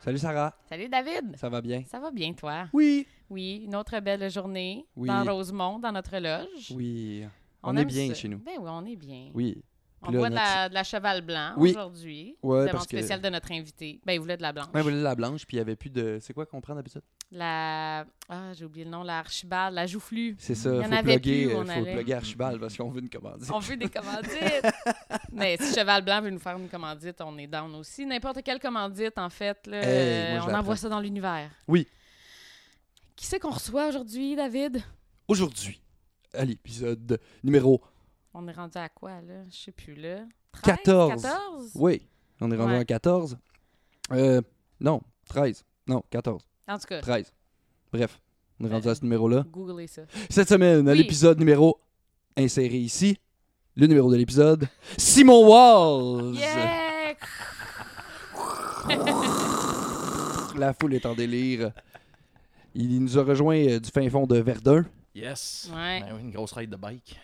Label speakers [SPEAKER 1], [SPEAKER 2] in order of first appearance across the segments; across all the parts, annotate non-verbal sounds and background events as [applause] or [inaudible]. [SPEAKER 1] Salut Sarah,
[SPEAKER 2] Salut David.
[SPEAKER 1] ça va bien?
[SPEAKER 2] Ça va bien toi?
[SPEAKER 1] Oui.
[SPEAKER 2] Oui, une autre belle journée
[SPEAKER 1] Oui.
[SPEAKER 2] dans Rosemont, dans notre loge.
[SPEAKER 1] Oui. On est
[SPEAKER 2] aime
[SPEAKER 1] bien
[SPEAKER 2] ça.
[SPEAKER 1] chez nous.
[SPEAKER 2] Ben oui, on est bien.
[SPEAKER 1] Oui.
[SPEAKER 2] On
[SPEAKER 1] Puis là,
[SPEAKER 2] boit de, la, de la cheval blanc
[SPEAKER 1] Oui.
[SPEAKER 2] aujourd'hui.
[SPEAKER 1] Ouais,
[SPEAKER 2] demande
[SPEAKER 1] parce que-
[SPEAKER 2] spéciale de notre invité. Ben, il voulait de la blanche.
[SPEAKER 1] Ouais, voulait la blanche, puis il n'y avait plus de. C'est quoi qu'on prend d'habitude?
[SPEAKER 2] La... Ah, j'ai oublié le nom, la archibald, la joufflue.
[SPEAKER 1] C'est
[SPEAKER 2] Il y
[SPEAKER 1] ça,
[SPEAKER 2] en
[SPEAKER 1] faut
[SPEAKER 2] avait
[SPEAKER 1] plugger,
[SPEAKER 2] plus,
[SPEAKER 1] euh,
[SPEAKER 2] on
[SPEAKER 1] faut
[SPEAKER 2] avait. Ah.
[SPEAKER 1] plugger Archibald parce qu'on veut une commande.
[SPEAKER 2] On veut
[SPEAKER 1] [laughs]
[SPEAKER 2] des commandites. Mais si Cheval Blanc veut nous faire une commandite, on est down aussi. N'importe quelle commandite, en fait, là,
[SPEAKER 1] Hey,
[SPEAKER 2] euh,
[SPEAKER 1] moi, je
[SPEAKER 2] on
[SPEAKER 1] la
[SPEAKER 2] envoie
[SPEAKER 1] prends.
[SPEAKER 2] ça dans l'univers.
[SPEAKER 1] Oui.
[SPEAKER 2] Qui c'est qu'on reçoit aujourd'hui, David?
[SPEAKER 1] Aujourd'hui, à l'épisode numéro
[SPEAKER 2] On est rendu à quoi, là? Je sais plus, là. 13,
[SPEAKER 1] 14.
[SPEAKER 2] 14?
[SPEAKER 1] Oui, on est rendu
[SPEAKER 2] Ouais.
[SPEAKER 1] à 14. Euh, non, 13. Non, 14.
[SPEAKER 2] En tout cas,
[SPEAKER 1] 13. Bref, on est rendu
[SPEAKER 2] Euh.
[SPEAKER 1] à ce numéro-là.
[SPEAKER 2] googlez ça.
[SPEAKER 1] Cette semaine, à
[SPEAKER 2] Oui.
[SPEAKER 1] l'épisode numéro inséré ici, le numéro de l'épisode, Simon Walls.
[SPEAKER 2] Yeah!
[SPEAKER 1] La foule est en délire. Il nous a rejoint euh, du fin fond de Verdun.
[SPEAKER 3] Yes.
[SPEAKER 2] Ouais.
[SPEAKER 3] Ben oui, une grosse ride de bike.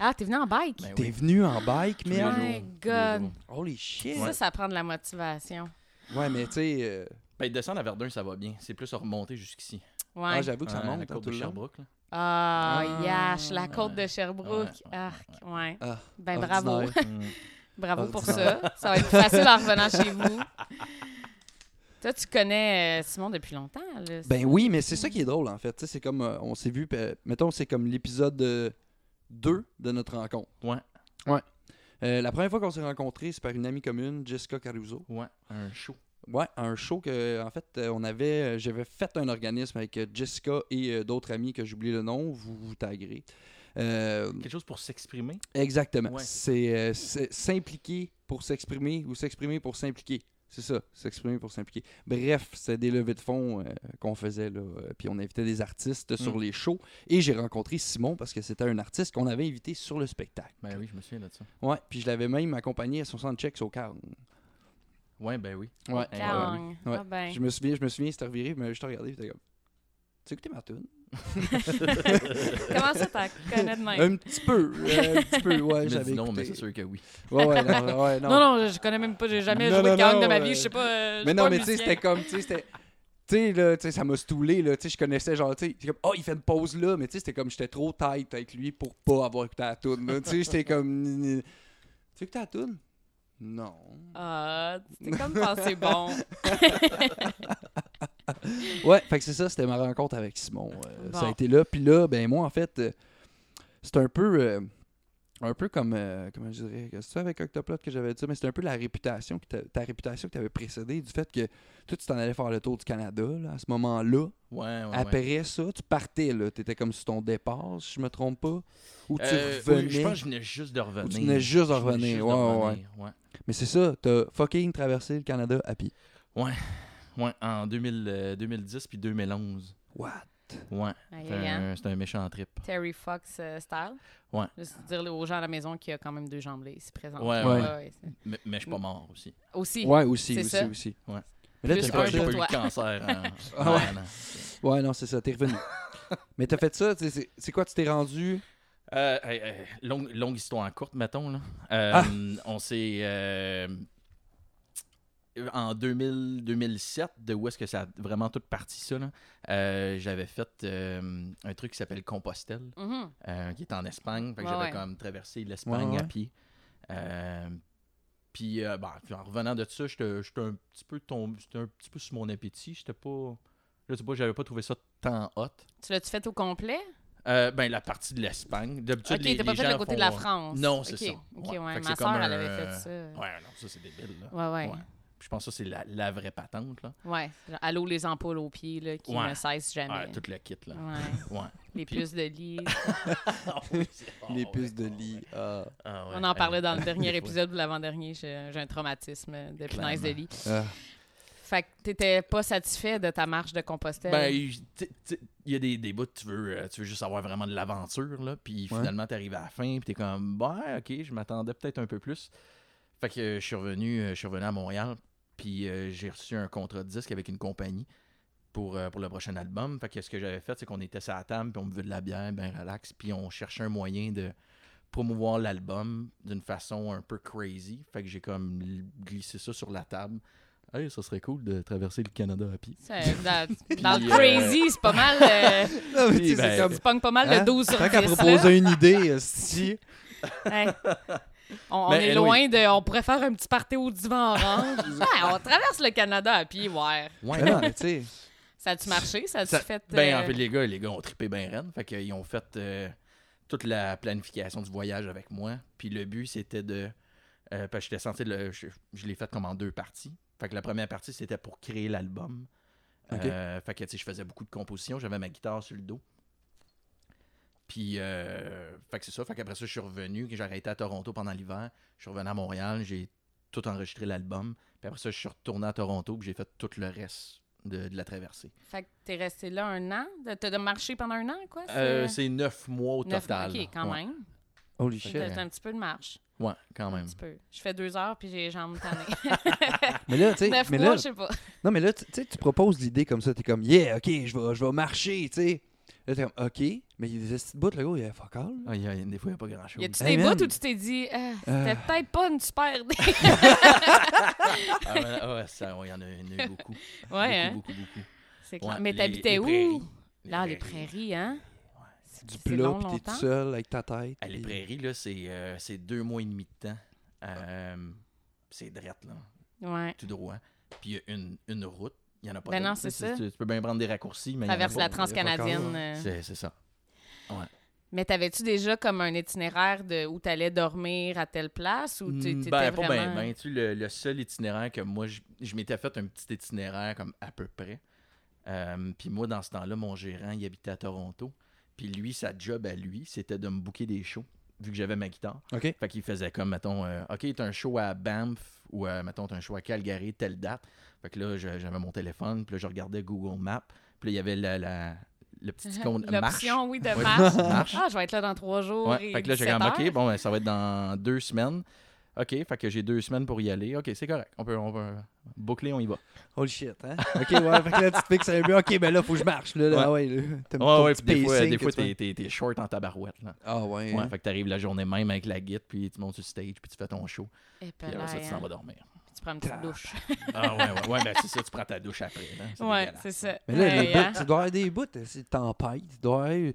[SPEAKER 2] Ah, t'es venu en bike?
[SPEAKER 3] Ben
[SPEAKER 1] T'es
[SPEAKER 3] oui.
[SPEAKER 1] venu en bike,
[SPEAKER 3] les
[SPEAKER 1] man?
[SPEAKER 3] jours,
[SPEAKER 2] My
[SPEAKER 3] tous les
[SPEAKER 2] God.
[SPEAKER 1] Holy shit!
[SPEAKER 2] Ça,
[SPEAKER 1] Ouais,
[SPEAKER 2] ça prend de la motivation.
[SPEAKER 1] mais tu sais, euh,
[SPEAKER 3] Ben, descendre à Verdun, ça va bien. C'est plus remonter jusqu'ici.
[SPEAKER 1] ah,
[SPEAKER 2] Ouais.
[SPEAKER 1] j'avoue que ça
[SPEAKER 3] Euh,
[SPEAKER 1] monte.
[SPEAKER 3] La
[SPEAKER 1] hein,
[SPEAKER 3] côte
[SPEAKER 1] tout
[SPEAKER 3] de
[SPEAKER 1] le long.
[SPEAKER 3] Sherbrooke. Là.
[SPEAKER 1] [laughs]
[SPEAKER 2] Ah,
[SPEAKER 1] Ah.
[SPEAKER 2] yash, la côte de
[SPEAKER 3] Ouais.
[SPEAKER 2] Sherbrooke.
[SPEAKER 3] Ouais, ouais,
[SPEAKER 2] Arc, ouais.
[SPEAKER 1] Ah,
[SPEAKER 2] Ben, bravo.
[SPEAKER 1] ordinaire. Ah,
[SPEAKER 3] Mm.
[SPEAKER 2] Bravo pour ça.
[SPEAKER 1] Ordinaire.
[SPEAKER 2] Ça va être plus facile en revenant
[SPEAKER 1] [laughs]
[SPEAKER 2] chez vous. Toi, tu connais euh, Simon depuis longtemps. Là.
[SPEAKER 1] Ben oui, mais c'est ça qui est drôle, en fait. Tu sais, c'est comme, euh, on s'est vu, euh, mettons, c'est comme l'épisode 2 de notre rencontre.
[SPEAKER 3] Ouais.
[SPEAKER 1] Ouais. Euh, la première fois qu'on s'est rencontrés, c'est par une amie commune, Jessica Caruso.
[SPEAKER 3] Ouais, un show.
[SPEAKER 1] Ouais, un show que, en fait, euh, on avait, euh, j'avais fait un organisme avec euh, Jessica et euh, d'autres amis que j'oublie le nom, vous vous taguerez. Euh,
[SPEAKER 3] Quelque chose pour s'exprimer.
[SPEAKER 1] exactement.
[SPEAKER 3] Ouais.
[SPEAKER 1] C'est euh, c'est s'impliquer pour s'exprimer ou s'exprimer pour s'impliquer. C'est ça, s'exprimer pour s'impliquer. Bref, c'était des levées de fonds euh, qu'on faisait, là. euh, Puis on invitait des artistes sur les shows. Et j'ai rencontré Simon parce que c'était un artiste qu'on avait invité sur le spectacle.
[SPEAKER 3] Ben oui, je me souviens de ça.
[SPEAKER 1] Ouais, puis je l'avais même accompagné à son centre checks au Carn.
[SPEAKER 3] Ouais, ben oui.
[SPEAKER 1] Ouais.
[SPEAKER 3] Hey,
[SPEAKER 2] Gang.
[SPEAKER 1] Ouais.
[SPEAKER 2] Ah [laughs] ben.
[SPEAKER 1] Je me souviens, je me souviens, c'était reviré, mais je t'ai regardé, puis t'es comme. Tu écouté ma tune?
[SPEAKER 2] Comment ça, t'en connais de même?
[SPEAKER 1] Un petit peu, euh, un petit peu, ouais,
[SPEAKER 3] [laughs] Mais
[SPEAKER 1] j'avais
[SPEAKER 3] dis non,
[SPEAKER 1] écouté.
[SPEAKER 3] mais c'est sûr que oui.
[SPEAKER 1] Ouais, ouais, non, ouais, non.
[SPEAKER 2] [laughs] non. non, je connais même pas. J'ai jamais
[SPEAKER 1] Non,
[SPEAKER 2] joué
[SPEAKER 1] non,
[SPEAKER 2] de gang de
[SPEAKER 1] non, euh,
[SPEAKER 2] ma vie. Je sais pas. euh, je
[SPEAKER 1] mais
[SPEAKER 2] suis
[SPEAKER 1] non,
[SPEAKER 2] pas
[SPEAKER 1] mais tu sais,
[SPEAKER 2] musicien.
[SPEAKER 1] c'était comme, tu sais, c'était. Tu sais, là, tu sais, ça m'a stoulé, là, tu sais, je connaissais, genre, tu sais, c'est comme, oh, il fait une pause là, mais tu sais, c'était comme, j'étais trop tight avec lui pour pas avoir écouté la tune, là, tu sais, j'étais comme. Tu écouté la tune? Non.
[SPEAKER 2] Ah, c'était comme
[SPEAKER 1] [laughs]
[SPEAKER 2] penser bon.
[SPEAKER 1] Ouais, fait que c'est ça, c'était ma rencontre avec Simon. Euh, Ça
[SPEAKER 2] Bon.
[SPEAKER 1] a été là. Puis là, ben moi, en fait, euh, c'est un peu. euh, un peu comme. euh, comment je dirais que C'est ça avec Octoplot que j'avais dit ça, mais c'est un peu la réputation, que t'a- ta réputation que tu avais précédée du fait que toi, tu t'en allais faire le tour du Canada, là, à ce moment-là.
[SPEAKER 3] Ouais, ouais. ouais.
[SPEAKER 1] Après ça, tu partais, là. Tu étais comme sur ton départ, si je me trompe pas. Ou tu
[SPEAKER 3] Euh, oui,
[SPEAKER 1] revenais.
[SPEAKER 3] je pense que je venais juste de revenir.
[SPEAKER 1] tu venais juste de
[SPEAKER 3] Je venais
[SPEAKER 1] revenir,
[SPEAKER 3] de
[SPEAKER 1] ouais, ouais,
[SPEAKER 3] revenir, ouais.
[SPEAKER 1] Mais c'est ça, t'as fucking traversé le Canada à pied.
[SPEAKER 3] Ouais, en 2000, euh, 2010 puis 2011.
[SPEAKER 1] What?
[SPEAKER 3] Ouais,
[SPEAKER 2] Aïe,
[SPEAKER 3] c'était
[SPEAKER 2] aïe, aïe.
[SPEAKER 1] hein.
[SPEAKER 3] un, c'était un méchant trip.
[SPEAKER 2] Terry Fox euh, style.
[SPEAKER 3] hein. Ouais.
[SPEAKER 2] Juste dire aux gens à la maison qu'il y a quand même deux jambes là, ici présentes.
[SPEAKER 3] Ouais,
[SPEAKER 1] ouais.
[SPEAKER 2] c'est-
[SPEAKER 3] Mais, mais je suis pas mort aussi.
[SPEAKER 2] Aussi.
[SPEAKER 1] Ouais, aussi,
[SPEAKER 2] C'est
[SPEAKER 1] aussi,
[SPEAKER 2] ça.
[SPEAKER 1] aussi.
[SPEAKER 3] Ouais.
[SPEAKER 1] Mais là,
[SPEAKER 2] Plus
[SPEAKER 3] J'ai
[SPEAKER 1] t'as
[SPEAKER 3] pas,
[SPEAKER 2] un
[SPEAKER 1] fait
[SPEAKER 3] j'ai
[SPEAKER 1] ça-
[SPEAKER 3] pas eu le cancer.
[SPEAKER 1] [laughs]
[SPEAKER 3] hein.
[SPEAKER 1] Ah ouais.
[SPEAKER 3] Non, non.
[SPEAKER 1] Ouais, non, c'est ça, t'es [laughs] revenu. Mais t'as fait ça, tu sais, c'est c'est quoi, tu t'es rendu?
[SPEAKER 3] Euh, hey, hey, longue, longue histoire courte, mettons. Là. Euh,
[SPEAKER 1] Ah.
[SPEAKER 3] On s'est. euh, en 2000, 2007, de où est-ce que ça a vraiment toute partie ça, là, euh, j'avais fait euh, un truc qui s'appelle Compostelle,
[SPEAKER 2] Mhm.
[SPEAKER 3] euh, qui est en Espagne. Fait que
[SPEAKER 2] Ouais,
[SPEAKER 3] j'avais
[SPEAKER 2] ouais.
[SPEAKER 3] comme traversé l'Espagne
[SPEAKER 1] Ouais, ouais.
[SPEAKER 3] à pied. Euh, puis, euh, bah, puis en revenant de ça, j'étais j'étais un petit peu tombé, j'étais un petit peu sur mon appétit. J'étais pas. Là, tu vois, j'avais pas trouvé ça tant hot.
[SPEAKER 2] Tu l'as-tu fait au complet?
[SPEAKER 3] Euh, ben, la partie de l'Espagne. D'habitude,
[SPEAKER 2] Ok,
[SPEAKER 3] les,
[SPEAKER 2] t'as pas
[SPEAKER 3] les
[SPEAKER 2] fait le
[SPEAKER 3] gens
[SPEAKER 2] côté de la
[SPEAKER 3] font- euh,
[SPEAKER 2] France.
[SPEAKER 3] Non, c'est
[SPEAKER 2] Ok,
[SPEAKER 3] ça.
[SPEAKER 2] Ok,
[SPEAKER 3] Ouais.
[SPEAKER 2] ouais.
[SPEAKER 3] Fait que
[SPEAKER 2] Ma
[SPEAKER 3] c'est comme
[SPEAKER 2] soeur,
[SPEAKER 3] un-
[SPEAKER 2] elle avait fait ça. Ouais,
[SPEAKER 3] Ouais, non, ça c'est débile. Là.
[SPEAKER 2] ouais.
[SPEAKER 3] Ouais. Puis Je pense que ça c'est la, la vraie patente. Là.
[SPEAKER 2] Ouais. Genre, Allô, les ampoules aux pieds, là, qui
[SPEAKER 3] Ouais.
[SPEAKER 2] ne cessent
[SPEAKER 3] Ah,
[SPEAKER 2] jamais.
[SPEAKER 3] tout le kit. Là.
[SPEAKER 2] Ouais.
[SPEAKER 3] Ouais.
[SPEAKER 2] Les
[SPEAKER 3] Puis-
[SPEAKER 2] puces de lit.
[SPEAKER 3] [laughs] Ah oui, c'est- ah
[SPEAKER 1] les
[SPEAKER 3] ouais,
[SPEAKER 1] puces de
[SPEAKER 3] ah
[SPEAKER 1] lit.
[SPEAKER 3] ouais.
[SPEAKER 1] ah.
[SPEAKER 3] Ah ouais,
[SPEAKER 2] On en parlait
[SPEAKER 3] hey,
[SPEAKER 2] dans le
[SPEAKER 3] des [laughs]
[SPEAKER 2] dernier
[SPEAKER 3] fois.
[SPEAKER 2] épisode ou l'avant-dernier. J'ai j'ai un traumatisme de punaise de
[SPEAKER 3] Clairement.
[SPEAKER 2] lit.
[SPEAKER 1] Ah.
[SPEAKER 2] Fait que t'étais pas satisfait de ta marche de Compostelle.
[SPEAKER 3] Ben, il t'sais, t'sais, il y a des, des bouts, tu veux, euh, tu veux juste avoir vraiment de l'aventure. là. Puis
[SPEAKER 1] Ouais.
[SPEAKER 3] finalement, t'arrives à la fin. Puis t'es comme, bah, ok, je m'attendais peut-être un peu plus. Fait que euh, je suis revenu, euh, je suis revenu à Montréal. Puis euh, j'ai reçu un contrat de disque avec une compagnie pour, euh, pour le prochain album. Fait que ce que j'avais fait, c'est qu'on était sur la table, puis on buvait de la bière, ben relax, puis on cherchait un moyen de promouvoir l'album d'une façon un peu crazy. Fait que j'ai comme glissé ça sur la table. Hey, ça serait cool de traverser le Canada à pied.
[SPEAKER 2] C'est- Dans, dans
[SPEAKER 3] [laughs] Puis,
[SPEAKER 2] le
[SPEAKER 3] euh,
[SPEAKER 2] crazy, c'est pas mal. euh,
[SPEAKER 1] Non, mais tu
[SPEAKER 3] Oui,
[SPEAKER 1] sais, c'est
[SPEAKER 3] ben,
[SPEAKER 1] comme.
[SPEAKER 2] tu pognes pas mal
[SPEAKER 1] Hein?
[SPEAKER 2] de 12 sur
[SPEAKER 1] Tant
[SPEAKER 2] 10.
[SPEAKER 1] qu'à
[SPEAKER 2] là.
[SPEAKER 1] proposer une idée, euh, si.
[SPEAKER 2] Hey. On, on
[SPEAKER 3] Ben,
[SPEAKER 2] est
[SPEAKER 3] anyway.
[SPEAKER 2] loin de. On pourrait faire un petit party au divan orange.
[SPEAKER 3] [laughs]
[SPEAKER 2] Ouais, on traverse le Canada à pied, ouais.
[SPEAKER 3] Ouais,
[SPEAKER 1] Ben
[SPEAKER 3] [laughs]
[SPEAKER 1] non, mais tu sais.
[SPEAKER 2] Ça a-tu marché? Ça a-tu
[SPEAKER 3] Ça-
[SPEAKER 2] fait.
[SPEAKER 3] Ben,
[SPEAKER 2] euh,
[SPEAKER 3] en fait, les gars, les gars ont trippé bien Rennes. Fait qu'ils ont fait euh, toute la planification du voyage avec moi. Puis le but, c'était de. euh, parce que j'étais censé. le- je je l'ai fait comme en deux parties. Fait que la première partie, c'était pour créer l'album.
[SPEAKER 1] Ok.
[SPEAKER 3] Euh, fait que, tu sais, je faisais beaucoup de compositions. J'avais ma guitare sur le dos. Puis, euh, fait que c'est ça. Fait qu'après ça, je suis revenu. que J'ai arrêté à Toronto pendant l'hiver. Je suis revenu à Montréal. J'ai tout enregistré l'album. Puis après ça, je suis retourné à Toronto. Puis j'ai fait tout le reste de- de la traversée.
[SPEAKER 2] Fait que t'es resté là un an? de- T'as de marché pendant un an, quoi?
[SPEAKER 3] Euh, c'est neuf mois au
[SPEAKER 2] Neuf mois,
[SPEAKER 3] total.
[SPEAKER 2] ok, quand
[SPEAKER 3] ouais.
[SPEAKER 2] même.
[SPEAKER 1] Holy
[SPEAKER 2] T'as
[SPEAKER 1] shit.
[SPEAKER 3] Shit.
[SPEAKER 2] t'as un petit peu de marche.
[SPEAKER 3] Ouais, quand
[SPEAKER 2] Un
[SPEAKER 3] même.
[SPEAKER 2] petit peu. Je fais deux heures, puis j'ai les jambes tannées.
[SPEAKER 1] [laughs] Mais là, tu sais.
[SPEAKER 2] Neuf
[SPEAKER 1] mais
[SPEAKER 2] mois,
[SPEAKER 1] là,
[SPEAKER 2] je sais pas.
[SPEAKER 1] Non, mais là, tu tu sais, tu proposes l'idée comme ça. T'es comme, yeah, ok, je vais, je vais marcher, tu sais. Là, t'es comme, ok, mais il y a des petites bouts, le gars, il est fuck all.
[SPEAKER 3] Ah, il y a- des fois, il n'y a pas grand-chose.
[SPEAKER 2] Y a-tu
[SPEAKER 1] Hey,
[SPEAKER 2] des
[SPEAKER 1] man.
[SPEAKER 2] bouts où tu t'es dit, Ah,
[SPEAKER 1] Euh.
[SPEAKER 2] c'était peut-être pas une super idée?
[SPEAKER 3] [laughs] Ah, ouais, ah, ouais, ça, ouais, il y en a, il y en a eu beaucoup.
[SPEAKER 2] [laughs] ouais, hein?
[SPEAKER 3] beaucoup, beaucoup, beaucoup.
[SPEAKER 2] C'est clair.
[SPEAKER 3] Ouais,
[SPEAKER 2] Mais
[SPEAKER 3] les-
[SPEAKER 2] t'habitais
[SPEAKER 3] les
[SPEAKER 2] où?
[SPEAKER 3] prairies.
[SPEAKER 2] Là, les prairies, hein? C'est-
[SPEAKER 1] Du
[SPEAKER 2] c'est
[SPEAKER 1] plat,
[SPEAKER 2] long,
[SPEAKER 1] pis t'es
[SPEAKER 2] longtemps.
[SPEAKER 1] tout seul avec ta tête.
[SPEAKER 3] Ah, les
[SPEAKER 1] pis-
[SPEAKER 3] prairies, là, c'est euh, c'est deux mois et demi de temps. Euh, c'est drette, là,
[SPEAKER 2] Ouais.
[SPEAKER 3] tout droit. Puis il y a une, une route. Il n'y en a pas
[SPEAKER 2] Ben
[SPEAKER 3] d'autres,
[SPEAKER 2] non, c'est
[SPEAKER 3] tu sais,
[SPEAKER 2] ça.
[SPEAKER 3] Tu, tu peux bien prendre des raccourcis, mais il y en a
[SPEAKER 2] Traverse
[SPEAKER 3] pas.
[SPEAKER 2] la
[SPEAKER 1] il y a pas
[SPEAKER 2] transcanadienne.
[SPEAKER 1] encore,
[SPEAKER 2] euh.
[SPEAKER 3] C'est c'est ça.
[SPEAKER 2] Mais t'avais-tu déjà comme un itinéraire de où t'allais dormir à telle place ou t'é-
[SPEAKER 3] Mm,
[SPEAKER 2] t'étais
[SPEAKER 3] ben, pas
[SPEAKER 2] vraiment...
[SPEAKER 3] ben, ben. Tu sais, le, le seul itinéraire que moi, je, je m'étais fait un petit itinéraire comme à peu près. Euh, puis moi, dans ce temps-là, mon gérant, il habitait à Toronto. Puis lui, sa job à lui, c'était de me booker des shows, vu que j'avais ma guitare.
[SPEAKER 1] Ok.
[SPEAKER 3] Fait qu'il faisait comme, mettons, euh, OK, t'as un show à Banff ou, euh, mettons, t'as un show à Calgary, telle date. Fait que là, je- j'avais mon téléphone, puis là, je regardais Google Maps. Puis là, il y avait la, la-
[SPEAKER 2] [laughs]
[SPEAKER 3] le petit icône marche.
[SPEAKER 2] L'option, oui, de
[SPEAKER 3] Ouais,
[SPEAKER 2] marche.
[SPEAKER 3] [laughs] marche.
[SPEAKER 2] Ah, je vais être là dans trois jours
[SPEAKER 3] Ouais,
[SPEAKER 2] et
[SPEAKER 3] fait que là, j'ai
[SPEAKER 2] 17
[SPEAKER 3] comme, OK,
[SPEAKER 2] heures.
[SPEAKER 3] bon, ben, ça va être dans deux semaines. OK, fait que j'ai deux semaines pour y aller. OK, c'est correct. On peut, on peut boucler, on y va.
[SPEAKER 1] Holy shit, hein? Ok, ouais, fait que là, tu te fixes un but. Ok, ben là, faut que je marche. Là, là, ouais, là. T'as
[SPEAKER 3] Ouais,
[SPEAKER 1] ton
[SPEAKER 3] ouais,
[SPEAKER 1] petit
[SPEAKER 3] puis des fois,
[SPEAKER 1] pacing
[SPEAKER 3] des
[SPEAKER 1] que
[SPEAKER 3] fois
[SPEAKER 1] tu fais.
[SPEAKER 3] t'es, t'es- t'es short en tabarouette. Là.
[SPEAKER 1] Ah, ouais.
[SPEAKER 3] Ouais,
[SPEAKER 1] hein.
[SPEAKER 3] fait que t'arrives la journée même avec la guide, puis tu montes sur le stage, puis tu fais ton show.
[SPEAKER 2] Et
[SPEAKER 3] Puis après ça, tu t'en vas dormir.
[SPEAKER 2] Tu prends une petite douche.
[SPEAKER 3] ah, ouais, ouais, ouais, ben c'est ça, tu prends ta douche après. Là. C'est
[SPEAKER 2] Ouais,
[SPEAKER 3] dégueulasse.
[SPEAKER 2] c'est ça.
[SPEAKER 1] Mais là, les
[SPEAKER 2] Hey, hein?
[SPEAKER 1] bouts, tu dois avoir des bouts, c'est tempête. Tu dois avoir.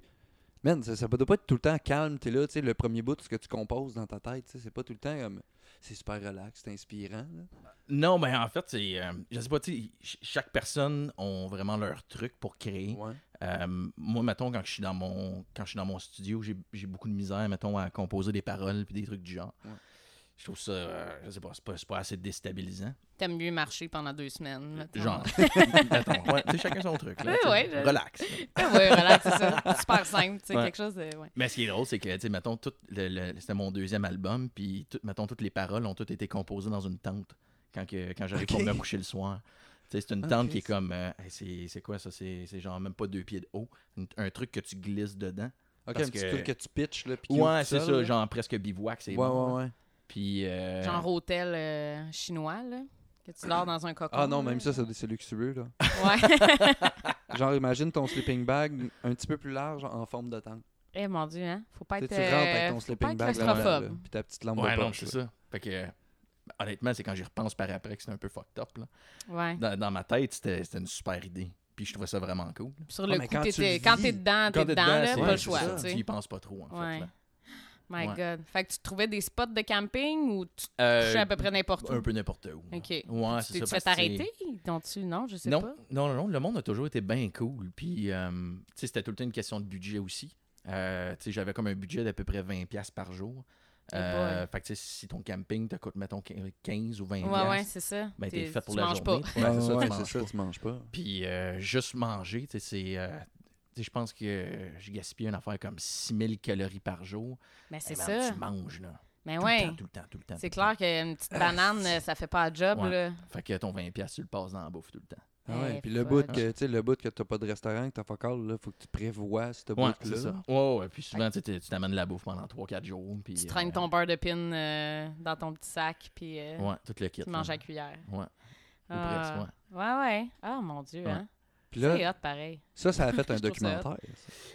[SPEAKER 1] Man, ça, ça doit pas être tout le temps calme. T'es là, tu sais, le premier bout, ce que tu composes dans ta tête, tu sais, c'est pas tout le temps comme. C'est super relax, c'est inspirant. là.
[SPEAKER 3] Non, ben en fait, c'est. euh, je sais pas, tu sais, ch- chaque personne a vraiment leur truc pour créer.
[SPEAKER 1] Ouais.
[SPEAKER 3] Euh, moi, mettons, quand je suis dans mon, quand je suis dans mon studio, j'ai j'ai beaucoup de misère, mettons, à composer des paroles puis des trucs du genre.
[SPEAKER 1] Ouais.
[SPEAKER 3] Je trouve ça, euh, je sais pas, c'est pas, c'est pas assez déstabilisant.
[SPEAKER 2] T'aimes mieux marcher pendant deux semaines. mettons.
[SPEAKER 3] Genre, mettons, ouais, tu sais, chacun son truc. Là,
[SPEAKER 2] Oui,
[SPEAKER 3] tu sais,
[SPEAKER 2] oui, je-
[SPEAKER 3] Relax. là.
[SPEAKER 2] Ah ouais, relax, c'est ça. Super simple, tu sais,
[SPEAKER 3] Ouais.
[SPEAKER 2] quelque chose de... ouais.
[SPEAKER 3] Mais ce qui est drôle, c'est que, tu sais, mettons, tout le- le- c'était mon deuxième album, puis, tout- mettons, toutes les paroles ont toutes été composées dans une tente quand, que- quand j'arrive
[SPEAKER 1] Ok.
[SPEAKER 3] pour me coucher le soir. Tu sais, c'est une
[SPEAKER 1] Ah,
[SPEAKER 3] tente qui est
[SPEAKER 1] Christ.
[SPEAKER 3] comme, euh, hey, c'est c'est quoi ça? C'est c'est genre même pas deux pieds de haut. Un- un truc que tu glisses dedans.
[SPEAKER 1] Ok,
[SPEAKER 3] Parce
[SPEAKER 1] un petit
[SPEAKER 3] que-
[SPEAKER 1] truc que tu pitches, là. puis qui ouvre
[SPEAKER 3] Ouais,
[SPEAKER 1] tout
[SPEAKER 3] c'est
[SPEAKER 1] seul,
[SPEAKER 3] ça,
[SPEAKER 1] là.
[SPEAKER 3] genre presque bivouac, c'est
[SPEAKER 1] Ouais,
[SPEAKER 3] bon.
[SPEAKER 1] ouais, ouais.
[SPEAKER 3] Puis euh,
[SPEAKER 2] Genre hôtel euh, chinois, là, que tu dors dans un cocon.
[SPEAKER 1] Ah non,
[SPEAKER 2] là.
[SPEAKER 1] même ça, ça- c'est luxueux, là.
[SPEAKER 3] [laughs]
[SPEAKER 2] [laughs] Ouais.
[SPEAKER 1] Genre, imagine ton sleeping bag un petit peu plus large en forme de tente.
[SPEAKER 2] [laughs] Eh mon Dieu, hein? Faut pas
[SPEAKER 1] Tu sais,
[SPEAKER 2] être,
[SPEAKER 1] tu rentres avec ton
[SPEAKER 2] euh, faut pas
[SPEAKER 1] sleeping
[SPEAKER 2] être
[SPEAKER 1] bag là,
[SPEAKER 2] claustrophobe.
[SPEAKER 1] puis ta petite lampe
[SPEAKER 3] ouais,
[SPEAKER 1] de
[SPEAKER 3] non,
[SPEAKER 1] poche,
[SPEAKER 3] c'est
[SPEAKER 1] là.
[SPEAKER 3] ça. Fait que euh, honnêtement, c'est quand j'y repense par après que c'est un peu fucked up là.
[SPEAKER 2] Ouais.
[SPEAKER 3] Dans, dans ma tête, c'était c'était une super idée. Puis je trouvais ça vraiment cool.
[SPEAKER 2] Sur
[SPEAKER 1] Ah,
[SPEAKER 2] le
[SPEAKER 1] mais
[SPEAKER 2] coup,
[SPEAKER 1] quand tu
[SPEAKER 2] t'étais-
[SPEAKER 1] le
[SPEAKER 2] quand
[SPEAKER 1] vis,
[SPEAKER 2] t'es dedans, t'es
[SPEAKER 3] Quand
[SPEAKER 2] dedans, là,
[SPEAKER 3] c'est-
[SPEAKER 2] pas
[SPEAKER 1] ouais,
[SPEAKER 2] le
[SPEAKER 1] c'est
[SPEAKER 2] choix,
[SPEAKER 1] ça.
[SPEAKER 2] tu
[SPEAKER 3] Tu
[SPEAKER 2] sais.
[SPEAKER 3] y penses pas trop en
[SPEAKER 2] Ouais.
[SPEAKER 3] fait. là.
[SPEAKER 2] My
[SPEAKER 3] Ouais.
[SPEAKER 2] God. Fait que tu trouvais des spots de camping ou tu
[SPEAKER 3] Euh,
[SPEAKER 2] touchais à peu près n'importe où?
[SPEAKER 3] un peu n'importe où. là.
[SPEAKER 2] OK.
[SPEAKER 3] Ouais,
[SPEAKER 2] Tu
[SPEAKER 3] c'est
[SPEAKER 2] t'es
[SPEAKER 3] ça.
[SPEAKER 2] fait
[SPEAKER 3] parce que c'est-
[SPEAKER 2] arrêter? tu Non, je sais
[SPEAKER 3] non,
[SPEAKER 2] pas.
[SPEAKER 3] non, non, non, le monde a toujours été bien cool. Puis, euh, tu sais, c'était tout le temps une question de budget aussi. Euh, tu sais, j'avais comme un budget d'à peu près 20$ piastres par jour.
[SPEAKER 2] Eh
[SPEAKER 3] Euh, fait que, tu sais, si ton camping te coûte, mettons, 15 ou 20$,
[SPEAKER 2] Ouais, ouais, c'est ça.
[SPEAKER 3] Eh ben, t'es fait pour
[SPEAKER 2] tu
[SPEAKER 3] la
[SPEAKER 2] manges
[SPEAKER 3] journée.
[SPEAKER 2] pas.
[SPEAKER 3] Ouais,
[SPEAKER 1] Ouais,
[SPEAKER 3] c'est ça, tu
[SPEAKER 1] ouais,
[SPEAKER 3] manges
[SPEAKER 1] c'est ça,
[SPEAKER 3] pas.
[SPEAKER 1] tu manges pas.
[SPEAKER 3] Puis euh, juste manger, tu sais, c'est. euh, tu sais, je pense que euh, je gaspillais une affaire comme 6000 calories par jour.
[SPEAKER 2] Mais c'est
[SPEAKER 3] Eh ben,
[SPEAKER 2] ça.
[SPEAKER 3] Tu manges, là.
[SPEAKER 2] Mais
[SPEAKER 3] tout
[SPEAKER 2] ouais.
[SPEAKER 3] le temps, tout le temps, tout le temps.
[SPEAKER 2] C'est
[SPEAKER 3] tout le temps.
[SPEAKER 2] clair qu'une petite banane, euh, ça fait pas de job,
[SPEAKER 3] Ouais.
[SPEAKER 2] là.
[SPEAKER 3] Fait que ton 20$, tu le passes dans la bouffe tout le temps.
[SPEAKER 1] Ah ouais,
[SPEAKER 2] Eh,
[SPEAKER 1] puis le
[SPEAKER 2] fuck.
[SPEAKER 1] bout que tu sais, le bout que t'as pas de restaurant, que t'as fuck all, là, faut que tu prévois ce
[SPEAKER 3] Ouais,
[SPEAKER 1] bout
[SPEAKER 3] c'est
[SPEAKER 1] là.
[SPEAKER 3] ça. Ouais, ouais. Puis souvent, tu sais, tu tu t'amènes de la bouffe pendant 3-4 jours. Puis,
[SPEAKER 2] Tu
[SPEAKER 3] euh,
[SPEAKER 2] traînes ton beurre de pin euh, dans ton petit sac, puis euh,
[SPEAKER 3] Ouais, tout le kit.
[SPEAKER 2] tu manges
[SPEAKER 3] là.
[SPEAKER 2] à cuillère.
[SPEAKER 3] Ouais. Ou
[SPEAKER 2] Ah,
[SPEAKER 3] presque,
[SPEAKER 2] ouais, ouais. Ah, mon Dieu,
[SPEAKER 3] Ouais.
[SPEAKER 2] hein.
[SPEAKER 1] Puis
[SPEAKER 2] C'est
[SPEAKER 1] là,
[SPEAKER 2] hot, pareil.
[SPEAKER 1] ça, ça a fait un
[SPEAKER 2] [laughs] Je trouve ça
[SPEAKER 1] documentaire.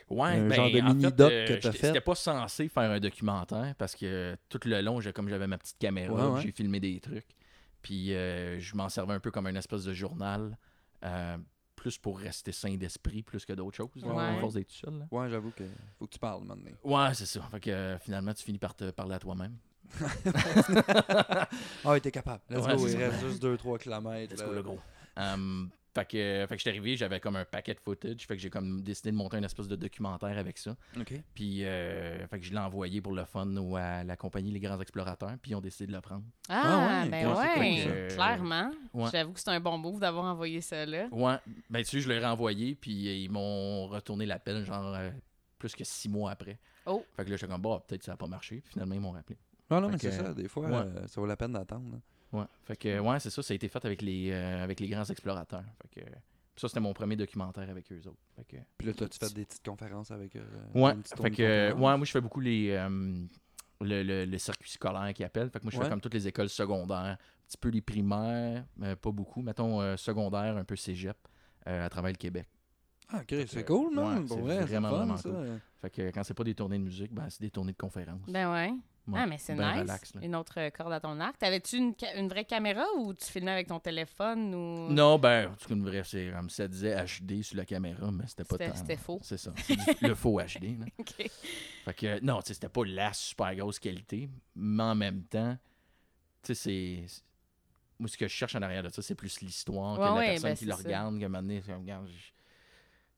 [SPEAKER 3] Ouais,
[SPEAKER 1] Un
[SPEAKER 3] ben,
[SPEAKER 1] genre de
[SPEAKER 3] en
[SPEAKER 1] mini-doc
[SPEAKER 3] fait,
[SPEAKER 1] que
[SPEAKER 3] euh,
[SPEAKER 1] t'as
[SPEAKER 3] j'étais-
[SPEAKER 1] fait.
[SPEAKER 3] J'étais pas euh, censé faire un documentaire parce que tout le long, j'ai- comme j'avais ma petite caméra,
[SPEAKER 1] Ouais, ouais.
[SPEAKER 3] j'ai filmé des trucs. Puis euh, je m'en servais un peu comme un espèce de journal, euh, plus pour rester sain d'esprit, plus que d'autres choses, là,
[SPEAKER 2] Ouais.
[SPEAKER 3] à force d'être tout seul. là.
[SPEAKER 1] Ouais, j'avoue que faut que tu parles maintenant.
[SPEAKER 3] Ouais, c'est ça. Fait que euh, finalement, tu finis par te parler à toi-même.
[SPEAKER 1] Ah, ouais, t'es capable. Let's
[SPEAKER 3] Ouais,
[SPEAKER 1] go,
[SPEAKER 3] c'est
[SPEAKER 1] il
[SPEAKER 3] ça.
[SPEAKER 1] reste juste 2-3 km.
[SPEAKER 3] Let's go, le gros. Um, Bah fait que, fait que j'étais arrivé, j'avais comme un paquet de footage. Fait que j'ai comme décidé de monter un espèce de documentaire avec ça.
[SPEAKER 1] OK.
[SPEAKER 3] Puis, euh, fait que je l'ai envoyé pour le fun ou à la compagnie Les Grands Explorateurs. Puis, ils ont décidé de le prendre.
[SPEAKER 2] Ah,
[SPEAKER 1] Ah ouais,
[SPEAKER 2] ben
[SPEAKER 3] ouais, c'est
[SPEAKER 2] ouais,
[SPEAKER 3] cool, ça.
[SPEAKER 2] clairement.
[SPEAKER 3] Ouais.
[SPEAKER 2] J'avoue que c'est un bon move d'avoir envoyé ça là.
[SPEAKER 3] Ouais, ben tu sais, je l'ai renvoyé, puis euh, ils m'ont retourné l'appel, genre, euh, plus que six mois après.
[SPEAKER 2] Oh.
[SPEAKER 3] Fait que là, j'étais comme, bah, peut-être ça n'a pas marché, puis finalement, ils m'ont rappelé.
[SPEAKER 1] Non, non,
[SPEAKER 3] Fait
[SPEAKER 1] mais
[SPEAKER 3] que,
[SPEAKER 1] c'est ça. Des fois,
[SPEAKER 3] ouais.
[SPEAKER 1] euh, ça vaut la peine d'attendre.
[SPEAKER 3] Ouais, fait que, euh, ouais, c'est ça, ça a été fait avec les, euh, avec les grands explorateurs. Fait que, euh, puis ça, c'était mon premier documentaire avec eux autres. Fait que,
[SPEAKER 1] Puis là, t'as-tu fait des petites conférences avec eux? euh,
[SPEAKER 3] ouais,
[SPEAKER 1] une petite
[SPEAKER 3] fait
[SPEAKER 1] tournée
[SPEAKER 3] que, euh,
[SPEAKER 1] conférence?
[SPEAKER 3] ouais, moi, je fais beaucoup les, euh, le, le- le circuit scolaire qui appelle. Fait que moi, je
[SPEAKER 1] Ouais.
[SPEAKER 3] fais comme toutes les écoles secondaires, un petit peu les primaires, euh, pas beaucoup, mettons euh, secondaire, un peu cégep, euh, à travers le Québec.
[SPEAKER 1] Ah, ok,
[SPEAKER 3] que,
[SPEAKER 1] c'est cool, non?
[SPEAKER 3] ouais,
[SPEAKER 1] Pour
[SPEAKER 3] c'est
[SPEAKER 1] vrai,
[SPEAKER 3] vraiment,
[SPEAKER 1] c'est fun,
[SPEAKER 3] vraiment
[SPEAKER 1] ça.
[SPEAKER 3] Fait que quand c'est pas des tournées de musique, ben c'est des tournées de conférences.
[SPEAKER 2] Ben ouais.
[SPEAKER 3] Ouais,
[SPEAKER 2] Ah, mais c'est
[SPEAKER 3] ben
[SPEAKER 2] nice.
[SPEAKER 3] relax, là.
[SPEAKER 2] une autre euh, corde à ton arc. T'avais-tu une, ca- une vraie caméra ou tu filmais avec ton téléphone ou.
[SPEAKER 3] Non, ben, en tout cas, une vraie, c'est comme ça disait HD sur la caméra, mais c'était pas
[SPEAKER 2] C'était-
[SPEAKER 3] tant.
[SPEAKER 2] c'était faux.
[SPEAKER 3] C'est ça. c'est du- le faux HD. là.
[SPEAKER 2] [laughs] OK.
[SPEAKER 3] Fait que, euh, non, tu sais, c'était pas la super grosse qualité, mais en même temps, tu sais, c'est. c'est- Moi, ce que je cherche en arrière de ça, c'est plus l'histoire
[SPEAKER 2] Ouais,
[SPEAKER 3] que la
[SPEAKER 2] ouais,
[SPEAKER 3] personne
[SPEAKER 2] ben,
[SPEAKER 3] qui
[SPEAKER 2] c'est
[SPEAKER 3] le
[SPEAKER 2] ça.
[SPEAKER 3] regarde, qui un moment donné, c'est comme, regarde, je-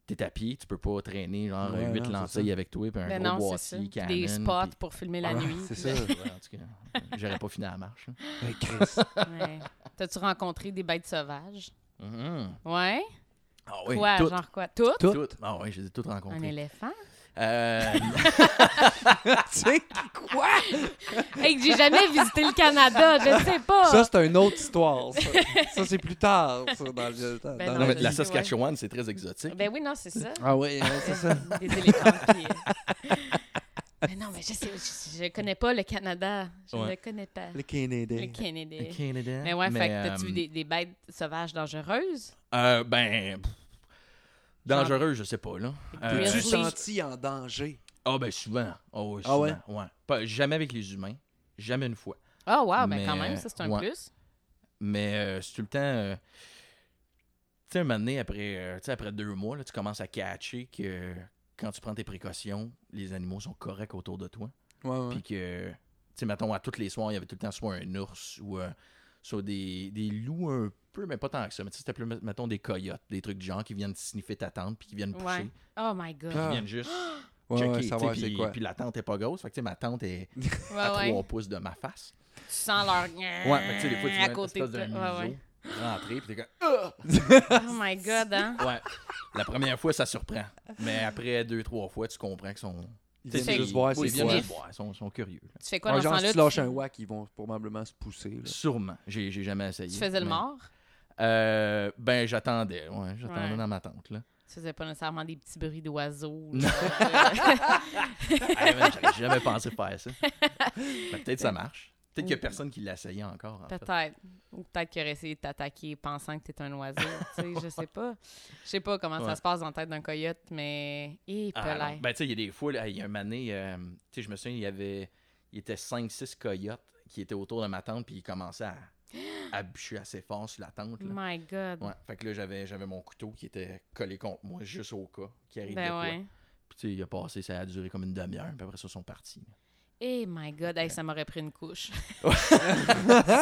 [SPEAKER 3] t'es à pied, tu peux pas traîner genre
[SPEAKER 1] Ouais,
[SPEAKER 3] huit
[SPEAKER 1] non, c'est
[SPEAKER 3] lentilles
[SPEAKER 1] ça.
[SPEAKER 3] avec toi, puis un
[SPEAKER 2] Ben
[SPEAKER 3] gros
[SPEAKER 2] non, c'est ça.
[SPEAKER 3] boîtier, Canon,
[SPEAKER 2] Des spots
[SPEAKER 3] puis-
[SPEAKER 2] pour filmer la
[SPEAKER 1] Ouais,
[SPEAKER 2] nuit.
[SPEAKER 1] c'est
[SPEAKER 3] Ouais,
[SPEAKER 1] ça.
[SPEAKER 3] en tout cas, [laughs] j'aurais pas fini la marche. hein. là.
[SPEAKER 1] Hey, [laughs] Chris.
[SPEAKER 2] Ouais. T'as-tu rencontré des bêtes sauvages?
[SPEAKER 3] Mhm.
[SPEAKER 2] Ouais.
[SPEAKER 3] Ah oui,
[SPEAKER 2] quoi,
[SPEAKER 3] tout,
[SPEAKER 2] genre quoi? Tout?
[SPEAKER 1] Mm-hmm. Tout.
[SPEAKER 3] tout. Ah oui, je les ai toutes
[SPEAKER 2] Un
[SPEAKER 3] rencontrées.
[SPEAKER 2] éléphant?
[SPEAKER 3] Euh,
[SPEAKER 1] Tu sais,
[SPEAKER 2] Quoi? hey, que j'ai jamais visité le Canada, je sais pas.
[SPEAKER 1] ça, c'est une autre histoire. Ça,
[SPEAKER 2] [laughs]
[SPEAKER 1] Ça, c'est plus tard, ça, dans le temps.
[SPEAKER 2] Ben
[SPEAKER 1] dans
[SPEAKER 2] non,
[SPEAKER 3] [laughs]
[SPEAKER 2] [laughs]
[SPEAKER 3] non, mais
[SPEAKER 1] la
[SPEAKER 2] je-
[SPEAKER 3] la
[SPEAKER 1] vie.
[SPEAKER 3] Saskatchewan, c'est très exotique.
[SPEAKER 2] ben oui, non, c'est ça.
[SPEAKER 1] Ah oui, ouais, c'est ça.
[SPEAKER 2] [laughs] Des éléphants. Puis...
[SPEAKER 3] [laughs]
[SPEAKER 2] Mais non, mais je sais, je, je connais pas le Canada. Je
[SPEAKER 3] Ouais.
[SPEAKER 2] le connais pas.
[SPEAKER 1] Le Kennedy.
[SPEAKER 2] Le Canada.
[SPEAKER 3] Le Canada.
[SPEAKER 2] Mais ouais, fait que
[SPEAKER 3] euh,
[SPEAKER 2] t'as-tu vu des, des bêtes sauvages dangereuses?
[SPEAKER 3] euh, ben. pff, dangereux, je sais pas, là. Euh,
[SPEAKER 1] T'es-tu
[SPEAKER 2] Grizzly.
[SPEAKER 1] senti en danger?
[SPEAKER 3] Ah, ben souvent. Oh, oui,
[SPEAKER 1] Ah
[SPEAKER 3] souvent.
[SPEAKER 1] ouais?
[SPEAKER 3] ouais. Pas- jamais avec les humains. Jamais une fois.
[SPEAKER 2] Ah, wow, ben
[SPEAKER 3] Mais,
[SPEAKER 2] quand même, ça, c'est un
[SPEAKER 3] ouais.
[SPEAKER 2] plus.
[SPEAKER 3] Mais euh, c'est tout le temps. euh, tu sais, un moment donné, après, euh, tu sais, après deux mois, là, tu commences à catcher que euh, quand tu prends tes précautions, les animaux sont corrects autour de toi.
[SPEAKER 1] Ouais, ouais.
[SPEAKER 3] Puis que, tu sais, mettons, à tous les soirs, il y avait tout le temps soit un ours ou euh, soit des, des loups un peu, mais pas tant que ça. Mais tu sais, c'était plus, mettons, des coyotes, des trucs du genre qui viennent sniffer ta tente puis qui viennent pousser.
[SPEAKER 2] Ouais. Oh my God.
[SPEAKER 3] Puis qui
[SPEAKER 1] Ah.
[SPEAKER 3] viennent juste
[SPEAKER 1] Ouais,
[SPEAKER 3] checker.
[SPEAKER 1] ouais,
[SPEAKER 3] tu sais,
[SPEAKER 1] savoir c'est
[SPEAKER 3] puis,
[SPEAKER 1] quoi.
[SPEAKER 3] puis la tente est pas grosse. Fait que, tu sais, ma tente est à
[SPEAKER 2] Bah ouais, ouais.
[SPEAKER 3] trois pouces de ma face.
[SPEAKER 2] Tu sens leur...
[SPEAKER 3] Ouais, fait que, tu sais, des fois, tu vois
[SPEAKER 2] à
[SPEAKER 3] une
[SPEAKER 2] côté
[SPEAKER 3] espèce
[SPEAKER 2] de
[SPEAKER 3] d'un
[SPEAKER 2] toi. Ouais, ouais.
[SPEAKER 3] museau rentrer, puis t'es comme...
[SPEAKER 2] Oh my God, hein?
[SPEAKER 3] Ouais. La première fois, ça surprend. Mais après deux, trois fois, tu comprends qu'ils sont.
[SPEAKER 1] Ils
[SPEAKER 3] tu sais,
[SPEAKER 1] viennent juste voir
[SPEAKER 3] ils
[SPEAKER 1] c'est
[SPEAKER 3] viennent
[SPEAKER 1] quoi.
[SPEAKER 3] juste voir, Ils sont, sont curieux. là.
[SPEAKER 2] Tu fais quoi
[SPEAKER 1] Ouais,
[SPEAKER 2] dans ce
[SPEAKER 1] genre,
[SPEAKER 2] temps-là?
[SPEAKER 1] si tu
[SPEAKER 2] Tu,
[SPEAKER 1] lâches un whack, ils vont probablement se pousser. là.
[SPEAKER 3] Sûrement. J'ai j'ai jamais essayé.
[SPEAKER 2] tu faisais le
[SPEAKER 3] mais-
[SPEAKER 2] mort?
[SPEAKER 3] Euh, ben, j'attendais. Ouais, j'attendais
[SPEAKER 2] Ouais.
[SPEAKER 3] dans ma
[SPEAKER 2] [laughs]
[SPEAKER 3] tente. Là.
[SPEAKER 2] Tu faisais pas nécessairement des petits bruits d'oiseaux.
[SPEAKER 3] Non.
[SPEAKER 2] là.
[SPEAKER 3] Ah, man, J'aurais jamais pensé faire ça. Mais peut-être ça marche. Peut-être qu'il y a personne qui l'essayait encore. en fait.
[SPEAKER 2] peut-être. Ou peut-être qu'il aurait essayé de t'attaquer pensant que t'étais un oiseau. tu sais, je sais pas. Je sais pas comment ça
[SPEAKER 3] Ouais.
[SPEAKER 2] se passe dans la tête d'un coyote, mais... eh, Et
[SPEAKER 3] Ah, non. ben, tu sais, il y a des fois, là, il y a un mané, tu sais, je me souviens, il y avait. Il était 5-6 coyotes qui étaient autour de ma tente, puis ils commençaient à, à bûcher assez fort sur la tente. ben, là.
[SPEAKER 2] my God.
[SPEAKER 3] Ouais, fait que là, j'avais, j'avais mon couteau qui était collé contre moi, juste au cas, qui arrive de
[SPEAKER 2] Ben
[SPEAKER 3] quoi.
[SPEAKER 2] ouais.
[SPEAKER 3] Puis tu sais, il a passé, ça a duré comme une demi-heure, puis après ça, ils sont partis.
[SPEAKER 2] Eh my God, hey, ça m'aurait pris une
[SPEAKER 3] [laughs]
[SPEAKER 2] couche.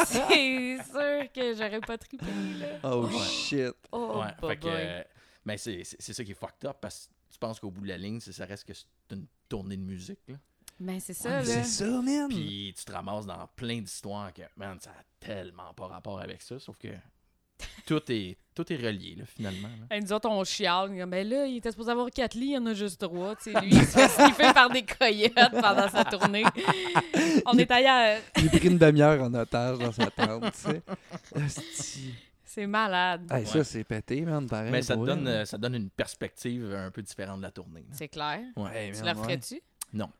[SPEAKER 2] c'est sûr que j'aurais pas trippé, là.
[SPEAKER 1] Oh
[SPEAKER 3] Ouais.
[SPEAKER 1] shit.
[SPEAKER 2] Oh,
[SPEAKER 3] ouais,
[SPEAKER 2] boy,
[SPEAKER 3] fait que,
[SPEAKER 2] boy.
[SPEAKER 3] euh, mais c'est, c'est, c'est ça qui est fucked up, parce que tu penses qu'au bout de la ligne, c'est- ça reste que c'est une tournée de musique, là.
[SPEAKER 2] Ben, c'est
[SPEAKER 1] Ouais,
[SPEAKER 2] ça,
[SPEAKER 1] mais
[SPEAKER 2] là.
[SPEAKER 1] C'est ça,
[SPEAKER 2] Hmm.
[SPEAKER 1] man. [laughs]
[SPEAKER 3] Puis tu te ramasses dans plein d'histoires que, man, ça a tellement pas rapport avec ça, sauf que tout est, tout est relié, là, finalement. là.
[SPEAKER 2] Hey, nous autres, on chiale. Mais ben là, il était supposé avoir quatre lits, il y en a juste trois. Tu sais, lui, il se fait sniffer par des coyotes pendant sa tournée. On
[SPEAKER 3] [laughs]
[SPEAKER 2] est ailleurs.
[SPEAKER 1] Il a pris une demi-heure
[SPEAKER 2] [laughs]
[SPEAKER 1] en otage dans sa tente, tu sais. Asti.
[SPEAKER 2] C'est malade.
[SPEAKER 1] Hey,
[SPEAKER 3] Ouais.
[SPEAKER 1] Ça, c'est pété, man,
[SPEAKER 2] Eh
[SPEAKER 1] pareil.
[SPEAKER 3] Mais ça te,
[SPEAKER 1] pour
[SPEAKER 3] donne,
[SPEAKER 1] elle.
[SPEAKER 3] euh, ça te donne une perspective un peu différente de la tournée. là.
[SPEAKER 2] C'est clair.
[SPEAKER 1] Ouais,
[SPEAKER 2] euh, Tu
[SPEAKER 1] man,
[SPEAKER 2] la
[SPEAKER 1] ouais.
[SPEAKER 2] referais-tu?
[SPEAKER 3] Ah Non.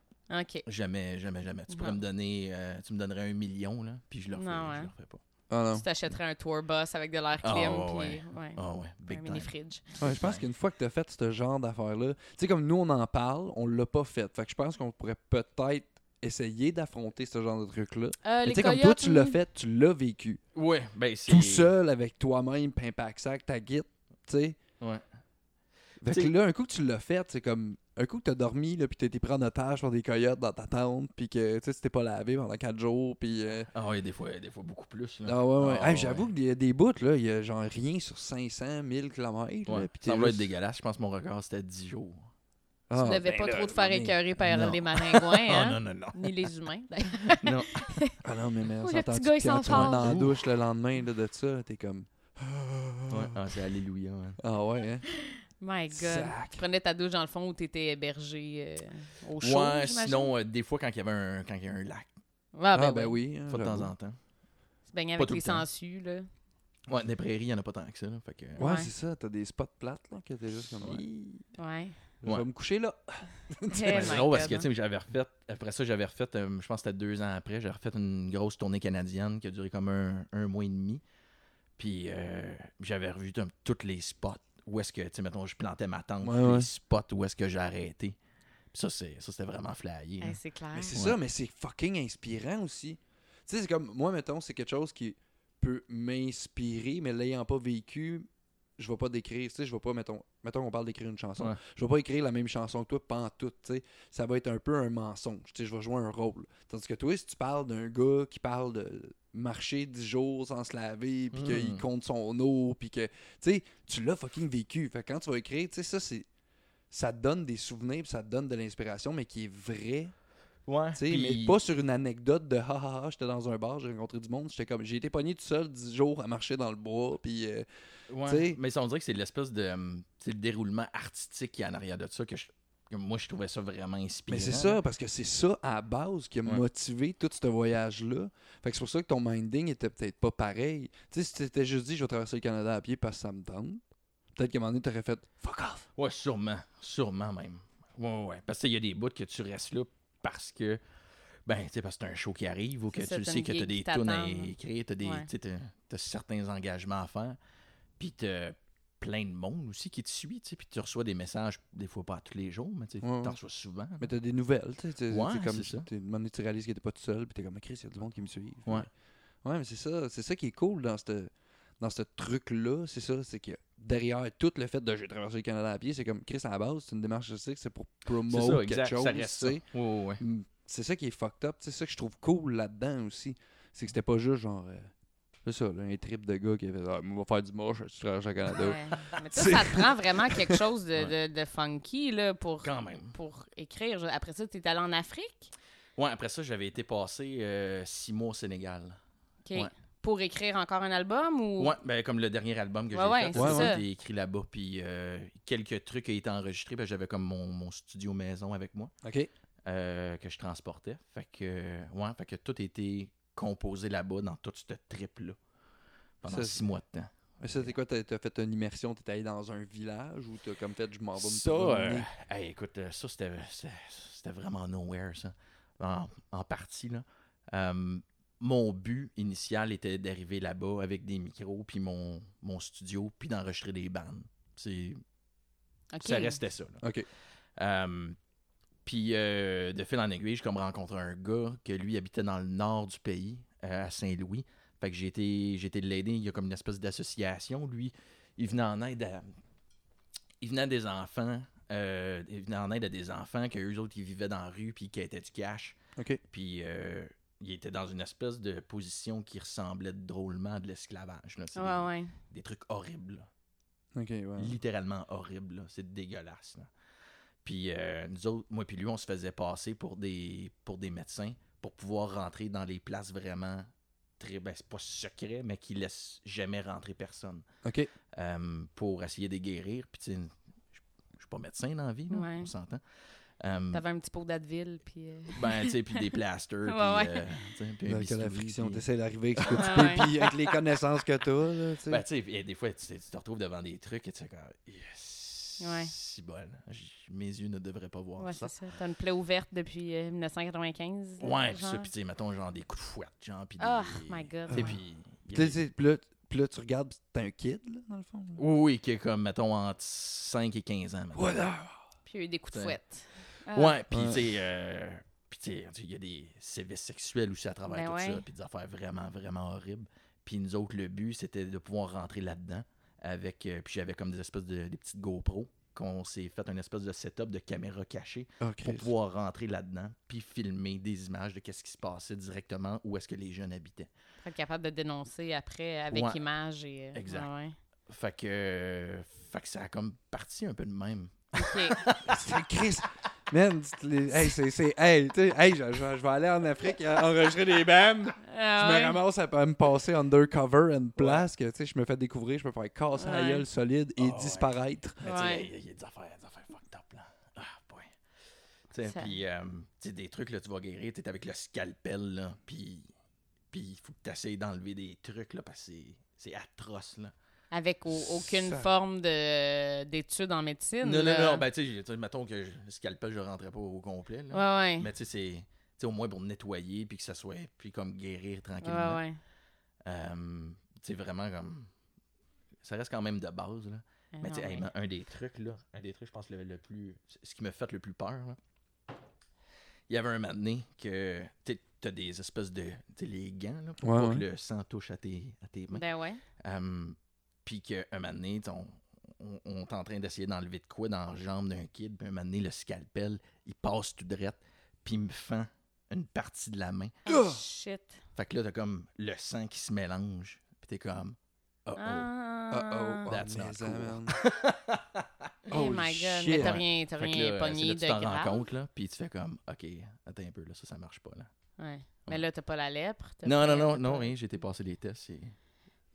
[SPEAKER 2] OK.
[SPEAKER 3] Jamais, jamais, jamais. Tu pourrais
[SPEAKER 2] Non.
[SPEAKER 3] me donner, euh, tu me donnerais un million, là, puis je le refais,
[SPEAKER 2] Non, ouais.
[SPEAKER 3] je le refais pas.
[SPEAKER 1] Ah non.
[SPEAKER 2] Tu t'achèterais un tour bus avec de l'air
[SPEAKER 3] Ah,
[SPEAKER 2] clim.
[SPEAKER 3] ouais,
[SPEAKER 2] puis, ouais.
[SPEAKER 3] Ah ouais,
[SPEAKER 2] un
[SPEAKER 3] big time.
[SPEAKER 2] mini-fridge.
[SPEAKER 1] Ouais, je pense qu'une fois que tu as fait ce genre d'affaires-là, tu sais, comme nous, on en parle, on l'a pas fait. Fait que je pense qu'on pourrait peut-être essayer d'affronter ce genre de truc-là?
[SPEAKER 2] Euh,
[SPEAKER 1] Mais
[SPEAKER 2] les
[SPEAKER 1] Tu sais, comme toi,
[SPEAKER 2] coyotes,
[SPEAKER 1] tu l'as
[SPEAKER 2] hmm.
[SPEAKER 1] fait, tu l'as vécu.
[SPEAKER 3] Ouais, ben c'est.
[SPEAKER 1] Tout seul, avec toi-même, pimpac sac, ta guite, tu sais.
[SPEAKER 3] Ouais.
[SPEAKER 1] Fait que
[SPEAKER 3] T'sais-
[SPEAKER 1] là, un coup que tu l'as fait, c'est comme. Un coup que t'as dormi, là, pis t'as été pris en otage par des coyotes dans ta tente, pis que, tu sais, tu t'es pas lavé pendant 4 jours, pis. euh,
[SPEAKER 3] Ah ouais, des fois, des fois beaucoup plus. Là.
[SPEAKER 1] Ah ouais, ouais.
[SPEAKER 3] Ah
[SPEAKER 1] Hey, J'avoue qu'il y a des bouts, là, il y a genre rien sur 500, 1000 km.
[SPEAKER 3] Ouais,
[SPEAKER 1] Là, pis t'es
[SPEAKER 3] ça va être
[SPEAKER 1] juste-
[SPEAKER 3] dégueulasse. Je pense que mon record c'était 10 jours.
[SPEAKER 1] Ah,
[SPEAKER 2] Tu devais
[SPEAKER 1] ben
[SPEAKER 2] pas
[SPEAKER 1] là,
[SPEAKER 2] trop te faire
[SPEAKER 1] mais-
[SPEAKER 2] écœurer par
[SPEAKER 3] Non.
[SPEAKER 2] les maningouins, hein?
[SPEAKER 3] Ah, non, non.
[SPEAKER 2] Ni les humains. d'ailleurs.
[SPEAKER 3] non.
[SPEAKER 1] Ah non, mais merde,
[SPEAKER 2] Oh,
[SPEAKER 1] ça
[SPEAKER 2] le petit gars, il
[SPEAKER 1] quand
[SPEAKER 2] s'en
[SPEAKER 1] tu rentres dans la
[SPEAKER 3] parle.
[SPEAKER 1] douche le lendemain là, de ça, t'es comme.
[SPEAKER 3] Ouais, ah, c'est Alléluia. hein.
[SPEAKER 1] Ah ouais, hein?
[SPEAKER 2] My God.
[SPEAKER 1] Sac.
[SPEAKER 2] Tu prenais ta douche dans le fond où tu étais hébergé euh, au chaud.
[SPEAKER 3] Ouais,
[SPEAKER 2] j'imagine?
[SPEAKER 3] sinon, euh, des fois, quand il y avait un, quand il y a un lac,
[SPEAKER 2] Ah, ben,
[SPEAKER 1] Ah ben
[SPEAKER 2] oui.
[SPEAKER 1] oui. hein,
[SPEAKER 3] une fois de temps
[SPEAKER 1] j'avoue.
[SPEAKER 3] en temps.
[SPEAKER 2] Tu baignais
[SPEAKER 3] Pas
[SPEAKER 2] avec
[SPEAKER 3] tout
[SPEAKER 2] les
[SPEAKER 3] le temps.
[SPEAKER 2] sangsues, là.
[SPEAKER 3] Ouais, des prairies, il n'y en a pas tant que ça. Là, fait que, euh.
[SPEAKER 1] Ouais,
[SPEAKER 2] Ouais.
[SPEAKER 1] c'est ça, t'as des spots plates là, que t'es juste comme.
[SPEAKER 3] Ouais.
[SPEAKER 1] Hi,
[SPEAKER 2] Ouais.
[SPEAKER 1] Je vais
[SPEAKER 3] Ouais.
[SPEAKER 1] me coucher là.
[SPEAKER 2] Eh
[SPEAKER 3] Ben,
[SPEAKER 2] my
[SPEAKER 3] c'est drôle parce
[SPEAKER 2] God,
[SPEAKER 3] que
[SPEAKER 2] hein.
[SPEAKER 3] [laughs] tu sais, j'avais refait, après ça, j'avais refait, euh, je pense que c'était deux ans après, j'avais refait une grosse tournée canadienne qui a duré comme un, un mois et demi. Puis euh, j'avais revu comme, tous les spots où est-ce que, tu sais, mettons, je plantais ma tente,
[SPEAKER 1] Ouais,
[SPEAKER 3] les
[SPEAKER 1] ouais.
[SPEAKER 3] spots où est-ce que j'ai arrêté. Puis ça, c'est, ça, c'était vraiment flyé. là.
[SPEAKER 2] Hey, Eh, c'est clair.
[SPEAKER 1] Mais c'est
[SPEAKER 3] Ouais.
[SPEAKER 1] ça, mais c'est fucking inspirant aussi. Tu sais, c'est comme, moi, mettons, c'est quelque chose qui peut m'inspirer, mais l'ayant pas vécu, je vais pas décrire, tu sais, je vais pas, mettons, mettons qu'on parle d'écrire une chanson,
[SPEAKER 3] Ouais.
[SPEAKER 1] je vais pas écrire la même chanson que toi, pas en tout, tu sais. Ça va être un peu un mensonge, tu sais, je vais jouer un rôle. Tandis que toi, si tu parles d'un gars qui parle de marcher 10 jours sans se laver, puis
[SPEAKER 3] Mm.
[SPEAKER 1] qu'il compte son eau, puis que, tu sais, tu l'as fucking vécu. Fait que quand tu vas écrire, tu sais, ça, c'est... Ça te donne des souvenirs, puis ça te donne de l'inspiration, mais qui est vrai,
[SPEAKER 3] Ouais.
[SPEAKER 1] tu sais,
[SPEAKER 3] Puis-
[SPEAKER 1] mais pas sur une anecdote de [laughs] ha ha ha, j'étais dans un bar, j'ai rencontré du monde, j'étais comme j'ai été pogné tout seul 10 jours à marcher dans le bois, puis euh,
[SPEAKER 3] Ouais,
[SPEAKER 1] Tu sais.
[SPEAKER 3] Mais ça, on dirait que c'est l'espèce de. hum, C'est le déroulement artistique qui est en arrière de ça que, je- que moi, je trouvais ça vraiment inspirant.
[SPEAKER 1] mais c'est ça parce que c'est ça à la base qui a
[SPEAKER 3] Ouais.
[SPEAKER 1] motivé tout ce voyage là. Fait que c'est pour ça que ton minding était peut-être pas pareil. Tu sais, si t'étais juste dit je vais traverser le Canada à pied parce que ça me tente, peut-être qu'à un moment donné t'aurais fait fuck off.
[SPEAKER 3] Ouais, sûrement. Sûrement même. Ouais, ouais, ouais. Parce qu'il y a des bouts que tu restes là parce que. Ben, tu sais, parce que c'est un show qui arrive ou que
[SPEAKER 2] C'est ça,
[SPEAKER 3] tu le
[SPEAKER 2] t'as
[SPEAKER 3] sais
[SPEAKER 2] une
[SPEAKER 3] que tu as
[SPEAKER 2] gig
[SPEAKER 3] des
[SPEAKER 2] qui
[SPEAKER 3] tunes à
[SPEAKER 2] t'attend.
[SPEAKER 3] écrire, tu
[SPEAKER 2] Ouais.
[SPEAKER 3] as, certains engagements à faire. Puis t'as plein de monde aussi qui te suit, tu sais. Puis tu reçois des messages, des fois pas tous les jours, mais tu sais,
[SPEAKER 1] Ouais, ouais.
[SPEAKER 3] t'en reçois souvent. là.
[SPEAKER 1] Mais t'as des nouvelles, tu sais, t'es-
[SPEAKER 3] Ouais,
[SPEAKER 1] t'es comme
[SPEAKER 3] c'est ça.
[SPEAKER 1] t'es- un moment donné, tu réalises que t'es pas tout seul, puis t'es comme Chris, il y a du monde qui me suit.
[SPEAKER 3] Ouais.
[SPEAKER 1] Ouais, mais c'est ça, c'est ça qui est cool dans ce dans ce truc là, c'est ça, c'est que derrière tout le fait de j'ai traversé le Canada à pied, c'est comme Chris à la base, c'est une démarche artistique, c'est pour
[SPEAKER 3] C'est
[SPEAKER 1] promouvoir
[SPEAKER 3] ça,
[SPEAKER 1] quelque
[SPEAKER 3] exact.
[SPEAKER 1] chose,
[SPEAKER 3] Ça reste ça.
[SPEAKER 1] tu sais.
[SPEAKER 3] Ouais, ouais, ouais.
[SPEAKER 1] Mm, C'est ça qui est fucked up, c'est ça que je trouve cool là-dedans aussi, c'est que c'était pas juste genre euh, c'est ça, là, un trip de gars qui avait ah, on va faire du moche, tu traverses le Canada.
[SPEAKER 2] Ouais. Mais ça, ça te prend vraiment quelque chose de, de- de funky, là, pour,
[SPEAKER 3] Quand même.
[SPEAKER 2] pour écrire. Je- Après ça, t'es allé en Afrique
[SPEAKER 3] Ouais, après ça, j'avais été passé euh, six mois au Sénégal.
[SPEAKER 2] OK.
[SPEAKER 3] Ouais.
[SPEAKER 2] pour écrire encore un album ou.
[SPEAKER 3] Ouais, ben, comme le dernier album que
[SPEAKER 2] Ouais,
[SPEAKER 3] j'ai
[SPEAKER 2] ouais,
[SPEAKER 3] fait,
[SPEAKER 2] c'est
[SPEAKER 3] ça,
[SPEAKER 1] ça.
[SPEAKER 3] a été écrit là-bas. Puis euh, quelques trucs ont été enregistrés. Ben, j'avais comme mon, mon studio maison avec moi
[SPEAKER 1] OK.
[SPEAKER 3] euh, que je transportais. Fait que, euh, ouais, fait que tout a été composé là-bas dans toute cette trip-là pendant
[SPEAKER 1] Ça,
[SPEAKER 3] six mois de temps.
[SPEAKER 1] Mais ça, c'est quoi? T'as t'as fait une immersion, t'es allé dans un village ou t'as comme fait, je m'en vais me
[SPEAKER 3] Ça,
[SPEAKER 1] promener?
[SPEAKER 3] euh, hey, écoute, euh, ça, c'était, c'était- c'était vraiment nowhere, ça. En, en partie, là. Euh, mon but initial était d'arriver là-bas avec des micros, puis mon, mon studio, puis d'enregistrer des bandes. C'est,
[SPEAKER 2] OK.
[SPEAKER 3] Ça restait ça, là.
[SPEAKER 1] OK.
[SPEAKER 3] Um, puis euh, de fil en aiguille, j'ai comme rencontré un gars que lui habitait dans le nord du pays, euh, à Saint-Louis. Fait que j'ai été, j'ai été l'aider. Il y a comme une espèce d'association. Lui, il venait en aide à. Il venait à des enfants. euh, il venait en aide à des enfants que eux autres, ils vivaient dans la rue puis qui étaient du cash.
[SPEAKER 1] OK.
[SPEAKER 3] Puis euh, il était dans une espèce de position qui ressemblait drôlement à de l'esclavage. là. C'est
[SPEAKER 2] Ouais,
[SPEAKER 3] des-
[SPEAKER 2] ouais.
[SPEAKER 3] des, trucs horribles. là
[SPEAKER 1] OK, ouais.
[SPEAKER 3] littéralement horrible. là. C'est dégueulasse. là. Puis euh, nous autres, moi puis lui, on se faisait passer pour des, pour des médecins pour pouvoir rentrer dans les places vraiment très, ben, c'est pas secret, mais qui laissent jamais rentrer personne
[SPEAKER 1] OK.
[SPEAKER 3] euh, pour essayer de guérir. Puis tu sais, je je suis pas médecin dans la vie, là,
[SPEAKER 2] Ouais.
[SPEAKER 3] on s'entend. Euh,
[SPEAKER 2] T'avais un petit pot d'Advil, puis. euh,
[SPEAKER 3] ben, tu sais, puis des plasters,
[SPEAKER 2] [laughs]
[SPEAKER 3] puis,
[SPEAKER 2] Ouais, ouais.
[SPEAKER 3] euh, tu sais, puis un
[SPEAKER 1] Là, que la
[SPEAKER 3] bistouri,
[SPEAKER 1] friction,
[SPEAKER 3] puis-
[SPEAKER 1] t'essaies d'arriver avec ce que
[SPEAKER 2] [laughs]
[SPEAKER 1] tu
[SPEAKER 2] Ah
[SPEAKER 1] peux,
[SPEAKER 2] ouais.
[SPEAKER 1] puis avec les connaissances que t'as, là, tu sais.
[SPEAKER 3] Ben, tu sais, et des fois, tu tu te retrouves devant des trucs et tu sais, comme, yes,
[SPEAKER 2] Ouais.
[SPEAKER 3] si bon, mes yeux ne devraient pas voir
[SPEAKER 2] ouais,
[SPEAKER 3] ça.
[SPEAKER 2] c'est ça. T'as une plaie ouverte depuis euh, 1995.
[SPEAKER 3] Ouais, pis
[SPEAKER 2] genre.
[SPEAKER 3] ça, pis tu sais, mettons, genre des coups de fouette, genre, pis des...
[SPEAKER 2] Oh my God.
[SPEAKER 3] Tu sais, pis...
[SPEAKER 1] Puis tu sais, puis là, puis là, tu regardes, pis t'es un kid, là, dans le fond. là.
[SPEAKER 3] Oui, oui, qui est comme, mettons, entre 5 et 15 ans, mettons.
[SPEAKER 1] Voilà!
[SPEAKER 2] Puis il y a eu des coups de
[SPEAKER 3] T'sais.
[SPEAKER 2] fouette. Ah.
[SPEAKER 3] Ouais, pis
[SPEAKER 1] Ouais.
[SPEAKER 3] tu sais, euh, Puis, tu sais, il y a des sévices sexuels aussi à travers
[SPEAKER 2] Ben
[SPEAKER 3] tout ça,
[SPEAKER 2] ouais.
[SPEAKER 3] puis des affaires vraiment, vraiment horribles. Puis, nous autres, le but, c'était de pouvoir rentrer là-dedans. avec euh, Puis, j'avais comme des espèces de des petites GoPro qu'on s'est fait un espèce de setup de caméra cachée pour pouvoir rentrer là-dedans, puis filmer des images de qu'est-ce qui se passait directement, où est-ce que les jeunes habitaient.
[SPEAKER 2] Pour être capable de dénoncer après avec
[SPEAKER 3] Ouais.
[SPEAKER 2] images et.
[SPEAKER 3] Exact.
[SPEAKER 2] Ah
[SPEAKER 3] [laughs]
[SPEAKER 2] ouais.
[SPEAKER 3] Fait que, euh, fait que ça a comme parti un peu de même.
[SPEAKER 2] Ok.
[SPEAKER 1] Ah, C'est Chris. [laughs] Man, tu te les- hey, c'est. c'est- Hey, tu sais, hey, je, je- je vais aller en Afrique euh, enregistrer des bands. Je
[SPEAKER 2] Ah
[SPEAKER 1] me
[SPEAKER 2] ouais.
[SPEAKER 1] ramasse à, à me passer undercover une place que, tu sais, je me fais découvrir, je me fais casser la
[SPEAKER 2] Ouais.
[SPEAKER 1] gueule solide et
[SPEAKER 3] Ah ouais.
[SPEAKER 1] disparaître.
[SPEAKER 3] Mais tu sais,
[SPEAKER 2] Ouais.
[SPEAKER 3] il y a- il y, a des affaires, des affaires fucked up, là. Ah, boy. Tu sais,
[SPEAKER 2] Ça-
[SPEAKER 3] puis, euh, tu sais, des trucs, là, tu vas guérir, tu es avec le scalpel, là, puis puis il faut que tu essayes d'enlever des trucs, là, parce que c'est- c'est atroce, là.
[SPEAKER 2] Avec au- aucune
[SPEAKER 1] Ça-
[SPEAKER 2] forme de- d'étude en médecine.
[SPEAKER 3] Non, non,
[SPEAKER 2] là.
[SPEAKER 3] non, ben, tu sais, j'ai- tu sais, mettons que je- le scalpel, je rentrais pas au complet, là.
[SPEAKER 2] Ouais, ouais.
[SPEAKER 3] Mais tu sais, c'est tu sais, au moins pour nettoyer, puis que ça soit, puis comme guérir
[SPEAKER 2] Ouais,
[SPEAKER 3] tranquillement.
[SPEAKER 2] ouais.
[SPEAKER 3] Euh, tu sais, vraiment comme. Ça reste quand même de base, là. Mais
[SPEAKER 2] Ah,
[SPEAKER 3] tu sais,
[SPEAKER 2] non,
[SPEAKER 3] hey,
[SPEAKER 2] mais-
[SPEAKER 3] man, un des trucs, là, un des trucs, je pense, le, le plus. Ce qui me fait le plus peur, là. Il y avait un moment donné que tu as des espèces de. Tu sais, les gants, là, pour
[SPEAKER 1] Ouais,
[SPEAKER 3] pas
[SPEAKER 1] ouais.
[SPEAKER 3] que le sang touche à tes, à tes mains.
[SPEAKER 2] Ben ouais.
[SPEAKER 3] Euh, puis qu'un moment donné, tu sais, on, on, on est en train d'essayer d'enlever de quoi dans la jambe d'un kid. Puis un moment donné, le scalpel, il passe tout droit, puis il me fend une partie de la main.
[SPEAKER 2] Ah, shit.
[SPEAKER 3] Fait que là, t'as comme le sang qui se mélange. Puis t'es comme. Oh, oh.
[SPEAKER 2] Ah.
[SPEAKER 1] oh,
[SPEAKER 3] That's
[SPEAKER 1] mais
[SPEAKER 3] not
[SPEAKER 1] ça,
[SPEAKER 3] cool.
[SPEAKER 1] [laughs] man.
[SPEAKER 2] Oh
[SPEAKER 1] Holy
[SPEAKER 2] my god,
[SPEAKER 1] shit.
[SPEAKER 2] mais t'as
[SPEAKER 3] Ouais.
[SPEAKER 2] rien, t'as
[SPEAKER 3] Oh, Fait que
[SPEAKER 2] rien
[SPEAKER 3] là,
[SPEAKER 2] pogné
[SPEAKER 3] c'est
[SPEAKER 2] de
[SPEAKER 3] là que tu t'en
[SPEAKER 2] grave.
[SPEAKER 3] rends compte, là. Puis tu fais comme, OK, attends un peu, là, ça, ça marche pas, là.
[SPEAKER 2] Ouais. Mais là, t'as pas la lèpre. t'as
[SPEAKER 3] Non,
[SPEAKER 2] pas-
[SPEAKER 3] non, non,
[SPEAKER 2] t'as
[SPEAKER 3] non,
[SPEAKER 2] pas-
[SPEAKER 3] rien, j'ai été passer les tests. Et...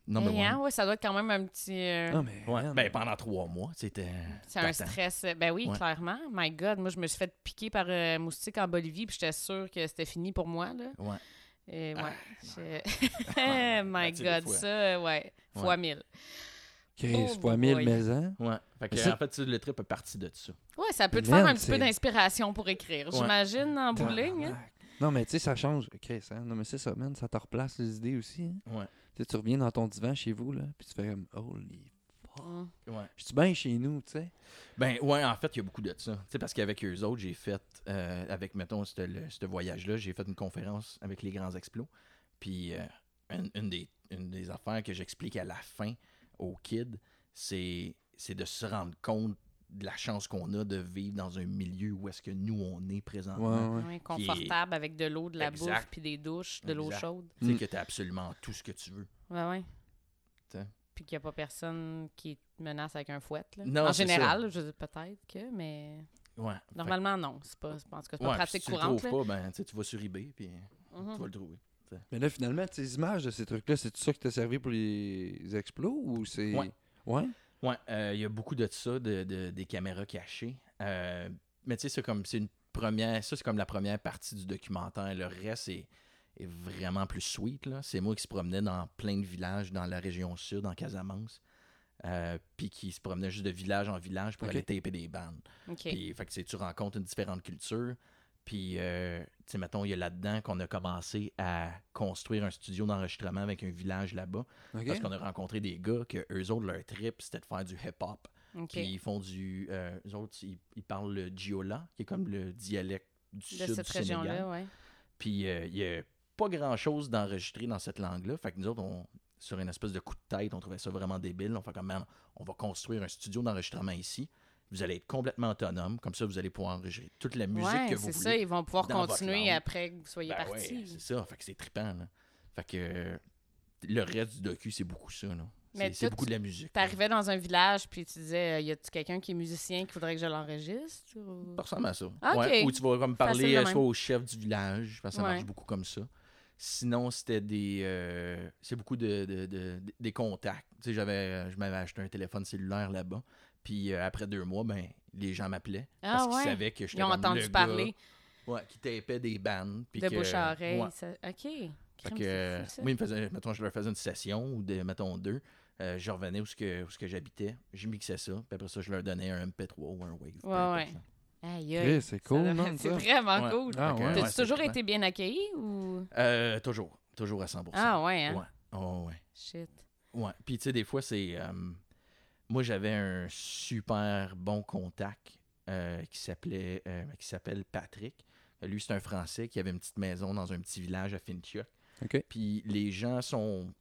[SPEAKER 3] Number
[SPEAKER 2] Eh, hein,
[SPEAKER 3] one.
[SPEAKER 2] ouais, ça doit être quand même un petit. euh,
[SPEAKER 1] Ah, mais.
[SPEAKER 3] Ouais,
[SPEAKER 1] man.
[SPEAKER 3] ben pendant trois mois, c'était.
[SPEAKER 2] C'est un
[SPEAKER 3] t'attends.
[SPEAKER 2] stress. Ben oui,
[SPEAKER 3] Ouais.
[SPEAKER 2] clairement. My God, moi, je me suis fait piquer par euh, moustique en Bolivie, puis j'étais sûre que c'était fini pour moi. Là.
[SPEAKER 3] Ouais.
[SPEAKER 2] Et ouais.
[SPEAKER 3] Ah,
[SPEAKER 2] [laughs] je- Oh
[SPEAKER 3] ouais, ouais.
[SPEAKER 2] My
[SPEAKER 3] Ben, tu sais, des
[SPEAKER 2] God,
[SPEAKER 3] fois.
[SPEAKER 2] ça, euh, ouais. Fois
[SPEAKER 3] Ouais.
[SPEAKER 2] mille.
[SPEAKER 1] Chris,
[SPEAKER 2] Oh
[SPEAKER 1] fois
[SPEAKER 2] boy.
[SPEAKER 1] 1000 maisons.
[SPEAKER 3] Ouais. Fait que,
[SPEAKER 1] Mais ça-
[SPEAKER 3] en fait, tu sais, le trip est parti de ça.
[SPEAKER 2] Ouais, ça peut te
[SPEAKER 1] Merde,
[SPEAKER 2] faire un petit peu
[SPEAKER 1] c'est-
[SPEAKER 2] d'inspiration pour écrire,
[SPEAKER 3] Ouais.
[SPEAKER 2] j'imagine, en bowling. hein.
[SPEAKER 1] Tabarnak. Non, mais tu sais, ça change. Chris, hein. Non, mais c'est ça, man. Ça te replace les idées aussi. hein.
[SPEAKER 3] Ouais.
[SPEAKER 1] Tu sais, tu reviens dans ton divan chez vous, là. Puis tu fais comme, holy.
[SPEAKER 2] Mm.
[SPEAKER 3] Ouais.
[SPEAKER 1] Je suis bien chez nous, tu sais.
[SPEAKER 3] Ben, ouais, en fait, il y a beaucoup de ça. Tu sais, parce qu'avec eux autres, j'ai fait, euh, avec, mettons, ce le- ce voyage-là, j'ai fait une conférence avec les grands explos. Puis, euh, une, une des, une des affaires que j'explique à la fin aux kids, c'est c'est de se rendre compte de la chance qu'on a de vivre dans un milieu où est-ce que nous, on est
[SPEAKER 1] Ouais,
[SPEAKER 3] présentement.
[SPEAKER 1] ouais.
[SPEAKER 2] Ouais, confortable avec de l'eau, de la
[SPEAKER 3] Exact.
[SPEAKER 2] bouffe, puis des douches, de l'eau
[SPEAKER 3] Exact.
[SPEAKER 2] chaude.
[SPEAKER 3] Tu sais,
[SPEAKER 1] Mm.
[SPEAKER 3] que tu as absolument tout ce que tu veux.
[SPEAKER 2] Ouais, Ben ouais.
[SPEAKER 3] T'sais.
[SPEAKER 2] Puis qu'il n'y a pas personne qui te menace avec un fouet. Là.
[SPEAKER 3] Non,
[SPEAKER 2] en
[SPEAKER 3] c'est
[SPEAKER 2] général, je veux dire, peut-être que, mais
[SPEAKER 3] Ouais.
[SPEAKER 2] normalement, non. C'est pas, en tout cas, c'est
[SPEAKER 3] Fait-
[SPEAKER 2] pas
[SPEAKER 3] ouais, puis
[SPEAKER 2] pratique
[SPEAKER 3] si tu le
[SPEAKER 2] courante.
[SPEAKER 3] trouves
[SPEAKER 2] là.
[SPEAKER 3] pas, ben, tu sais, tu vas sur eBay, puis
[SPEAKER 2] Mhm.
[SPEAKER 3] tu vas le trouver.
[SPEAKER 1] Mais là, finalement, tes images de ces trucs-là, c'est ça qui t'a servi pour les explos ou c'est.
[SPEAKER 3] Ouais.
[SPEAKER 1] Ouais?
[SPEAKER 3] Ouais, euh, il y a beaucoup de ça, de, de- des caméras cachées. Euh, mais tu sais, c'est comme c'est une première. Ça, c'est comme la première partie du documentaire. Le reste est, est vraiment plus sweet. là. C'est moi qui se promenais dans plein de villages dans la région sud, en Casamance. euh, puis qui se promenait juste de village en village pour
[SPEAKER 1] Ok.
[SPEAKER 3] aller taper des bandes.
[SPEAKER 2] OK.
[SPEAKER 3] Puis, fait que, tu sais, tu rencontres une différente culture. Puis, euh, tu sais, mettons, il y a là-dedans qu'on a commencé à construire un studio d'enregistrement avec un village là-bas.
[SPEAKER 1] Ok.
[SPEAKER 3] Parce qu'on a rencontré des gars que eux autres, leur trip, c'était de faire du hip-hop.
[SPEAKER 2] OK.
[SPEAKER 3] Puis ils font du. euh, eux autres, ils, ils parlent le diola, qui est comme le dialecte du
[SPEAKER 2] de
[SPEAKER 3] sud
[SPEAKER 2] cette
[SPEAKER 3] du Sénégal.
[SPEAKER 2] région-là, ouais.
[SPEAKER 3] Puis euh, il n'y a pas grand-chose d'enregistré dans cette langue-là. Fait que nous autres, on, sur une espèce de coup de tête, on trouvait ça vraiment débile. On fait comme, man, on va construire un studio d'enregistrement ici. Vous allez être complètement autonome. Comme ça, vous allez pouvoir enregistrer toute la musique
[SPEAKER 2] ouais,
[SPEAKER 3] que vous
[SPEAKER 2] c'est
[SPEAKER 3] voulez.
[SPEAKER 2] ça. Ils vont pouvoir
[SPEAKER 3] dans votre
[SPEAKER 2] continuer
[SPEAKER 3] langue.
[SPEAKER 2] après que vous soyez
[SPEAKER 3] Ben ouais,
[SPEAKER 2] partis.
[SPEAKER 3] c'est ça. Fait que c'est trippant, là. Fait que euh, le reste du docu, c'est beaucoup ça, là.
[SPEAKER 2] Mais
[SPEAKER 3] C'est- C'est
[SPEAKER 2] toi,
[SPEAKER 3] beaucoup
[SPEAKER 2] tu-
[SPEAKER 3] de la musique. là.
[SPEAKER 2] T'arrivais dans un village, puis tu disais, euh, y a-tu quelqu'un qui est musicien qui voudrait que je l'enregistre? ou-
[SPEAKER 3] Ça ressemble à ça.
[SPEAKER 2] Ah,
[SPEAKER 3] Ouais,
[SPEAKER 2] ok.
[SPEAKER 3] Où tu vas comme
[SPEAKER 2] Facile de
[SPEAKER 3] parler euh,
[SPEAKER 2] même.
[SPEAKER 3] soit au chef du village, parce que ça
[SPEAKER 2] Ouais.
[SPEAKER 3] marche beaucoup comme ça. Sinon, c'était des. euh, c'est beaucoup de, de- de- des contacts. Tu sais, j'avais, euh, je m'avais acheté un téléphone cellulaire là-bas. Puis euh, après deux mois, ben, les gens m'appelaient.
[SPEAKER 2] Ah
[SPEAKER 3] parce qu'ils
[SPEAKER 2] ouais.
[SPEAKER 3] savaient que j'étais
[SPEAKER 2] Ils ont
[SPEAKER 3] comme
[SPEAKER 2] entendu
[SPEAKER 3] le gars,
[SPEAKER 2] parler
[SPEAKER 3] ouais, qui tapait des bandes. puis
[SPEAKER 2] de
[SPEAKER 3] que-
[SPEAKER 2] bouche à oreille.
[SPEAKER 3] ouais.
[SPEAKER 2] ça- OK.
[SPEAKER 3] Fait
[SPEAKER 2] Crime,
[SPEAKER 3] que,
[SPEAKER 2] c'est
[SPEAKER 3] euh,
[SPEAKER 2] fou, ça.
[SPEAKER 3] moi, il me faisait, mettons, je leur faisais une session ou des, mettons deux. Euh, je revenais où, ce que, où ce que j'habitais. Je mixais ça. Puis après ça, je leur donnais un MP3 ou un Wave. peu
[SPEAKER 2] Ouais,
[SPEAKER 3] importe,
[SPEAKER 2] ouais.
[SPEAKER 3] là.
[SPEAKER 2] Aïe, aïe.
[SPEAKER 1] Chris, c'est
[SPEAKER 2] Ça
[SPEAKER 1] cool,
[SPEAKER 2] devrait-
[SPEAKER 1] man,
[SPEAKER 2] C'est
[SPEAKER 1] ça.
[SPEAKER 2] vraiment
[SPEAKER 3] Ouais.
[SPEAKER 2] cool.
[SPEAKER 1] Ah,
[SPEAKER 3] Fait que,
[SPEAKER 1] ouais.
[SPEAKER 2] T'as-tu
[SPEAKER 3] Hein? ouais, c'est
[SPEAKER 2] toujours
[SPEAKER 3] trippant.
[SPEAKER 2] été bien accueilli ou.
[SPEAKER 3] Euh, toujours. Toujours à 100%.
[SPEAKER 2] Ah, ouais, hein?
[SPEAKER 3] Ouais. Oh, ouais.
[SPEAKER 2] Shit.
[SPEAKER 3] Ouais. Puis, tu sais, des fois, c'est. euh, moi, j'avais un super bon contact euh, qui s'appelait euh, qui s'appelle Patrick. Lui, c'est un Français qui avait une petite maison dans un petit village à Finchia.
[SPEAKER 1] OK.
[SPEAKER 3] Puis les gens sont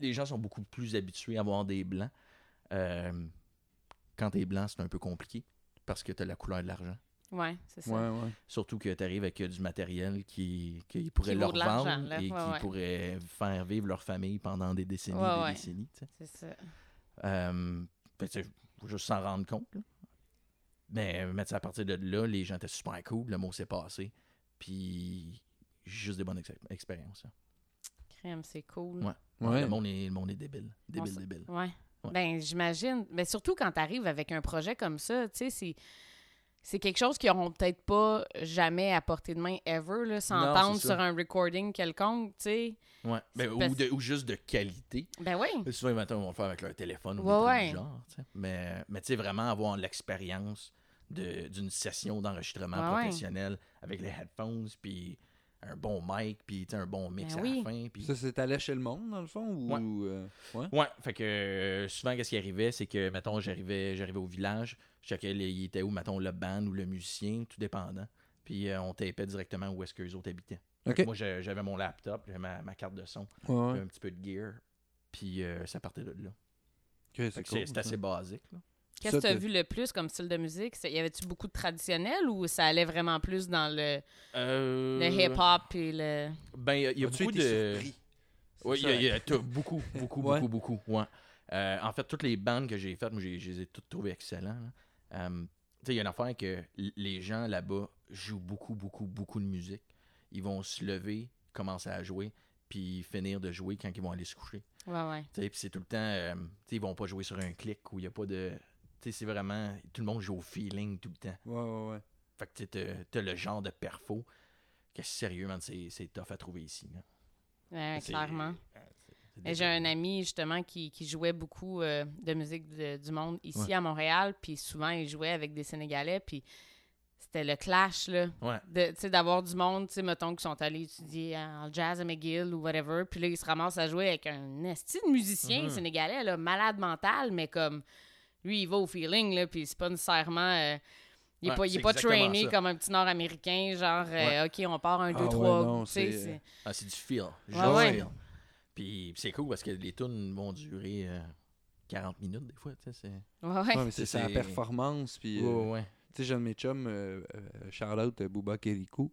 [SPEAKER 3] les gens sont beaucoup plus habitués à voir des blancs. Euh, quand t'es blanc, c'est un peu compliqué parce que t'as la couleur de l'argent.
[SPEAKER 2] Ouais, c'est ça.
[SPEAKER 1] Ouais, ouais.
[SPEAKER 3] Surtout que tu arrives avec euh, du matériel qui, qu'ils pourraient
[SPEAKER 2] Qui vaut
[SPEAKER 3] leur
[SPEAKER 2] de l'argent,
[SPEAKER 3] vendre
[SPEAKER 2] là.
[SPEAKER 3] et qui
[SPEAKER 2] Ouais, ouais.
[SPEAKER 3] pourrait faire vivre leur famille pendant des décennies et
[SPEAKER 2] Ouais,
[SPEAKER 3] des
[SPEAKER 2] ouais.
[SPEAKER 3] décennies. tu sais.
[SPEAKER 2] C'est ça.
[SPEAKER 3] Euh, fait que, tu sais, faut juste s'en rendre compte. là. Mais, euh, mais tu sais, à partir de là, les gens étaient super cool, le mot s'est passé. Puis juste des bonnes ex- expériences. hein.
[SPEAKER 2] Crème, c'est cool.
[SPEAKER 3] Ouais.
[SPEAKER 1] Ouais.
[SPEAKER 3] Le, monde est, le monde est débile. Débile,
[SPEAKER 2] sait-
[SPEAKER 3] débile.
[SPEAKER 2] Ouais.
[SPEAKER 3] Ouais.
[SPEAKER 2] Ben, j'imagine. Mais surtout quand tu arrives avec un projet comme ça, tu sais, c'est. C'est quelque chose qu'ils n'auront peut-être pas jamais à portée de main ever, là, s'entendre
[SPEAKER 3] c'est ça.
[SPEAKER 2] sur un recording quelconque, tu sais.
[SPEAKER 3] Ouais. Ben,
[SPEAKER 2] C'est
[SPEAKER 3] ou,
[SPEAKER 2] parce-
[SPEAKER 3] de- ou juste de qualité.
[SPEAKER 2] Ben oui.
[SPEAKER 3] Souvent, maintenant, ils vont le faire avec leur téléphone ou
[SPEAKER 2] Ouais,
[SPEAKER 3] des trucs
[SPEAKER 2] ouais.
[SPEAKER 3] du genre. tu sais. Mais, mais tu sais, vraiment avoir l'expérience de- d'une session d'enregistrement
[SPEAKER 2] Ouais, ouais.
[SPEAKER 3] professionnel avec les headphones, puis un bon mic, puis tu sais, un bon mix
[SPEAKER 2] Ben
[SPEAKER 3] à
[SPEAKER 2] oui.
[SPEAKER 3] la fin. Puis...
[SPEAKER 1] Ça, c'est allé chez le monde, dans le fond? Ou, euh, ouais.
[SPEAKER 3] Ouais, fait que euh, souvent, qu'est-ce qui arrivait, c'est que, mettons, j'arrivais j'arrivais au village, je checkais les- il était où, mettons, le band ou le musicien, tout dépendant. Puis euh, on tapait directement où est-ce que les autres habitaient. Fait que
[SPEAKER 1] Ok.
[SPEAKER 3] Moi, j'a- j'avais mon laptop, j'avais ma, ma carte de son,
[SPEAKER 1] Ouais, ouais.
[SPEAKER 3] un petit peu de gear, puis euh, ça partait de là.
[SPEAKER 1] Ok,
[SPEAKER 3] Fait
[SPEAKER 1] c'est
[SPEAKER 3] que C'est
[SPEAKER 1] cool,
[SPEAKER 3] c'est
[SPEAKER 1] ça.
[SPEAKER 3] assez basique, là.
[SPEAKER 2] Qu'est-ce que
[SPEAKER 1] Ça,
[SPEAKER 2] tu as
[SPEAKER 1] t'as-
[SPEAKER 2] vu le plus comme style de musique? C'est- Y avait-tu beaucoup de traditionnel ou ça allait vraiment plus dans le,
[SPEAKER 3] Euh,
[SPEAKER 2] le hip-hop et le.
[SPEAKER 3] Ben, il y a- il y a
[SPEAKER 1] As-tu
[SPEAKER 3] beaucoup
[SPEAKER 1] été
[SPEAKER 3] de.
[SPEAKER 1] surpris?
[SPEAKER 3] Oui,
[SPEAKER 1] C'est
[SPEAKER 3] il y a-
[SPEAKER 1] ça,
[SPEAKER 3] il y a
[SPEAKER 1] [laughs]
[SPEAKER 3] tout- beaucoup, beaucoup,
[SPEAKER 1] Ouais.
[SPEAKER 3] beaucoup, beaucoup. ouais. Euh, en fait, toutes les bandes que j'ai faites, moi, j'ai- je les ai toutes trouvées excellentes. là. Euh, tu sais, il y a une affaire que l- les gens là-bas jouent beaucoup, beaucoup, beaucoup de musique. Ils vont se lever, commencer à jouer, puis finir de jouer quand ils vont aller se coucher.
[SPEAKER 2] Ouais, ouais.
[SPEAKER 3] Tu sais, puis c'est tout le temps. euh, tu sais, ils vont pas jouer sur un clic où il n'y a pas de. Tu sais, c'est vraiment. Tout le monde joue au feeling tout le temps.
[SPEAKER 1] Ouais, ouais, ouais.
[SPEAKER 3] Fait que tu sais, t'as- t'as le genre de perfo que sérieux, man, c'est c'est tough à trouver ici. là.
[SPEAKER 2] Ouais,
[SPEAKER 3] C'est-
[SPEAKER 2] clairement.
[SPEAKER 3] euh, c'est- c'est
[SPEAKER 2] Et J'ai
[SPEAKER 3] déjà-
[SPEAKER 2] un ami justement qui, qui jouait beaucoup euh, de musique de- du monde ici à Montréal, puis souvent il jouait avec des Sénégalais, puis c'était le clash là,
[SPEAKER 3] Ouais.
[SPEAKER 2] de- tu sais, d'avoir du monde, tu sais, mettons qui sont allés étudier en jazz à McGill ou whatever, puis là ils se ramassent à jouer avec un esti de musicien
[SPEAKER 3] Mhm.
[SPEAKER 2] sénégalais là, malade mental, mais comme lui il va au feeling là, puis c'est pas nécessairement euh, il est
[SPEAKER 3] Ouais,
[SPEAKER 2] pas, il est
[SPEAKER 3] c'est
[SPEAKER 2] pas
[SPEAKER 3] exactement
[SPEAKER 2] trainé
[SPEAKER 3] ça.
[SPEAKER 2] comme un petit Nord-américain, genre euh, OK, on part un,
[SPEAKER 1] Ah
[SPEAKER 2] deux,
[SPEAKER 1] ouais,
[SPEAKER 2] trois.
[SPEAKER 1] non,
[SPEAKER 2] tu sais,
[SPEAKER 1] c'est-
[SPEAKER 2] c'est-
[SPEAKER 3] Ah, c'est du feel. Juste
[SPEAKER 2] Ouais, ouais.
[SPEAKER 3] feel. Puis c'est cool parce que les tunes vont durer euh, 40 minutes des fois. tu sais, c'est-
[SPEAKER 2] Ouais, ouais.
[SPEAKER 1] Non, mais c'est
[SPEAKER 3] C'est-
[SPEAKER 1] sa
[SPEAKER 3] c'est-
[SPEAKER 1] performance. Puis, euh,
[SPEAKER 3] ouais.
[SPEAKER 1] tu sais, j'ai un de mes chums, euh, euh, Charlotte Bouba Kerikou,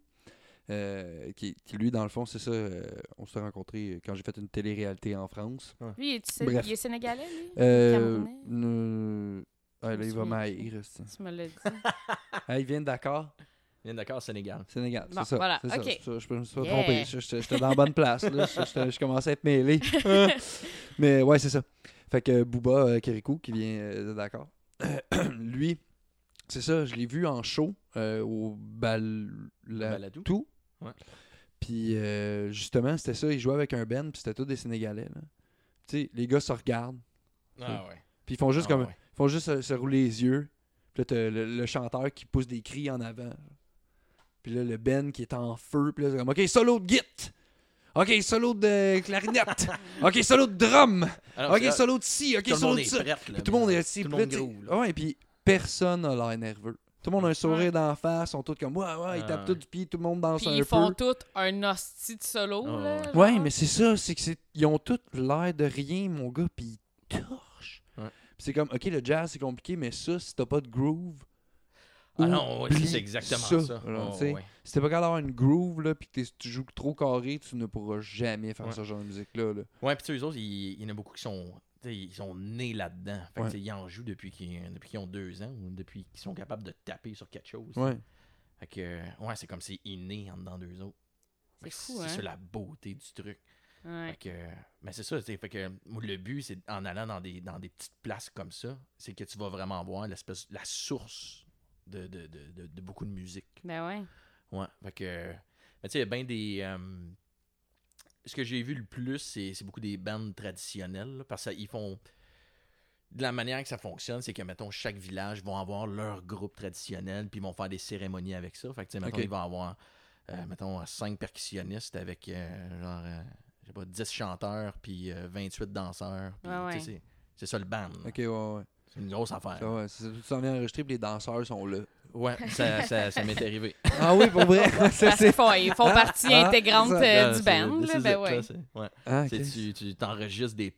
[SPEAKER 1] euh, qui, qui, lui, dans le fond, c'est ça, euh, on s'est rencontrés euh, quand j'ai fait une télé-réalité en France.
[SPEAKER 2] Lui, est
[SPEAKER 1] Bref.
[SPEAKER 2] il est sénégalais, lui?
[SPEAKER 1] Euh,
[SPEAKER 2] Camerounais?
[SPEAKER 1] euh, ah,
[SPEAKER 2] Je
[SPEAKER 1] là,
[SPEAKER 2] me
[SPEAKER 1] il va
[SPEAKER 2] souviens
[SPEAKER 1] m'haïr. ça.
[SPEAKER 2] Tu me l'as dit.
[SPEAKER 1] Ah, il vient d'accord.
[SPEAKER 3] Bien d'accord, Sénégal.
[SPEAKER 1] Sénégal,
[SPEAKER 2] Bon,
[SPEAKER 1] c'est ça.
[SPEAKER 2] voilà,
[SPEAKER 1] c'est ça,
[SPEAKER 2] ok.
[SPEAKER 1] c'est ça, je me suis pas
[SPEAKER 2] Yeah.
[SPEAKER 1] trompé. je- J'étais j'étais dans la bonne place. Là. Je, j'étais- je commençais à être mêlé.
[SPEAKER 2] [laughs]
[SPEAKER 1] Mais ouais, c'est ça. Fait que Booba euh, Kerikou, qui vient euh, de d'accord, [clears throat] lui, c'est ça, je l'ai vu en show euh, au Bal...
[SPEAKER 3] Baladou.
[SPEAKER 1] Euh, tout.
[SPEAKER 3] Ouais.
[SPEAKER 1] Puis euh, justement, c'était ça, ils jouaient avec un band, puis c'était tous des Sénégalais. là. Tu sais, les gars se regardent,
[SPEAKER 3] Ah ouais.
[SPEAKER 1] puis ils font juste
[SPEAKER 3] Ah
[SPEAKER 1] comme
[SPEAKER 3] ouais.
[SPEAKER 1] ils font juste se, se rouler les yeux. Puis là, t'as le, le chanteur qui pousse des cris en avant. Puis là, le Ben qui est en feu. Puis là, c'est comme OK, solo de git. OK, solo de
[SPEAKER 3] [laughs]
[SPEAKER 1] clarinette. OK, solo de drum.
[SPEAKER 3] Ah non,
[SPEAKER 1] OK,
[SPEAKER 3] c'est-
[SPEAKER 1] solo de ci. OK,
[SPEAKER 3] tout le
[SPEAKER 1] solo
[SPEAKER 3] monde
[SPEAKER 1] de
[SPEAKER 3] est
[SPEAKER 1] ça.
[SPEAKER 3] prêt. là,
[SPEAKER 1] Puis tout le monde est assis.
[SPEAKER 3] Tout le
[SPEAKER 1] puis là,
[SPEAKER 3] monde
[SPEAKER 1] tu sais,
[SPEAKER 3] gros. là.
[SPEAKER 1] ouais, puis personne n'a l'air nerveux. Tout le monde a un sourire d'en face. Ils sont tous comme Ouais, ouais, ils
[SPEAKER 3] Ah,
[SPEAKER 1] tapent
[SPEAKER 3] ouais.
[SPEAKER 1] tout du pied. Tout le monde danse
[SPEAKER 2] Puis
[SPEAKER 1] un
[SPEAKER 2] ils
[SPEAKER 1] peu.
[SPEAKER 2] font tous un hostie de solo,
[SPEAKER 3] Oh,
[SPEAKER 2] là.
[SPEAKER 3] ouais.
[SPEAKER 2] genre.
[SPEAKER 1] Ouais, mais c'est ça, c'est que c'est- ils ont tous l'air de rien, mon gars, puis ils torchent.
[SPEAKER 3] Ouais.
[SPEAKER 1] Puis c'est comme, ok, le jazz c'est compliqué, mais ça, si t'as pas de groove,
[SPEAKER 3] Ah non, ouais,
[SPEAKER 1] oublie
[SPEAKER 3] c'est exactement
[SPEAKER 1] ça,
[SPEAKER 3] ça.
[SPEAKER 1] alors,
[SPEAKER 3] Oh,
[SPEAKER 1] tu sais.
[SPEAKER 3] ouais.
[SPEAKER 1] si t'es pas capable d'avoir une groove, là, puis que t'es- tu joues trop carré, tu ne pourras jamais faire
[SPEAKER 3] Ouais.
[SPEAKER 1] ce genre de musique-là. là.
[SPEAKER 3] Ouais, puis tu sais, eux autres, il il y en a beaucoup qui sont. tu sais, Ils sont nés là-dedans. Fait que,
[SPEAKER 1] Ouais.
[SPEAKER 3] tu sais, Ils en jouent depuis qu'ils depuis qu'ils ont deux ans ou depuis qu'ils sont capables de taper sur quelque chose.
[SPEAKER 1] Ouais.
[SPEAKER 3] Fait que, ouais, c'est comme c'est inné en dedans d'eux autres. Fait
[SPEAKER 2] C'est
[SPEAKER 3] que
[SPEAKER 2] fou, hein?
[SPEAKER 3] C'est ça la beauté du truc.
[SPEAKER 2] Ouais.
[SPEAKER 3] Fait que, mais c'est ça, tu sais, fait que moi, le but, c'est en allant dans des, dans des petites places comme ça, c'est que tu vas vraiment voir l'espèce, la source de, de, de, de- de beaucoup de musique.
[SPEAKER 2] Ben ouais.
[SPEAKER 3] Ouais, fait que, mais tu sais, il y a bien des. euh, ce que j'ai vu le plus, c'est c'est beaucoup des bandes traditionnelles, là, parce qu'ils font. De la manière que ça fonctionne, c'est que, mettons, chaque village vont avoir leur groupe traditionnel, puis ils vont faire des cérémonies avec ça. Fait que, tu sais, mettons,
[SPEAKER 1] Ok.
[SPEAKER 3] ils vont avoir, euh, mettons, cinq percussionnistes avec, euh, genre, euh, je sais pas, 10 chanteurs, puis euh, 28 danseurs. puis,
[SPEAKER 2] Ouais,
[SPEAKER 3] tu sais, C'est c'est ça le band. là.
[SPEAKER 1] Ok, ouais, Ah ouais.
[SPEAKER 3] C'est une grosse affaire.
[SPEAKER 1] Ça, ouais, c'est- tu t'en viens enregistrer, puis les danseurs sont là.
[SPEAKER 3] Ouais, ça, ça, ça m'est arrivé.
[SPEAKER 1] [laughs] Ah oui, pour vrai. [laughs] ça,
[SPEAKER 2] Parce qu'ils
[SPEAKER 1] c'est...
[SPEAKER 2] font, ils font partie
[SPEAKER 1] ah,
[SPEAKER 2] intégrante
[SPEAKER 1] ça,
[SPEAKER 2] euh,
[SPEAKER 3] Là,
[SPEAKER 2] du
[SPEAKER 3] c'est-
[SPEAKER 2] band.
[SPEAKER 3] this
[SPEAKER 2] là,
[SPEAKER 3] is
[SPEAKER 2] ben
[SPEAKER 3] it,
[SPEAKER 2] ouais.
[SPEAKER 3] là, c'est- ouais.
[SPEAKER 1] Ah, ok.
[SPEAKER 3] C'est- Tu, tu t'enregistres des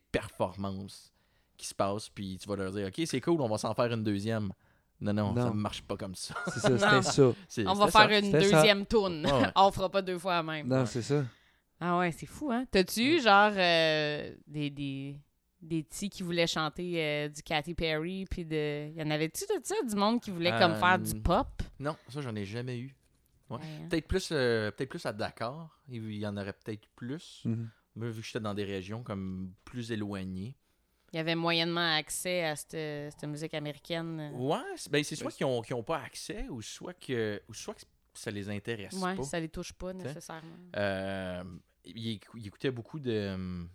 [SPEAKER 3] performances qui se passent, puis tu vas leur dire Ok, c'est cool, on va s'en faire une deuxième. Non, non,
[SPEAKER 1] Non.
[SPEAKER 3] ça marche pas comme ça. [laughs]
[SPEAKER 1] C'est ça, c'était ça.
[SPEAKER 3] C'est-
[SPEAKER 2] On va
[SPEAKER 3] c'était ça.
[SPEAKER 2] faire une
[SPEAKER 1] C'était ça.
[SPEAKER 2] deuxième tourne.
[SPEAKER 3] Ouais, ouais.
[SPEAKER 2] [laughs] On fera pas deux fois la même.
[SPEAKER 1] Non, c'est ça.
[SPEAKER 2] Ah ouais, c'est fou, hein? T'as-tu eu, genre, euh, des, des, des petits qui voulaient chanter euh, du Katy Perry, puis de... Y en avait-tu de ça, du monde qui voulait comme
[SPEAKER 3] Euh,
[SPEAKER 2] faire du pop?
[SPEAKER 3] Non, ça, j'en ai jamais eu. ouais.
[SPEAKER 2] Ouais, hein.
[SPEAKER 3] Peut-être plus, euh, peut-être plus à Dakar, il y en aurait peut-être plus.
[SPEAKER 1] Mhm.
[SPEAKER 3] Moi, vu que j'étais dans des régions comme plus éloignées.
[SPEAKER 2] Il y avait moyennement accès à cette, cette musique américaine.
[SPEAKER 3] Ouais, c'est- ben, c'est soit qu'ils n'ont pas accès ou soit que, ou soit que ça les intéresse
[SPEAKER 2] Ouais,
[SPEAKER 3] pas.
[SPEAKER 2] ça les touche pas
[SPEAKER 3] T'sais.
[SPEAKER 2] nécessairement.
[SPEAKER 3] Euh, il, écou- il écoutait beaucoup de. hum,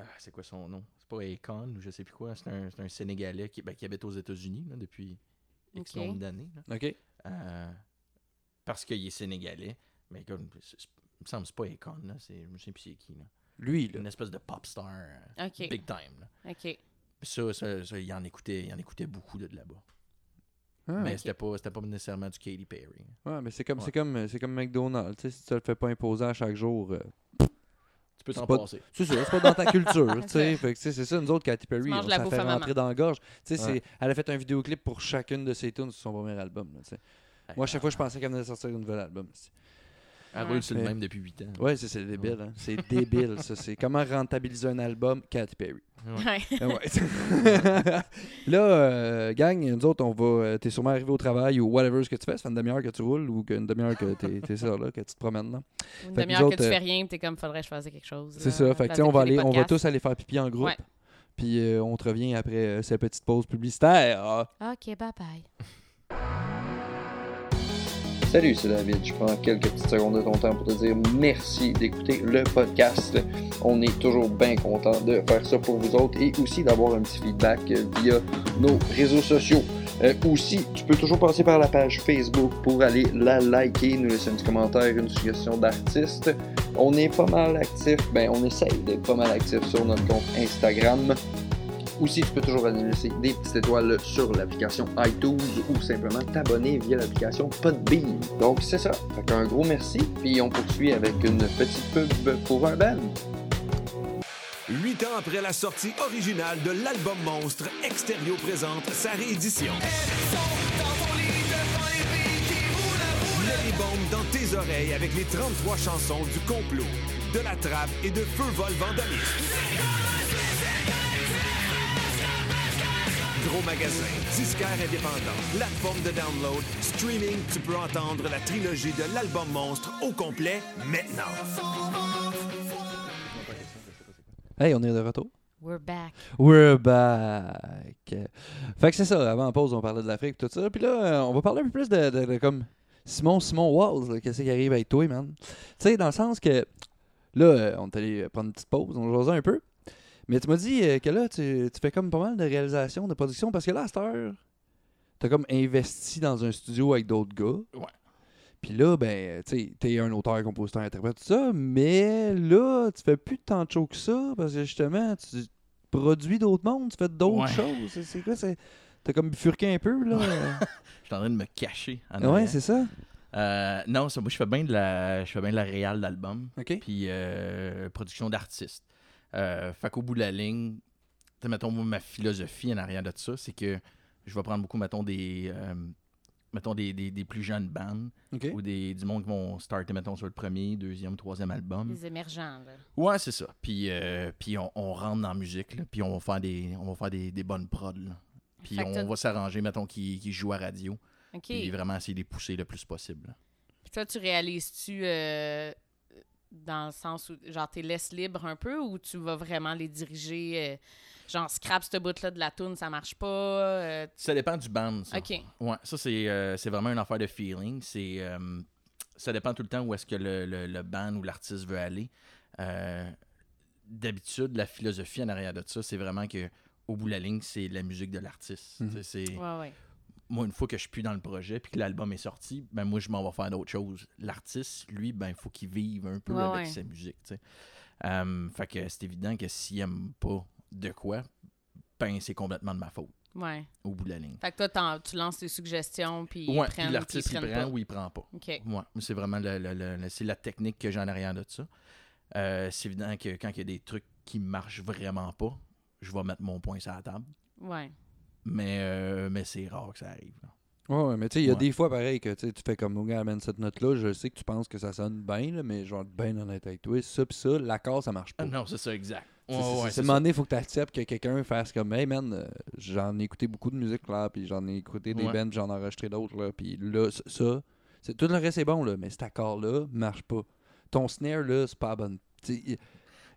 [SPEAKER 3] ah, c'est quoi son nom C'est pas Akon ou je sais plus quoi. C'est un, c'est un Sénégalais qui, ben, qui habite aux États-Unis là, depuis X
[SPEAKER 2] Ok.
[SPEAKER 3] nombre d'années. là.
[SPEAKER 1] OK.
[SPEAKER 3] Euh, parce qu'il est Sénégalais. Mais comme, c'est- c'est- il me semble que c'est pas Akon. Là, c'est, je me sais plus c'est qui. Là.
[SPEAKER 1] Lui, là.
[SPEAKER 3] Une espèce de pop star euh,
[SPEAKER 2] OK,
[SPEAKER 3] big time. là.
[SPEAKER 2] OK.
[SPEAKER 3] Puis Ça, ça, ça, il, en écoutait, il en écoutait beaucoup de de là-bas.
[SPEAKER 1] Ah,
[SPEAKER 3] mais c'était, pas, c'était pas nécessairement du Katy Perry.
[SPEAKER 1] ouais, mais c'est comme,
[SPEAKER 3] Ouais.
[SPEAKER 1] c'est comme, c'est comme McDonald's. tu sais, Si tu te le fais pas imposer à chaque jour, euh,
[SPEAKER 3] Tu peux
[SPEAKER 1] C'est
[SPEAKER 3] t'en
[SPEAKER 1] pas-
[SPEAKER 3] passer.
[SPEAKER 1] c'est ça, c'est pas dans ta culture. tu sais.
[SPEAKER 2] C'est-
[SPEAKER 1] Fait que, tu sais, c'est ça, nous autres, Katy Perry,
[SPEAKER 2] manges
[SPEAKER 1] on
[SPEAKER 2] la
[SPEAKER 1] s'en
[SPEAKER 2] bouffe
[SPEAKER 1] fait
[SPEAKER 2] à maman.
[SPEAKER 1] rentrer dans la gorge. Tu sais, c'est-
[SPEAKER 3] Ouais.
[SPEAKER 1] Elle a fait un vidéoclip pour chacune de ses tunes sur son premier album. là, tu sais. Moi, à chaque fois, je pensais qu'elle venait de sortir un nouvel album.
[SPEAKER 3] Elle roule sur le
[SPEAKER 1] Ouais.
[SPEAKER 3] même depuis 8 ans.
[SPEAKER 1] Ouais, ça, c'est débile. hein. C'est débile, ça. C'est comment rentabiliser un album, Katy Perry.
[SPEAKER 3] Ouais.
[SPEAKER 2] Ouais.
[SPEAKER 1] Ah ouais. [laughs] là, euh, gang, nous autres, on va. euh, T'es sûrement arrivé au travail ou whatever ce que tu fais. Ça fait une demi-heure que tu roules ou que- une demi-heure que t'es, t'es ça, là, que tu te promènes. Là. Fait
[SPEAKER 2] Une
[SPEAKER 1] que
[SPEAKER 2] demi-heure
[SPEAKER 1] nous
[SPEAKER 2] que tu
[SPEAKER 1] autres,
[SPEAKER 2] fais
[SPEAKER 1] euh,
[SPEAKER 2] rien, puis t'es comme, faudrait que je fasse quelque chose.
[SPEAKER 1] C'est
[SPEAKER 2] là,
[SPEAKER 1] ça. Fait que, tu sais, on,
[SPEAKER 2] avec
[SPEAKER 1] va
[SPEAKER 2] les
[SPEAKER 1] aller, on va
[SPEAKER 2] podcasts.
[SPEAKER 1] tous aller faire pipi en groupe.
[SPEAKER 2] Ouais.
[SPEAKER 1] Puis euh, on te revient après euh, cette petite pause publicitaire.
[SPEAKER 2] OK, bye-bye.
[SPEAKER 4] Salut, c'est David. Je prends quelques petites secondes de ton temps pour te dire merci d'écouter le podcast. On est toujours bien content de faire ça pour vous autres et aussi d'avoir un petit feedback euh, via nos réseaux sociaux. Euh, aussi, tu peux toujours passer par la page Facebook pour aller la liker, nous laisser un petit commentaire, une suggestion d'artiste. On est pas mal actif, ben on essaye d'être pas mal actif sur notre compte Instagram. Aussi, tu peux toujours aller laisser des petites étoiles sur l'application iTunes ou simplement t'abonner via l'application Podbean. Donc, c'est ça. Fait un gros merci, puis on poursuit avec une petite pub pour un band.
[SPEAKER 5] Huit ans après la sortie originale de l'album Monstre, Extérieur présente sa réédition. Les bombes dans tes oreilles avec les 33 chansons du complot, de la trappe et de feu vol vandalisme. Gros magasin, disquaire indépendant, plateforme de download, streaming, tu peux entendre la trilogie de l'album Monstre au complet maintenant.
[SPEAKER 1] Hey, on est de retour.
[SPEAKER 2] We're back.
[SPEAKER 1] We're back. Fait que c'est ça, avant la pause, on parlait de l'Afrique tout ça. Puis là, euh, on va parler un peu plus de, de- de comme Simon, Simon Walls, là, qu'est-ce qui arrive avec toi, man? Tu sais, dans le sens que là, euh, on est allé prendre une petite pause, on jasait un peu. Mais tu m'as dit euh, que là, tu, tu fais comme pas mal de réalisation, de production, parce que là, à cette heure, t'as comme investi dans un studio avec d'autres gars.
[SPEAKER 3] Ouais.
[SPEAKER 1] Puis là, ben, tu sais, t'es un auteur, compositeur, interprète, tout ça, mais là, tu fais plus tant de shows que ça, parce que justement, tu produis d'autres mondes, tu fais d'autres
[SPEAKER 3] Ouais.
[SPEAKER 1] choses. C'est- C'est quoi, c'est... T'as comme bifurqué un peu, là.
[SPEAKER 3] Je suis en train de me cacher. [laughs] en
[SPEAKER 1] ouais,
[SPEAKER 3] arrière.
[SPEAKER 1] c'est ça.
[SPEAKER 3] Euh, non, ça, moi, je fais bien de la, je fais bien de la réal d'album,
[SPEAKER 1] OK.
[SPEAKER 3] puis euh, production d'artistes. Euh, fait qu'au bout de la ligne, tu sais, mettons, moi, ma philosophie en arrière de ça, c'est que je vais prendre beaucoup, mettons, des, euh, mettons, des, des- des plus jeunes bandes
[SPEAKER 1] OK.
[SPEAKER 3] ou des, du monde qui vont starter, mettons, sur le premier, deuxième, troisième album.
[SPEAKER 2] Les émergents, là.
[SPEAKER 3] Ouais, c'est ça. Puis, euh, puis on, on rentre dans la musique, là, puis on va faire des, on va faire des, des bonnes prods. là. Puis
[SPEAKER 2] Fait que
[SPEAKER 3] on
[SPEAKER 2] t'as-
[SPEAKER 3] va s'arranger, mettons, qui, qui joue à radio,
[SPEAKER 2] OK.
[SPEAKER 3] puis vraiment essayer de les pousser le plus possible. là.
[SPEAKER 2] Puis toi, tu réalises-tu euh, dans le sens où, genre, t'es laisse libre un peu ou tu vas vraiment les diriger, euh, genre, scrap ce bout-là de la toune, ça marche pas? euh,
[SPEAKER 3] Ça dépend du band, ça.
[SPEAKER 2] OK.
[SPEAKER 3] Ouais, ça, c'est euh, c'est vraiment une affaire de feeling. C'est euh, Ça dépend tout le temps où est-ce que le, le- le band ou l'artiste veut aller. Euh, D'habitude, la philosophie en arrière de ça, c'est vraiment que au bout de la ligne, c'est la musique de l'artiste.
[SPEAKER 1] Mhm.
[SPEAKER 3] Tu sais, c'est-
[SPEAKER 2] Ouais, ouais.
[SPEAKER 3] Moi, une fois que je suis plus dans le projet puis que l'album est sorti, ben moi, je m'en vais faire d'autres choses. L'artiste, lui, ben il faut qu'il vive un peu
[SPEAKER 2] Ouais,
[SPEAKER 3] avec
[SPEAKER 2] ouais.
[SPEAKER 3] sa musique. tu sais. Euh, fait que c'est évident que s'il aime pas de quoi, ben c'est complètement de ma faute.
[SPEAKER 2] Ouais.
[SPEAKER 3] au bout de la ligne.
[SPEAKER 2] Fait que toi, t'en- tu lances tes suggestions, puis ils
[SPEAKER 3] Ouais, puis
[SPEAKER 2] prennent, puis
[SPEAKER 3] l'artiste,
[SPEAKER 2] ils
[SPEAKER 3] il
[SPEAKER 2] prennent
[SPEAKER 3] prend
[SPEAKER 2] pas.
[SPEAKER 3] ou il prend pas.
[SPEAKER 2] OK.
[SPEAKER 3] Ouais, c'est vraiment le- le- le- le- c'est la technique que j'ai en arrière de ça. Euh, c'est évident que quand il y a des trucs qui marchent vraiment pas, je vais mettre mon point sur la table.
[SPEAKER 2] Ouais.
[SPEAKER 3] Mais, euh, mais c'est rare que ça arrive. là.
[SPEAKER 1] Ouais, ouais, mais tu sais, il y a
[SPEAKER 3] Ouais.
[SPEAKER 1] des fois pareil que tu sais, tu fais comme, regarde, man, cette note-là, je sais que tu penses que ça sonne bien, là, mais genre, bien honnête avec toi, ça pis ça, l'accord, ça marche pas.
[SPEAKER 3] Ah non, c'est ça, exact.
[SPEAKER 1] C'est-
[SPEAKER 3] Ouais,
[SPEAKER 1] c'est-
[SPEAKER 3] ouais,
[SPEAKER 1] c'est- c'est
[SPEAKER 3] c'est
[SPEAKER 1] un
[SPEAKER 3] ça.
[SPEAKER 1] moment donné, il faut que tu acceptes que quelqu'un fasse comme, hey man, euh, j'en ai écouté beaucoup de musique là, puis j'en ai écouté des
[SPEAKER 3] Ouais.
[SPEAKER 1] bands, j'en ai enregistré d'autres, là, puis là, c- ça, c'est, tout le reste est bon, là, mais cet accord-là marche pas. Ton snare, là, c'est pas bon. Il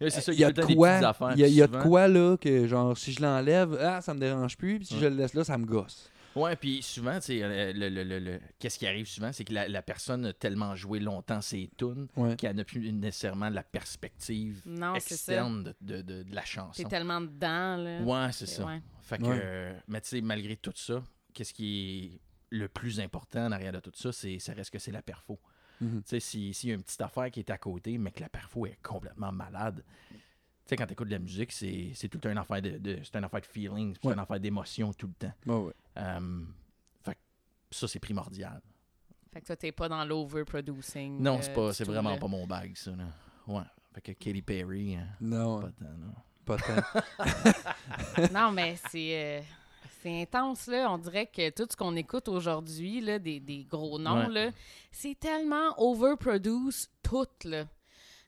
[SPEAKER 3] Ouais, c'est ça,
[SPEAKER 1] y a
[SPEAKER 3] tout
[SPEAKER 1] de
[SPEAKER 3] le temps des petites
[SPEAKER 1] quoi,
[SPEAKER 3] affaires,
[SPEAKER 1] il y a, il y a de
[SPEAKER 3] souvent.
[SPEAKER 1] quoi, là, que genre, si je l'enlève, ah, ça me dérange plus, puis si je le laisse là, ça me gosse.
[SPEAKER 3] Ouais, puis souvent, tu sais, euh, le, le- le- le- qu'est-ce qui arrive souvent, c'est que la, la personne a tellement joué longtemps ses tunes
[SPEAKER 1] Ouais.
[SPEAKER 3] qu'elle n'a plus nécessairement la perspective
[SPEAKER 2] Non, c'est ça.
[SPEAKER 3] externe de, de- de- de la
[SPEAKER 2] T'es
[SPEAKER 3] chanson.
[SPEAKER 2] tellement dedans, là.
[SPEAKER 3] Ouais, c'est
[SPEAKER 2] Et
[SPEAKER 3] ça.
[SPEAKER 2] ouais.
[SPEAKER 3] Fait que,
[SPEAKER 1] Ouais.
[SPEAKER 3] euh, mais tu sais, malgré tout ça, qu'est-ce qui est le plus important en arrière de tout ça, c'est ça reste que c'est la perfo.
[SPEAKER 1] Mhm.
[SPEAKER 3] Tu sais, si- s'il y a une petite affaire qui est à côté, mais que la perfo est complètement malade, tu sais, quand t'écoutes de la musique, c'est c'est tout un affaire de, de- c'est un affaire de feeling, c'est
[SPEAKER 1] Ouais.
[SPEAKER 3] un affaire d'émotion tout le temps.
[SPEAKER 1] Ouais, ouais.
[SPEAKER 3] Euh, fait que ça, c'est primordial.
[SPEAKER 2] Fait que toi, t'es pas dans l'overproducing.
[SPEAKER 3] Non,
[SPEAKER 2] euh,
[SPEAKER 3] c'est pas,
[SPEAKER 2] du
[SPEAKER 3] c'est
[SPEAKER 2] tout,
[SPEAKER 3] vraiment
[SPEAKER 2] là.
[SPEAKER 3] pas mon bag, ça. là. Ouais. Fait que Katy Perry, hein,
[SPEAKER 1] Non,
[SPEAKER 3] pas
[SPEAKER 1] hein,
[SPEAKER 3] tant, non.
[SPEAKER 1] pas tant.
[SPEAKER 2] Non, mais c'est. euh, C'est intense, là. On dirait que tout ce qu'on écoute aujourd'hui, là, des, des gros noms,
[SPEAKER 3] Ouais.
[SPEAKER 2] là, c'est tellement overproduce tout, là.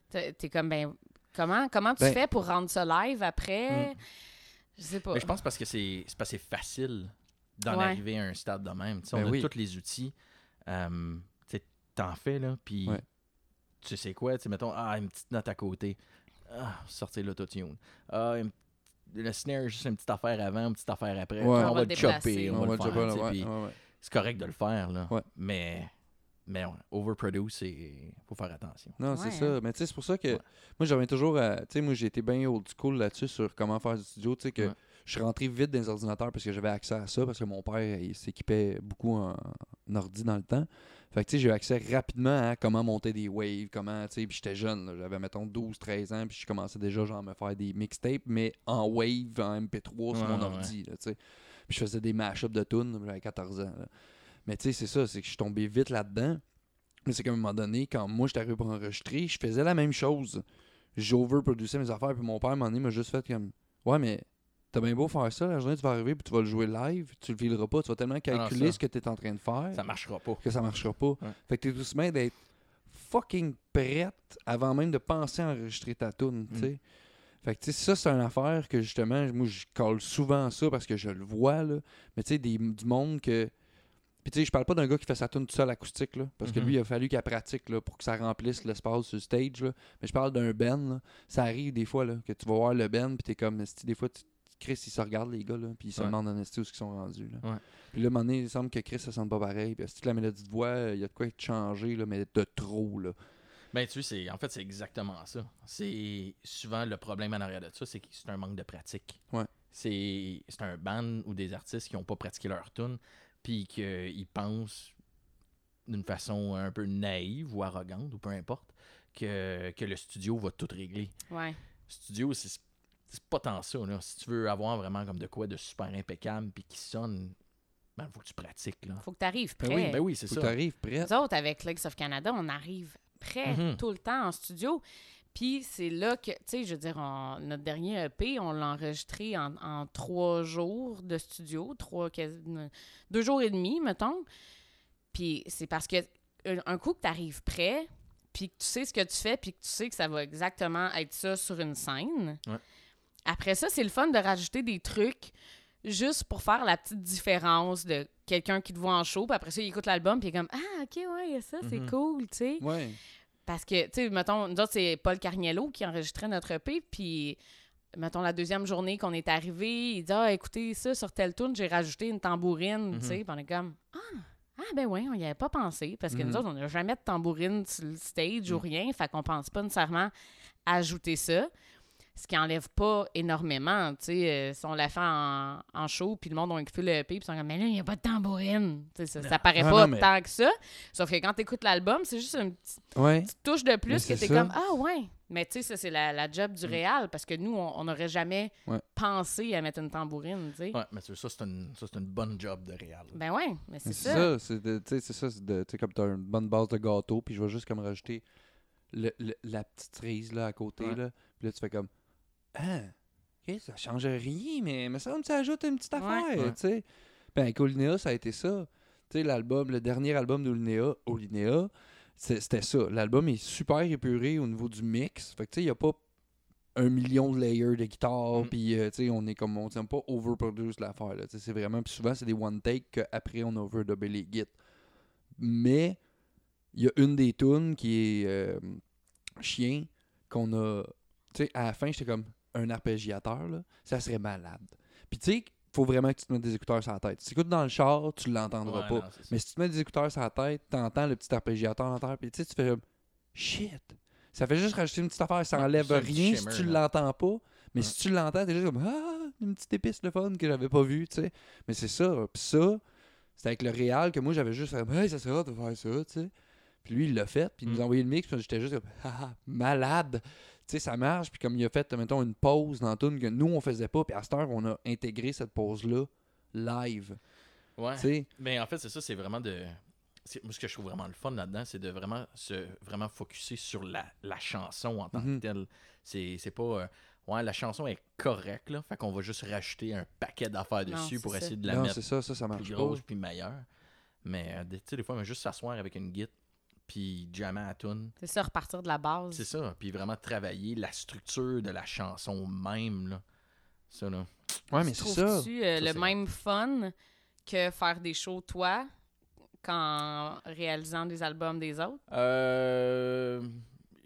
[SPEAKER 2] T'es t'es comme, ben, comment, comment tu
[SPEAKER 1] Ben-
[SPEAKER 2] fais pour rendre ça live après? Je sais pas.
[SPEAKER 3] Mais Hmm. Ben, je pense parce que c'est c'est parce que c'est facile d'en
[SPEAKER 2] Ouais.
[SPEAKER 3] arriver à un stade de même. Tu sais, on
[SPEAKER 1] Ben
[SPEAKER 3] a
[SPEAKER 1] oui.
[SPEAKER 3] tous les outils. Euh, tu sais, t'en fais, là, puis
[SPEAKER 1] Ouais.
[SPEAKER 3] tu sais quoi, tu sais, mettons, ah, une petite note à côté. Ah, sortir l'autotune. Ah, une p- le snare, juste une petite affaire avant, une petite affaire après.
[SPEAKER 1] Ouais.
[SPEAKER 3] On,
[SPEAKER 1] On
[SPEAKER 3] va
[SPEAKER 2] va
[SPEAKER 3] le
[SPEAKER 2] déplacer.
[SPEAKER 3] chopper, on,
[SPEAKER 1] On
[SPEAKER 3] va
[SPEAKER 1] va
[SPEAKER 3] le
[SPEAKER 1] dire pas,
[SPEAKER 3] faire,
[SPEAKER 1] là,
[SPEAKER 3] tu sais,
[SPEAKER 1] ouais,
[SPEAKER 3] puis
[SPEAKER 1] ouais, ouais.
[SPEAKER 3] C'est correct de le faire, là.
[SPEAKER 1] Ouais.
[SPEAKER 3] Mais, mais ouais, overproduce, c'est faut faire attention.
[SPEAKER 1] Non,
[SPEAKER 2] Ouais,
[SPEAKER 1] c'est ça. Mais tu sais, c'est pour ça que
[SPEAKER 3] Ouais.
[SPEAKER 1] moi, j'avais toujours à. Tu sais, moi, j'ai été bien old school là-dessus sur comment faire du studio. Tu sais, que
[SPEAKER 3] Ouais.
[SPEAKER 1] je suis rentré vite dans les ordinateurs parce que j'avais accès à ça, parce que mon père, il s'équipait beaucoup en, en ordi dans le temps. Fait que tu sais, j'ai eu accès rapidement à comment monter des waves, comment. Tu sais, puis j'étais jeune, là. j'avais mettons 12, 13 ans, puis je commençais déjà genre à me faire des mixtapes, mais en wave, en MP3 sur
[SPEAKER 3] Ouais,
[SPEAKER 1] mon
[SPEAKER 3] ouais.
[SPEAKER 1] ordi, là, tu sais. Puis je faisais des mashups de tunes, j'avais 14 ans. là. Mais tu sais, c'est ça, c'est que je suis tombé vite là-dedans. Mais c'est qu'à un moment donné, quand moi j'étais arrivé pour enregistrer, je faisais la même chose. J'overproduisais mes affaires, puis mon père, à un moment donné, m'a juste fait comme Ouais, mais t'as bien beau faire ça, la journée tu vas arriver, puis tu vas le jouer live, tu le fileras pas, tu vas tellement
[SPEAKER 3] Ah non,
[SPEAKER 1] calculer
[SPEAKER 3] ça.
[SPEAKER 1] ce que t'es en train de faire
[SPEAKER 3] Ça marchera pas.
[SPEAKER 1] que ça marchera pas. Fait que t'es doucement d'être fucking prête avant même de penser à enregistrer ta tune, tu sais. Fait que, tu sais, ça, c'est une affaire que, justement, moi, je colle souvent ça parce que je le vois, là. Mais, tu sais, des- du monde que... Puis, tu sais, je parle pas d'un gars qui fait sa tune tout seul acoustique, là. Parce que
[SPEAKER 3] Mhm.
[SPEAKER 1] lui, il a fallu qu'il la pratique, là, pour que ça remplisse l'espace sur le stage, là. Mais je parle d'un band, là. Ça arrive des fois, là, que tu vas voir le band, puis t'es comme... esti, Des fois, tu- Chris, ils se regardent, les gars, là, puis ils se
[SPEAKER 3] Ouais.
[SPEAKER 1] demandent en esti où ils sont rendus, là.
[SPEAKER 3] Ouais.
[SPEAKER 1] Puis là, à un moment donné, il semble que Chris, ça sonne pas pareil. Puis c'est la mélodie de voix, euh, il y a de quoi être changé, là, mais de trop, là.
[SPEAKER 3] Ben, tu sais, c'est- en fait, c'est exactement ça. C'est souvent le problème en arrière de ça, c'est que c'est un manque de pratique.
[SPEAKER 1] Ouais.
[SPEAKER 3] C'est c'est un band ou des artistes qui n'ont pas pratiqué leur tune, puis qu'ils pensent d'une façon un peu naïve ou arrogante, ou peu importe, que, que le studio va tout régler.
[SPEAKER 2] Ouais.
[SPEAKER 3] Studio, c'est c'est pas tant ça. Là. Si tu veux avoir vraiment comme de quoi de super impeccable, puis qui sonne, ben, faut que tu pratiques. Là.
[SPEAKER 2] Faut que t'arrives prêt.
[SPEAKER 3] Ben oui, ben oui c'est
[SPEAKER 1] Eh, Faut
[SPEAKER 3] ça.
[SPEAKER 1] que t'arrives prêt.
[SPEAKER 2] Nous autres, avec Legs of Canada, on arrive prêt
[SPEAKER 3] Mhm.
[SPEAKER 2] tout le temps en studio. Puis c'est là que, tu sais, je veux dire, on- notre dernier EP, on l'a enregistré en, en trois jours de studio, trois, quasi- euh, deux jours et demi, mettons. Puis c'est parce que un, un coup que tu arrives prêt, puis que tu sais ce que tu fais, puis que tu sais que ça va exactement être ça sur une scène.
[SPEAKER 3] Ouais.
[SPEAKER 2] Après ça, c'est le fun de rajouter des trucs juste pour faire la petite différence de quelqu'un qui te voit en show, puis après ça, il écoute l'album, puis il est comme Ah, ok, ouais, il y a ça, c'est
[SPEAKER 3] Mhm.
[SPEAKER 2] cool, tu sais.
[SPEAKER 1] Ouais.
[SPEAKER 2] Parce que, tu sais, mettons, nous autres, c'est Paul Carniello qui enregistrait notre EP, puis, mettons, la deuxième journée qu'on est arrivé, il dit Ah, écoutez, ça, sur tel tune, j'ai rajouté une tambourine, tu
[SPEAKER 1] Mhm.
[SPEAKER 2] sais, Puis on est comme Ah, ah ben oui, on n'y avait pas pensé, parce que
[SPEAKER 1] Mhm.
[SPEAKER 2] nous autres, on n'a jamais de tambourine sur le stage ou rien, fait qu'on pense pas nécessairement ajouter ça. Ce qui enlève pas énormément, tu sais, euh, si on la fait en, en show, puis le monde a écouté le EP, puis ils sont comme, mais là, il n'y a pas de tambourine. Tu sais, Ça, ça paraît
[SPEAKER 1] Non,
[SPEAKER 2] pas
[SPEAKER 1] non, mais-
[SPEAKER 2] tant que ça. Sauf que quand tu écoutes l'album, c'est juste une petite
[SPEAKER 1] Ouais.
[SPEAKER 2] touche de
[SPEAKER 1] Mais
[SPEAKER 2] plus
[SPEAKER 1] c'est
[SPEAKER 2] que t'es
[SPEAKER 1] ça.
[SPEAKER 2] comme Ah ouais, Mais tu sais, ça, c'est la, la job du réal parce que nous, on on n'aurait jamais
[SPEAKER 1] Ouais.
[SPEAKER 2] pensé à mettre une tambourine, tu sais.
[SPEAKER 3] Ouais, mais ça, c'est une, ça, c'est une bonne job de Real.
[SPEAKER 2] Ben ouais, mais c'est
[SPEAKER 1] C'est
[SPEAKER 2] ça.
[SPEAKER 1] ça, c'est de- tu sais, c'est ça, c'est de- tu sais, comme tu as une bonne base de gâteau, puis je vais juste comme rajouter le- le- la petite cerise là, à côté,
[SPEAKER 3] Ouais.
[SPEAKER 1] là, puis là tu fais comme Ah, ok, ça change rien, mais mais ça me ça ajoute une petite
[SPEAKER 2] Ouais.
[SPEAKER 1] affaire,
[SPEAKER 3] Ouais.
[SPEAKER 1] tu sais. Ben avec Olinéa, ça a été ça. Tu sais, l'album, le dernier album d'Olinéa, Olinéa, c'est- c'était ça. L'album est super épuré au niveau du mix, fait que tu sais, il n'y a pas un million de layers de guitare,
[SPEAKER 3] Mm.
[SPEAKER 1] puis euh, tu sais, on est comme, on tient pas overproduce l'affaire, là, tu sais, c'est vraiment, puis souvent c'est des one take qu'après on overdubbe les gits. Mais, il y a une des tunes qui est euh, Chien, qu'on a, tu sais, à la fin j'étais comme, un arpégiateur, là, ça serait malade. Puis tu sais, faut vraiment que tu te mettes des écouteurs sur la tête. Si tu écoutes dans le char, tu l'entendras
[SPEAKER 3] Ouais,
[SPEAKER 1] pas.
[SPEAKER 3] non, c'est ça.
[SPEAKER 1] Mais si tu te mets des écouteurs sur la tête, t'entends le petit arpégiateur en terre, puis tu sais, tu fais comme, shit. Ça fait juste rajouter une petite affaire, ça
[SPEAKER 3] Ouais,
[SPEAKER 1] enlève
[SPEAKER 3] c'est un petit
[SPEAKER 1] rien
[SPEAKER 3] shimmer,
[SPEAKER 1] si tu
[SPEAKER 3] là.
[SPEAKER 1] l'entends pas. Mais
[SPEAKER 3] Ouais.
[SPEAKER 1] si tu l'entends, t'es juste comme, ah, une petite épice de fun que j'avais pas vue, tu sais. Mais c'est ça. Puis ça, c'est avec le réal que moi, j'avais juste, comme, hey, ça serait hot de faire ça, tu sais. Puis lui, il l'a fait, puis il nous a
[SPEAKER 3] Mm.
[SPEAKER 1] envoyé le mix, puis j'étais juste comme, [laughs] ah, malade. Tu sais, ça marche, puis comme il a fait, mettons, une pause dans la tune que nous, on faisait pas, puis à cette heure, on a intégré cette pause-là live,
[SPEAKER 3] Ouais.
[SPEAKER 1] tu sais.
[SPEAKER 3] Mais en fait, c'est ça, c'est vraiment de. c'est- Moi, ce que je trouve vraiment le fun là-dedans, c'est de vraiment se vraiment focuser sur la, la chanson en tant
[SPEAKER 1] Mhm.
[SPEAKER 3] que telle. C'est c'est pas. euh, ouais, la chanson est correcte, là. Fait qu'on va juste rajouter un paquet d'affaires
[SPEAKER 2] Non,
[SPEAKER 3] dessus
[SPEAKER 2] c'est
[SPEAKER 3] pour
[SPEAKER 2] ça.
[SPEAKER 3] essayer de la
[SPEAKER 1] Non,
[SPEAKER 3] mettre
[SPEAKER 1] c'est ça, ça, ça marche
[SPEAKER 3] plus
[SPEAKER 1] pas.
[SPEAKER 3] grosse puis meilleure. Mais, euh, des- tu sais, des fois, on va juste s'asseoir avec une guitare puis jammer à la tune.
[SPEAKER 2] C'est ça, repartir de la
[SPEAKER 3] C'est
[SPEAKER 2] base.
[SPEAKER 3] ça. Puis vraiment travailler la structure de la chanson même, là. Ça, là.
[SPEAKER 1] Ouais, mais c'est ça.
[SPEAKER 2] Trouves-tu euh,
[SPEAKER 3] Ça,
[SPEAKER 2] le
[SPEAKER 3] c'est-
[SPEAKER 2] même fun que faire des shows, toi, qu'en réalisant des albums des autres?
[SPEAKER 3] Euh,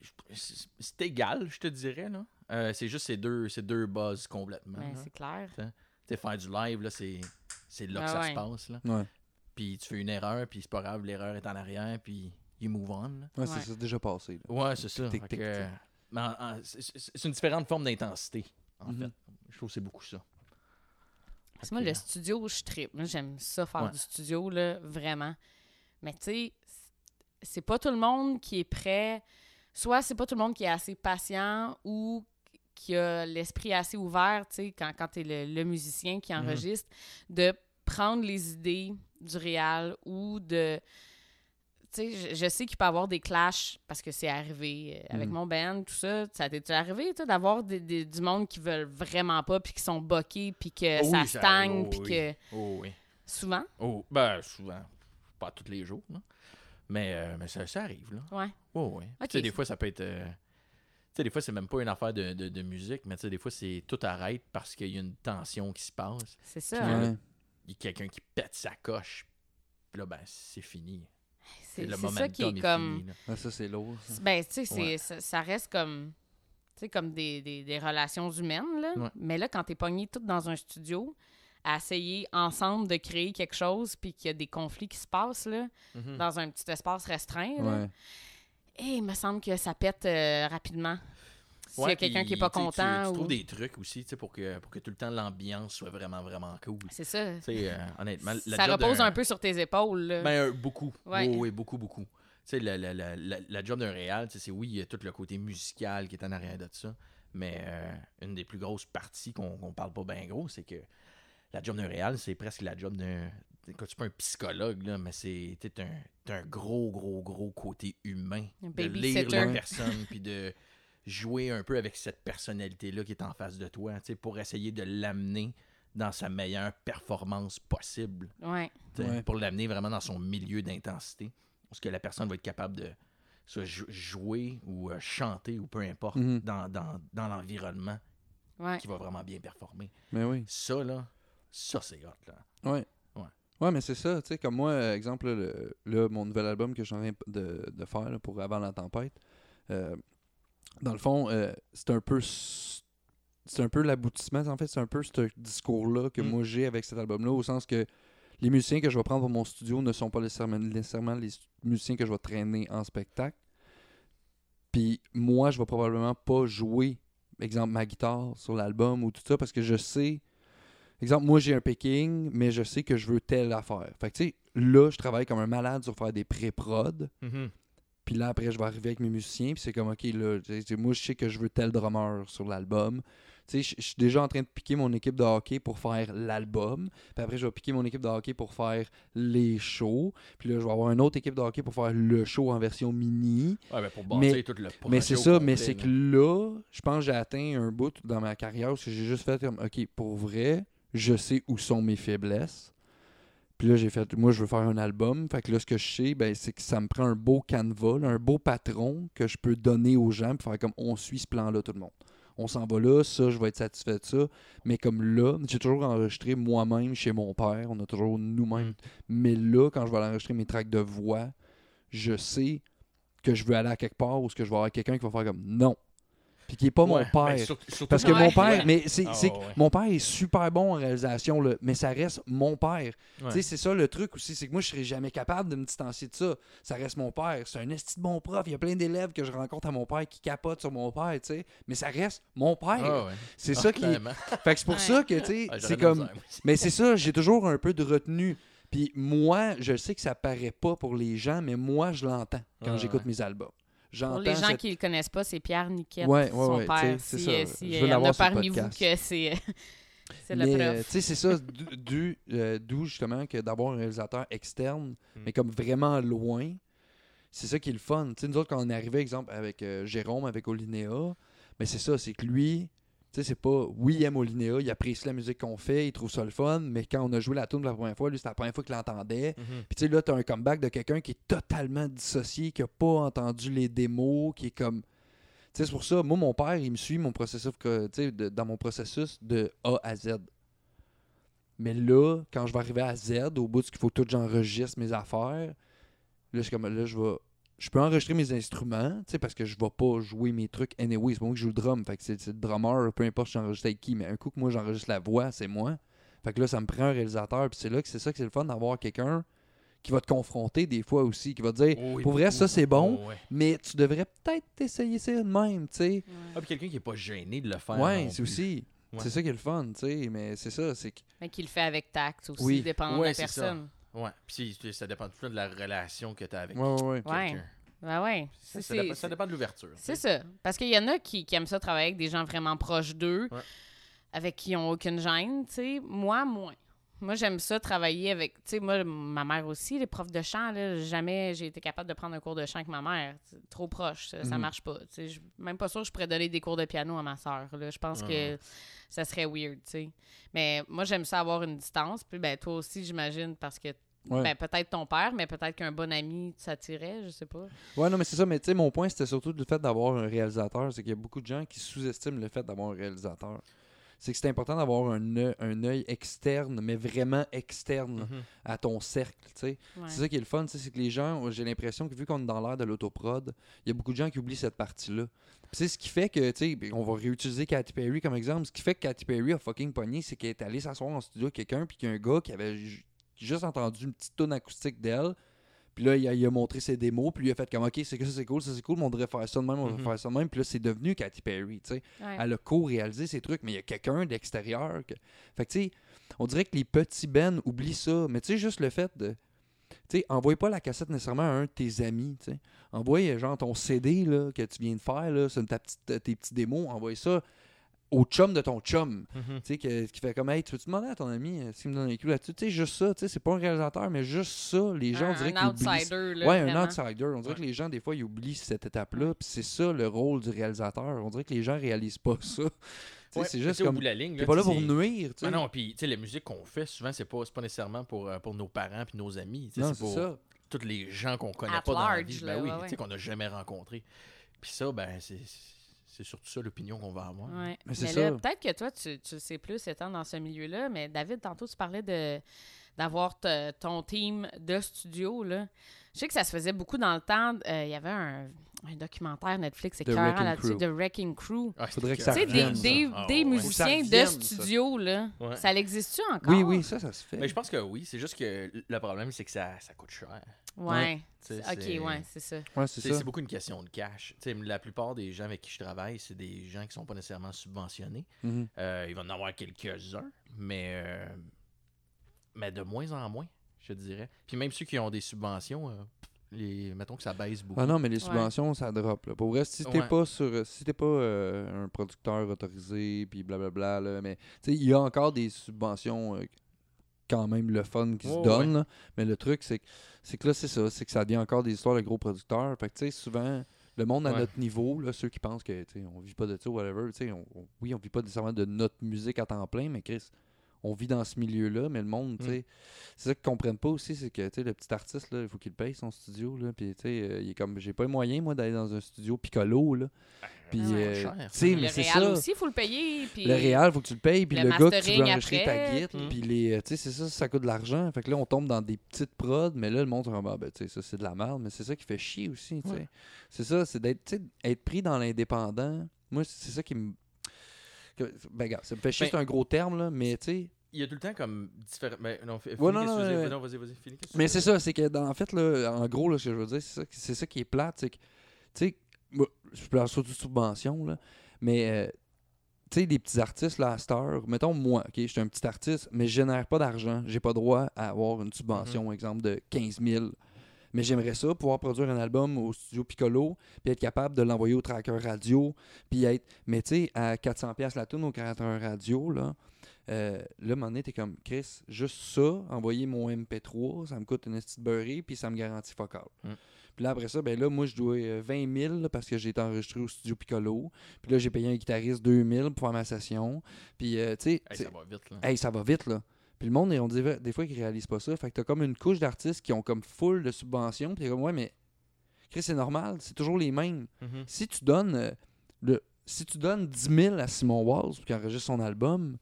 [SPEAKER 3] je- c'est c'est égal, je te dirais. là. Euh, c'est juste ces deux, ces deux buzz complètement.
[SPEAKER 2] Ben,
[SPEAKER 3] là.
[SPEAKER 2] c'est clair.
[SPEAKER 3] Tu sais, faire du live, là, c'est c'est là
[SPEAKER 2] Ah
[SPEAKER 3] que ça
[SPEAKER 2] ouais.
[SPEAKER 3] se passe. Là.
[SPEAKER 1] Ouais,
[SPEAKER 3] Puis tu fais une erreur, puis c'est pas grave, l'erreur est en arrière, puis you move on. là.
[SPEAKER 1] ouais,
[SPEAKER 2] Ouais.
[SPEAKER 1] c'est ça, déjà passé. là.
[SPEAKER 3] Ouais, c'est ça.
[SPEAKER 1] Tic,
[SPEAKER 3] Fait
[SPEAKER 1] tic,
[SPEAKER 3] que,
[SPEAKER 1] tic.
[SPEAKER 3] mais en- en- c'est- c'est c'est une différente forme d'intensité, en
[SPEAKER 1] Mhm.
[SPEAKER 3] fait. Je trouve que c'est beaucoup ça.
[SPEAKER 2] Parce que moi,
[SPEAKER 3] Ok.
[SPEAKER 2] le studio, je tripe. Moi, j'aime ça faire
[SPEAKER 3] Ouais.
[SPEAKER 2] du studio, là, vraiment. Mais tu sais, c'est pas tout le monde qui est prêt. Soit c'est pas tout le monde qui est assez patient ou qui a l'esprit assez ouvert, tu sais, quand, quand t'es le, le musicien qui enregistre, de prendre les idées du réal ou de... Tu sais, je, je sais qu'il peut y avoir des clashs parce que c'est arrivé euh, avec
[SPEAKER 3] Mm.
[SPEAKER 1] Mhm.
[SPEAKER 2] mon band, tout ça. Ça t'est arrivé, toi, d'avoir des- des- du monde qui veulent vraiment pas puis qui sont boqués puis que
[SPEAKER 3] Oh oui,
[SPEAKER 2] ça
[SPEAKER 3] ça-
[SPEAKER 2] stagne
[SPEAKER 3] oh
[SPEAKER 2] puis
[SPEAKER 3] oui.
[SPEAKER 2] que...
[SPEAKER 3] Oh, oui.
[SPEAKER 2] Souvent,
[SPEAKER 3] Oh, ben, souvent. Pas tous les jours, là. Mais, euh, mais ça, ça arrive, là.
[SPEAKER 2] ouais.
[SPEAKER 3] Ouais, ouais.
[SPEAKER 2] Ok.
[SPEAKER 3] Tu sais, des fois, ça peut être. euh, Tu sais, des fois, c'est même pas une affaire de, de- de musique, mais tu sais, des fois, c'est tout arrête parce qu'il y a une tension qui se passe.
[SPEAKER 2] C'est ça.
[SPEAKER 3] Ouais.
[SPEAKER 2] hein.
[SPEAKER 1] Ouais.
[SPEAKER 3] Il y a quelqu'un qui pète sa coche. Puis là, ben, c'est fini.
[SPEAKER 2] C'est
[SPEAKER 3] le
[SPEAKER 2] c'est
[SPEAKER 3] momentum
[SPEAKER 2] ça qui est comme.
[SPEAKER 3] fini, là.
[SPEAKER 1] Ouais, ça, c'est lourd. ça.
[SPEAKER 2] Ben, tu sais, c'est-
[SPEAKER 3] Ouais.
[SPEAKER 2] ça, ça reste comme. Tu sais, comme des, des- des relations humaines, là.
[SPEAKER 3] Ouais.
[SPEAKER 2] Mais là, quand t'es pogné tout dans un studio, à essayer ensemble de créer quelque chose, puis qu'il y a des conflits qui se passent, là,
[SPEAKER 3] Mhm.
[SPEAKER 2] dans un petit espace restreint, là,
[SPEAKER 1] Ouais.
[SPEAKER 2] eh, il me semble que ça pète euh, rapidement. S'il y
[SPEAKER 3] Ouais,
[SPEAKER 2] a quelqu'un
[SPEAKER 3] puis,
[SPEAKER 2] qui est pas
[SPEAKER 3] tu sais, tu-
[SPEAKER 2] content.
[SPEAKER 3] Tu,
[SPEAKER 2] ou...
[SPEAKER 3] trouves des trucs aussi, tu sais, pour que, pour que tout le temps l'ambiance soit vraiment, vraiment cool. Tu
[SPEAKER 2] C'est ça.
[SPEAKER 3] sais, euh, honnêtement, la
[SPEAKER 2] ça
[SPEAKER 3] job
[SPEAKER 2] repose
[SPEAKER 3] d'un-
[SPEAKER 2] un peu sur tes épaules, là.
[SPEAKER 3] Ben, euh, beaucoup.
[SPEAKER 2] Ouais.
[SPEAKER 3] Oui, oui, beaucoup, beaucoup. Tu sais, la, la, la, la, la job d'un réal, tu sais, c'est oui, il y a tout le côté musical qui est en arrière de ça, mais euh, une des plus grosses parties qu'on qu'on parle pas bien gros, c'est que la job d'un réal, c'est presque la job d'un... Quand tu pas un psychologue, là, mais c'est t'es un, t'as un gros, gros, gros côté humain.
[SPEAKER 2] Un
[SPEAKER 3] De
[SPEAKER 2] babysitter.
[SPEAKER 3] lire la [laughs] personne, puis de jouer un peu avec cette personnalité-là qui est en face de toi, tu sais, pour essayer de l'amener dans sa meilleure performance possible
[SPEAKER 2] Ouais.
[SPEAKER 3] t'sais,
[SPEAKER 1] Ouais.
[SPEAKER 3] euh, pour l'amener vraiment dans son milieu d'intensité. Parce que la personne va être capable de soit jou- jouer ou euh, chanter ou peu importe
[SPEAKER 1] Mhm.
[SPEAKER 3] dans, dans, dans l'environnement
[SPEAKER 2] Ouais.
[SPEAKER 3] qui va vraiment bien performer.
[SPEAKER 1] Mais oui.
[SPEAKER 3] Ça, là, ça, c'est hot, là.
[SPEAKER 1] Ouais.
[SPEAKER 3] Ouais.
[SPEAKER 1] Ouais, mais c'est ça, tu sais, comme moi, euh, exemple, là, le- là, mon nouvel album que je suis en train de, de faire là, pour Avant la tempête, euh, dans le fond, euh, c'est un peu s- c'est un peu l'aboutissement, en fait, c'est un peu ce discours-là que
[SPEAKER 3] Mm.
[SPEAKER 1] moi j'ai avec cet album-là, au sens que les musiciens que je vais prendre pour mon studio ne sont pas nécessairement, nécessairement les stu- musiciens que je vais traîner en spectacle. Puis moi, je vais probablement pas jouer, exemple, ma guitare sur l'album ou tout ça, parce que je sais Exemple, moi j'ai un picking, mais je sais que
[SPEAKER 3] Mhm.
[SPEAKER 1] je veux telle affaire. Fait que tu sais, là, je travaille comme un malade sur faire des pré-prod. Puis là, après, je vais arriver avec mes musiciens. Puis c'est comme, OK, là, tu sais, moi, je sais que je veux tel drummer sur l'album. Tu sais, je- je suis déjà en train de piquer mon équipe de hockey pour faire l'album. Puis après, je vais piquer mon équipe de hockey pour faire les shows. Puis là, je vais avoir une autre équipe de hockey pour faire le show en version mini.
[SPEAKER 3] Ouais, ben, pour bâtir
[SPEAKER 1] Mais-
[SPEAKER 3] tout le projet.
[SPEAKER 1] Mais c'est
[SPEAKER 3] au
[SPEAKER 1] ça,
[SPEAKER 3] complet,
[SPEAKER 1] mais c'est
[SPEAKER 3] là.
[SPEAKER 1] que là, je pense que j'ai atteint un bout dans ma carrière où j'ai juste fait comme, OK, pour vrai, je sais où sont mes faiblesses. Puis là, j'ai fait, moi, je veux faire un album. Fait que là, ce que je sais, ben, c'est que ça me prend un beau canevas, là, un beau patron que je peux donner aux gens pour faire comme, on suit ce plan-là, tout le monde. On s'en va là, ça, je vais être satisfait de ça. Mais comme là, j'ai toujours enregistré moi-même chez mon père. On a toujours nous-mêmes.
[SPEAKER 3] Mm.
[SPEAKER 1] Mais là, quand je vais aller enregistrer mes tracks de voix, je sais que je veux aller à quelque part ou ce que je vais avoir quelqu'un qui va faire comme non. Puis qui est pas
[SPEAKER 3] Ouais,
[SPEAKER 1] mon père.
[SPEAKER 3] ben, surtout- surtout
[SPEAKER 1] Parce que
[SPEAKER 3] dans-
[SPEAKER 1] mon
[SPEAKER 2] Ouais.
[SPEAKER 1] père, mais c'est,
[SPEAKER 3] Ah,
[SPEAKER 1] c'est que
[SPEAKER 3] ouais, ouais.
[SPEAKER 1] mon père est super bon en réalisation, là, mais ça reste mon père.
[SPEAKER 3] Ouais.
[SPEAKER 1] Tu sais, c'est ça le truc aussi, c'est que moi, je serais jamais capable de me distancer de ça. Ça reste mon père. C'est un esti de bon prof. Il y a plein d'élèves que je rencontre à mon père qui capotent sur mon père, tu sais. Mais ça reste mon père.
[SPEAKER 3] Ah, ouais.
[SPEAKER 1] C'est
[SPEAKER 3] Ah,
[SPEAKER 1] ça qui.
[SPEAKER 3] clairement.
[SPEAKER 1] Fait que c'est pour
[SPEAKER 2] Ouais.
[SPEAKER 1] ça que, tu sais,
[SPEAKER 3] Ah, j'aurais
[SPEAKER 1] c'est
[SPEAKER 3] de la
[SPEAKER 1] comme.
[SPEAKER 3] misère, oui.
[SPEAKER 1] Mais c'est ça, j'ai toujours un peu de retenue. Puis moi, je sais que ça paraît pas pour les gens, mais moi, je l'entends quand
[SPEAKER 3] Ouais,
[SPEAKER 1] j'écoute
[SPEAKER 3] ouais.
[SPEAKER 1] mes albums.
[SPEAKER 2] Pour
[SPEAKER 1] J'entends
[SPEAKER 2] les gens
[SPEAKER 1] cette-
[SPEAKER 2] qui ne le connaissent pas, c'est Pierre Niquette,
[SPEAKER 1] Ouais, ouais,
[SPEAKER 2] son
[SPEAKER 1] ouais,
[SPEAKER 2] père.
[SPEAKER 1] tu sais, c'est
[SPEAKER 2] si,
[SPEAKER 1] ça.
[SPEAKER 2] euh,
[SPEAKER 1] Je
[SPEAKER 2] si,
[SPEAKER 1] veux
[SPEAKER 2] euh, il y en a
[SPEAKER 1] l'avoir sur le
[SPEAKER 2] parmi vous
[SPEAKER 1] podcast.
[SPEAKER 2] que c'est [laughs] c'est le
[SPEAKER 1] Mais,
[SPEAKER 2] prof.
[SPEAKER 1] euh, tu sais, c'est ça, d- du- euh, d'où justement que d'avoir un réalisateur externe, mais comme vraiment loin, c'est ça qui est le fun. Tu sais, nous autres, quand on est arrivé, exemple, avec euh, Jérôme, avec Olinéa, mais c'est ça, c'est que lui, tu sais, c'est pas, oui, il aime Olinéa, il apprécie la musique qu'on fait, il trouve ça le fun, mais quand on a joué la tune la première fois, lui, c'était la première fois qu'il l'entendait.
[SPEAKER 3] Mhm.
[SPEAKER 1] Puis tu sais, là, t'as un comeback de quelqu'un qui est totalement dissocié, qui a pas entendu les démos, qui est comme. Tu sais, c'est pour ça, moi, mon père, il me suit mon processus, que- tu sais, de- dans mon processus de A à Z. Mais là, quand je vais arriver à Z, au bout de ce qu'il faut tout, j'enregistre mes affaires. Là, je suis comme, là, je vais. Je peux enregistrer mes instruments, tu sais, parce que je vais pas jouer mes trucs anyway. C'est moi qui joue le drum. Fait que c'est c'est le drummer, peu importe si j'enregistre avec qui. Mais un coup que moi, j'enregistre la voix, c'est moi. Fait que là, ça me prend un réalisateur. Puis c'est là que c'est ça que c'est le fun d'avoir quelqu'un qui va te confronter des fois aussi, qui va te dire
[SPEAKER 3] Oh, oui,
[SPEAKER 1] Pour vrai,
[SPEAKER 3] beaucoup.
[SPEAKER 1] ça, c'est bon.
[SPEAKER 3] Oh, ouais.
[SPEAKER 1] Mais tu devrais peut-être essayer ça de même, tu sais.
[SPEAKER 3] Ah, puis quelqu'un qui n'est pas gêné de le faire.
[SPEAKER 1] ouais,
[SPEAKER 3] non
[SPEAKER 1] c'est
[SPEAKER 3] plus.
[SPEAKER 1] aussi.
[SPEAKER 3] Ouais.
[SPEAKER 1] C'est ça qui est le fun, tu sais. Mais c'est ça, c'est que.
[SPEAKER 2] Mais qu'il le fait avec tact aussi,
[SPEAKER 1] Oui.
[SPEAKER 2] dépendant de
[SPEAKER 3] Ouais,
[SPEAKER 2] la
[SPEAKER 3] c'est ça.
[SPEAKER 2] personne.
[SPEAKER 3] Ouais. Puis c'est- ça dépend tout le temps de la relation que tu as avec
[SPEAKER 1] Ouais, ouais, ouais.
[SPEAKER 2] Ouais.
[SPEAKER 3] quelqu'un.
[SPEAKER 2] Ben ouais. C'est-
[SPEAKER 3] Ça, ça dépend-
[SPEAKER 2] c'est-
[SPEAKER 3] ça dépend de l'ouverture.
[SPEAKER 2] C'est ça. Parce qu'il y en a qui, qui aiment ça travailler avec des gens vraiment proches d'eux,
[SPEAKER 3] Ouais.
[SPEAKER 2] avec qui ils n'ont aucune gêne, tu sais. Moi, moins. Moi, j'aime ça travailler avec. Tu sais, moi, ma mère aussi, les profs de chant, là, jamais j'ai été capable de prendre un cours de chant avec ma mère. C'est Trop proche, ça, ça
[SPEAKER 1] Mhm.
[SPEAKER 2] marche pas. Tu sais, je même pas sûr que je pourrais donner des cours de piano à ma soeur. Je pense que ça serait weird, tu sais. Mais moi, j'aime ça avoir une distance. Puis, ben, toi aussi, j'imagine, parce que.
[SPEAKER 1] Ouais.
[SPEAKER 2] Ben, peut-être ton père, mais peut-être qu'un bon ami s'attirait, je sais pas.
[SPEAKER 1] Ouais, non, mais c'est ça. Mais tu sais, mon point, c'était surtout le fait d'avoir un réalisateur. C'est qu'il y a beaucoup de gens qui sous-estiment le fait d'avoir un réalisateur. C'est que c'est important d'avoir un œil, un œil externe, mais vraiment externe
[SPEAKER 3] Mhm.
[SPEAKER 1] à ton cercle, tu sais.
[SPEAKER 2] Ouais.
[SPEAKER 1] C'est ça qui est le fun, tu sais, c'est que les gens, j'ai l'impression que vu qu'on est dans l'ère de l'autoprod, il y a beaucoup de gens qui oublient cette partie-là. Puis C'est ce qui fait que, tu sais, on va réutiliser Katy Perry comme exemple. Ce qui fait que Katy Perry a fucking pogné, c'est qu'elle est allée s'asseoir en studio avec quelqu'un, puis qu'il y a un gars qui avait ju- juste entendu une petite tune acoustique d'elle. Puis là, il a, il a montré ses démos, puis lui a fait comme, OK, c'est que ça, c'est cool, ça, c'est cool, mais on devrait faire ça de même, on devrait
[SPEAKER 3] Mhm.
[SPEAKER 1] faire ça de même. Puis là, c'est devenu Katy Perry, tu sais.
[SPEAKER 2] Ouais.
[SPEAKER 1] Elle a co-réalisé ces trucs, mais il y a quelqu'un de l'extérieur. Que... Fait que, tu sais, on dirait que les petits Ben oublient ça. Mais tu sais, juste le fait de. Tu sais, envoie pas la cassette nécessairement à un de tes amis. Tu sais. Envoie, euh, genre, ton CD là, que tu viens de faire, là, sur ta petite, euh, tes petits démos, envoie ça au chum de ton chum.
[SPEAKER 2] Mm-hmm.
[SPEAKER 1] Tu
[SPEAKER 3] Mhm.
[SPEAKER 1] sais, que- qui fait comme, hey, tu veux-tu demander à ton ami euh, s'il me donne un clou là-dessus? Tu sais, juste ça, tu sais, c'est pas un réalisateur, mais juste ça, les gens, on dirait qu'ils
[SPEAKER 2] un
[SPEAKER 1] oublient ça.
[SPEAKER 2] outsider, là,
[SPEAKER 1] Ouais,
[SPEAKER 2] vraiment. Mm.
[SPEAKER 1] un outsider. On dirait
[SPEAKER 3] Ouais.
[SPEAKER 1] que les gens, des fois, ils oublient cette étape-là. Puis c'est ça le rôle du réalisateur. On dirait que les gens réalisent pas ça. [laughs] Tu sais,
[SPEAKER 3] Ouais,
[SPEAKER 1] c'est
[SPEAKER 3] mais tu
[SPEAKER 1] juste
[SPEAKER 3] sais, au bout
[SPEAKER 1] comme.
[SPEAKER 3] de la ligne.
[SPEAKER 1] T'es pas là
[SPEAKER 3] tu sais,
[SPEAKER 1] pour nuire. Tu sais.
[SPEAKER 3] Ah non, puis tu sais, la musique qu'on fait, souvent, c'est pas, c'est pas nécessairement pour, euh, pour nos parents puis nos amis. tu sais,
[SPEAKER 1] Non, c'est
[SPEAKER 3] C'est pour
[SPEAKER 1] ça.
[SPEAKER 3] tous les gens qu'on connaît
[SPEAKER 2] At
[SPEAKER 3] pas dans la
[SPEAKER 2] large,
[SPEAKER 3] vie.
[SPEAKER 2] là,
[SPEAKER 3] ben oui,
[SPEAKER 2] ouais,
[SPEAKER 3] tu
[SPEAKER 2] ouais.
[SPEAKER 3] sais, qu'on n'a jamais rencontré. Puis ça, ben, c'est c'est surtout ça l'opinion qu'on va avoir.
[SPEAKER 2] Ouais.
[SPEAKER 1] Mais
[SPEAKER 2] Mais,
[SPEAKER 1] c'est
[SPEAKER 2] là,
[SPEAKER 1] ça.
[SPEAKER 2] peut-être que toi, tu, tu le sais plus étant dans ce milieu-là, mais David, tantôt, tu parlais de d'avoir te- ton team de studio. Là. Je sais que ça se faisait beaucoup dans le temps. euh, Il y avait un, un documentaire Netflix écœurant
[SPEAKER 1] Wrecking
[SPEAKER 2] là-dessus,
[SPEAKER 1] Crew.
[SPEAKER 2] The Wrecking Crew.
[SPEAKER 3] Ah, c'est
[SPEAKER 1] Faudrait que
[SPEAKER 2] Tu
[SPEAKER 1] ça
[SPEAKER 2] sais, des,
[SPEAKER 1] revienne,
[SPEAKER 3] ça.
[SPEAKER 2] des,
[SPEAKER 3] Ah,
[SPEAKER 2] des
[SPEAKER 3] ouais.
[SPEAKER 2] musiciens
[SPEAKER 1] Faut que ça
[SPEAKER 2] de
[SPEAKER 1] revienne, ça.
[SPEAKER 2] studio, là.
[SPEAKER 3] Ouais.
[SPEAKER 2] Ça l'existe-tu encore?
[SPEAKER 1] Oui, oui, ça, ça se fait.
[SPEAKER 3] Ah Mais je pense que oui, c'est juste que le problème, c'est que ça, ça coûte cher.
[SPEAKER 2] Ouais.
[SPEAKER 3] Tu sais, c'est-
[SPEAKER 2] OK, ouais, c'est ça.
[SPEAKER 1] Ouais, c'est
[SPEAKER 3] C'est
[SPEAKER 1] ça.
[SPEAKER 3] c'est beaucoup une question de cash. Tu sais, la plupart des gens avec qui je travaille, c'est des gens qui sont pas nécessairement subventionnés.
[SPEAKER 1] Mhm.
[SPEAKER 3] Euh, il va en avoir quelques-uns, mais, euh, mais de moins en moins, je te dirais. Puis même ceux qui ont des subventions, euh, Les... Mettons que ça baisse beaucoup.
[SPEAKER 1] Ah non, mais les subventions, ça drop. Là. Pour vrai, si t'es
[SPEAKER 3] Ouais.
[SPEAKER 1] pas sur, si t'es pas euh, un producteur autorisé, puis blablabla, là, mais tu sais, il y a encore des subventions euh, quand même le fun qui
[SPEAKER 3] Ouais,
[SPEAKER 1] se donnent. là. Mais le truc, c'est que, c'est que là, c'est ça, c'est que ça devient encore des histoires de gros producteurs. Fait que tu sais, souvent. Le monde à
[SPEAKER 3] Ouais.
[SPEAKER 1] notre niveau, là, ceux qui pensent que tu sais, on vit pas de ça, whatever, tu sais, on, on- oui, on vit pas nécessairement de notre musique à temps plein, mais Chris, on vit dans ce milieu-là, mais le monde, tu
[SPEAKER 3] Mm.
[SPEAKER 1] sais, c'est ça qu'ils comprennent pas aussi, c'est que tu sais, le petit artiste, là, il faut qu'il paye son studio. Là, puis, tu sais, euh, il est comme, j'ai pas les moyens, moi, d'aller dans un studio piccolo. Là. Puis,
[SPEAKER 2] ça coûte
[SPEAKER 1] euh,
[SPEAKER 3] cher,
[SPEAKER 1] tu
[SPEAKER 3] Ben, ça.
[SPEAKER 1] sais,
[SPEAKER 2] le
[SPEAKER 1] mais c'est
[SPEAKER 2] réal
[SPEAKER 1] ça.
[SPEAKER 2] aussi, il faut le payer. Puis...
[SPEAKER 1] Le réal, faut que tu le payes, puis
[SPEAKER 2] le
[SPEAKER 1] le, gars que tu veux
[SPEAKER 2] mastering
[SPEAKER 1] enregistrer ta
[SPEAKER 2] après,
[SPEAKER 1] guide,
[SPEAKER 3] Mm.
[SPEAKER 2] puis-
[SPEAKER 1] puis les, euh, tu sais, c'est ça, ça coûte de l'argent. Fait que là, on tombe dans des petites prods, mais là, le monde, c'est comme, Ah, ben, tu sais, ça, c'est de la merde, mais c'est ça qui fait chier aussi, tu sais.
[SPEAKER 3] Ouais.
[SPEAKER 1] C'est ça, c'est d'être, tu sais, être pris dans l'indépendant. Moi, c'est ça qui me... que- Ben, gars, ça me fait chier,
[SPEAKER 3] Ben-
[SPEAKER 1] c'est un gros terme, là, mais, tu sais,
[SPEAKER 3] Il y a tout le temps comme différents. Mais non, fi-
[SPEAKER 1] Ouais,
[SPEAKER 3] finis,
[SPEAKER 1] non,
[SPEAKER 3] qu'est-ce que
[SPEAKER 1] non,
[SPEAKER 3] tu veux dire?
[SPEAKER 1] ouais.
[SPEAKER 3] Non, vas-y, vas-y, finis, qu'est-ce que
[SPEAKER 1] Mais
[SPEAKER 3] tu
[SPEAKER 1] c'est
[SPEAKER 3] veux
[SPEAKER 1] ça, c'est que dans- en fait, là, en gros, là, ce que je veux dire, c'est ça, c'est ça qui est plate, c'est que, tu sais, moi, je parle surtout de subvention, là, mais, euh, tu sais, des petits artistes, là, à cette heure, mettons, moi, OK, je suis un petit artiste, mais je génère pas d'argent, j'ai pas droit à avoir une subvention, exemple, de 15 000, mais j'aimerais ça, pouvoir produire un album au studio Piccolo, puis être capable de l'envoyer au tracker radio, puis être, mais tu sais, à 400 pièces la tune au tracker radio, là, euh, là, à un moment donné, t'es comme, Chris, juste ça, envoyer mon MP3, ça me coûte une petite beurrée, puis ça me garantit fuck all.
[SPEAKER 3] Mm.
[SPEAKER 1] Puis là, après ça, ben là, moi, je dois euh, 20 000 là, parce que j'ai été enregistré au studio Piccolo. Puis là, j'ai payé un guitariste 2 000 pour faire ma session. Puis, euh, tu sais,
[SPEAKER 3] Hey,
[SPEAKER 1] t'sais-
[SPEAKER 3] ça va vite, là.
[SPEAKER 1] hey, ça va vite, là. Puis le monde, on dit, des fois, qu'ils réalisent pas ça. Fait que t'as comme une couche d'artistes qui ont comme full de subventions. Puis t'es comme, ouais, mais Chris, c'est normal, c'est toujours les mêmes
[SPEAKER 3] Mhm.
[SPEAKER 1] si tu donnes euh, le si tu donnes 10 000 à Simon Walls pour qu'il enregistre son album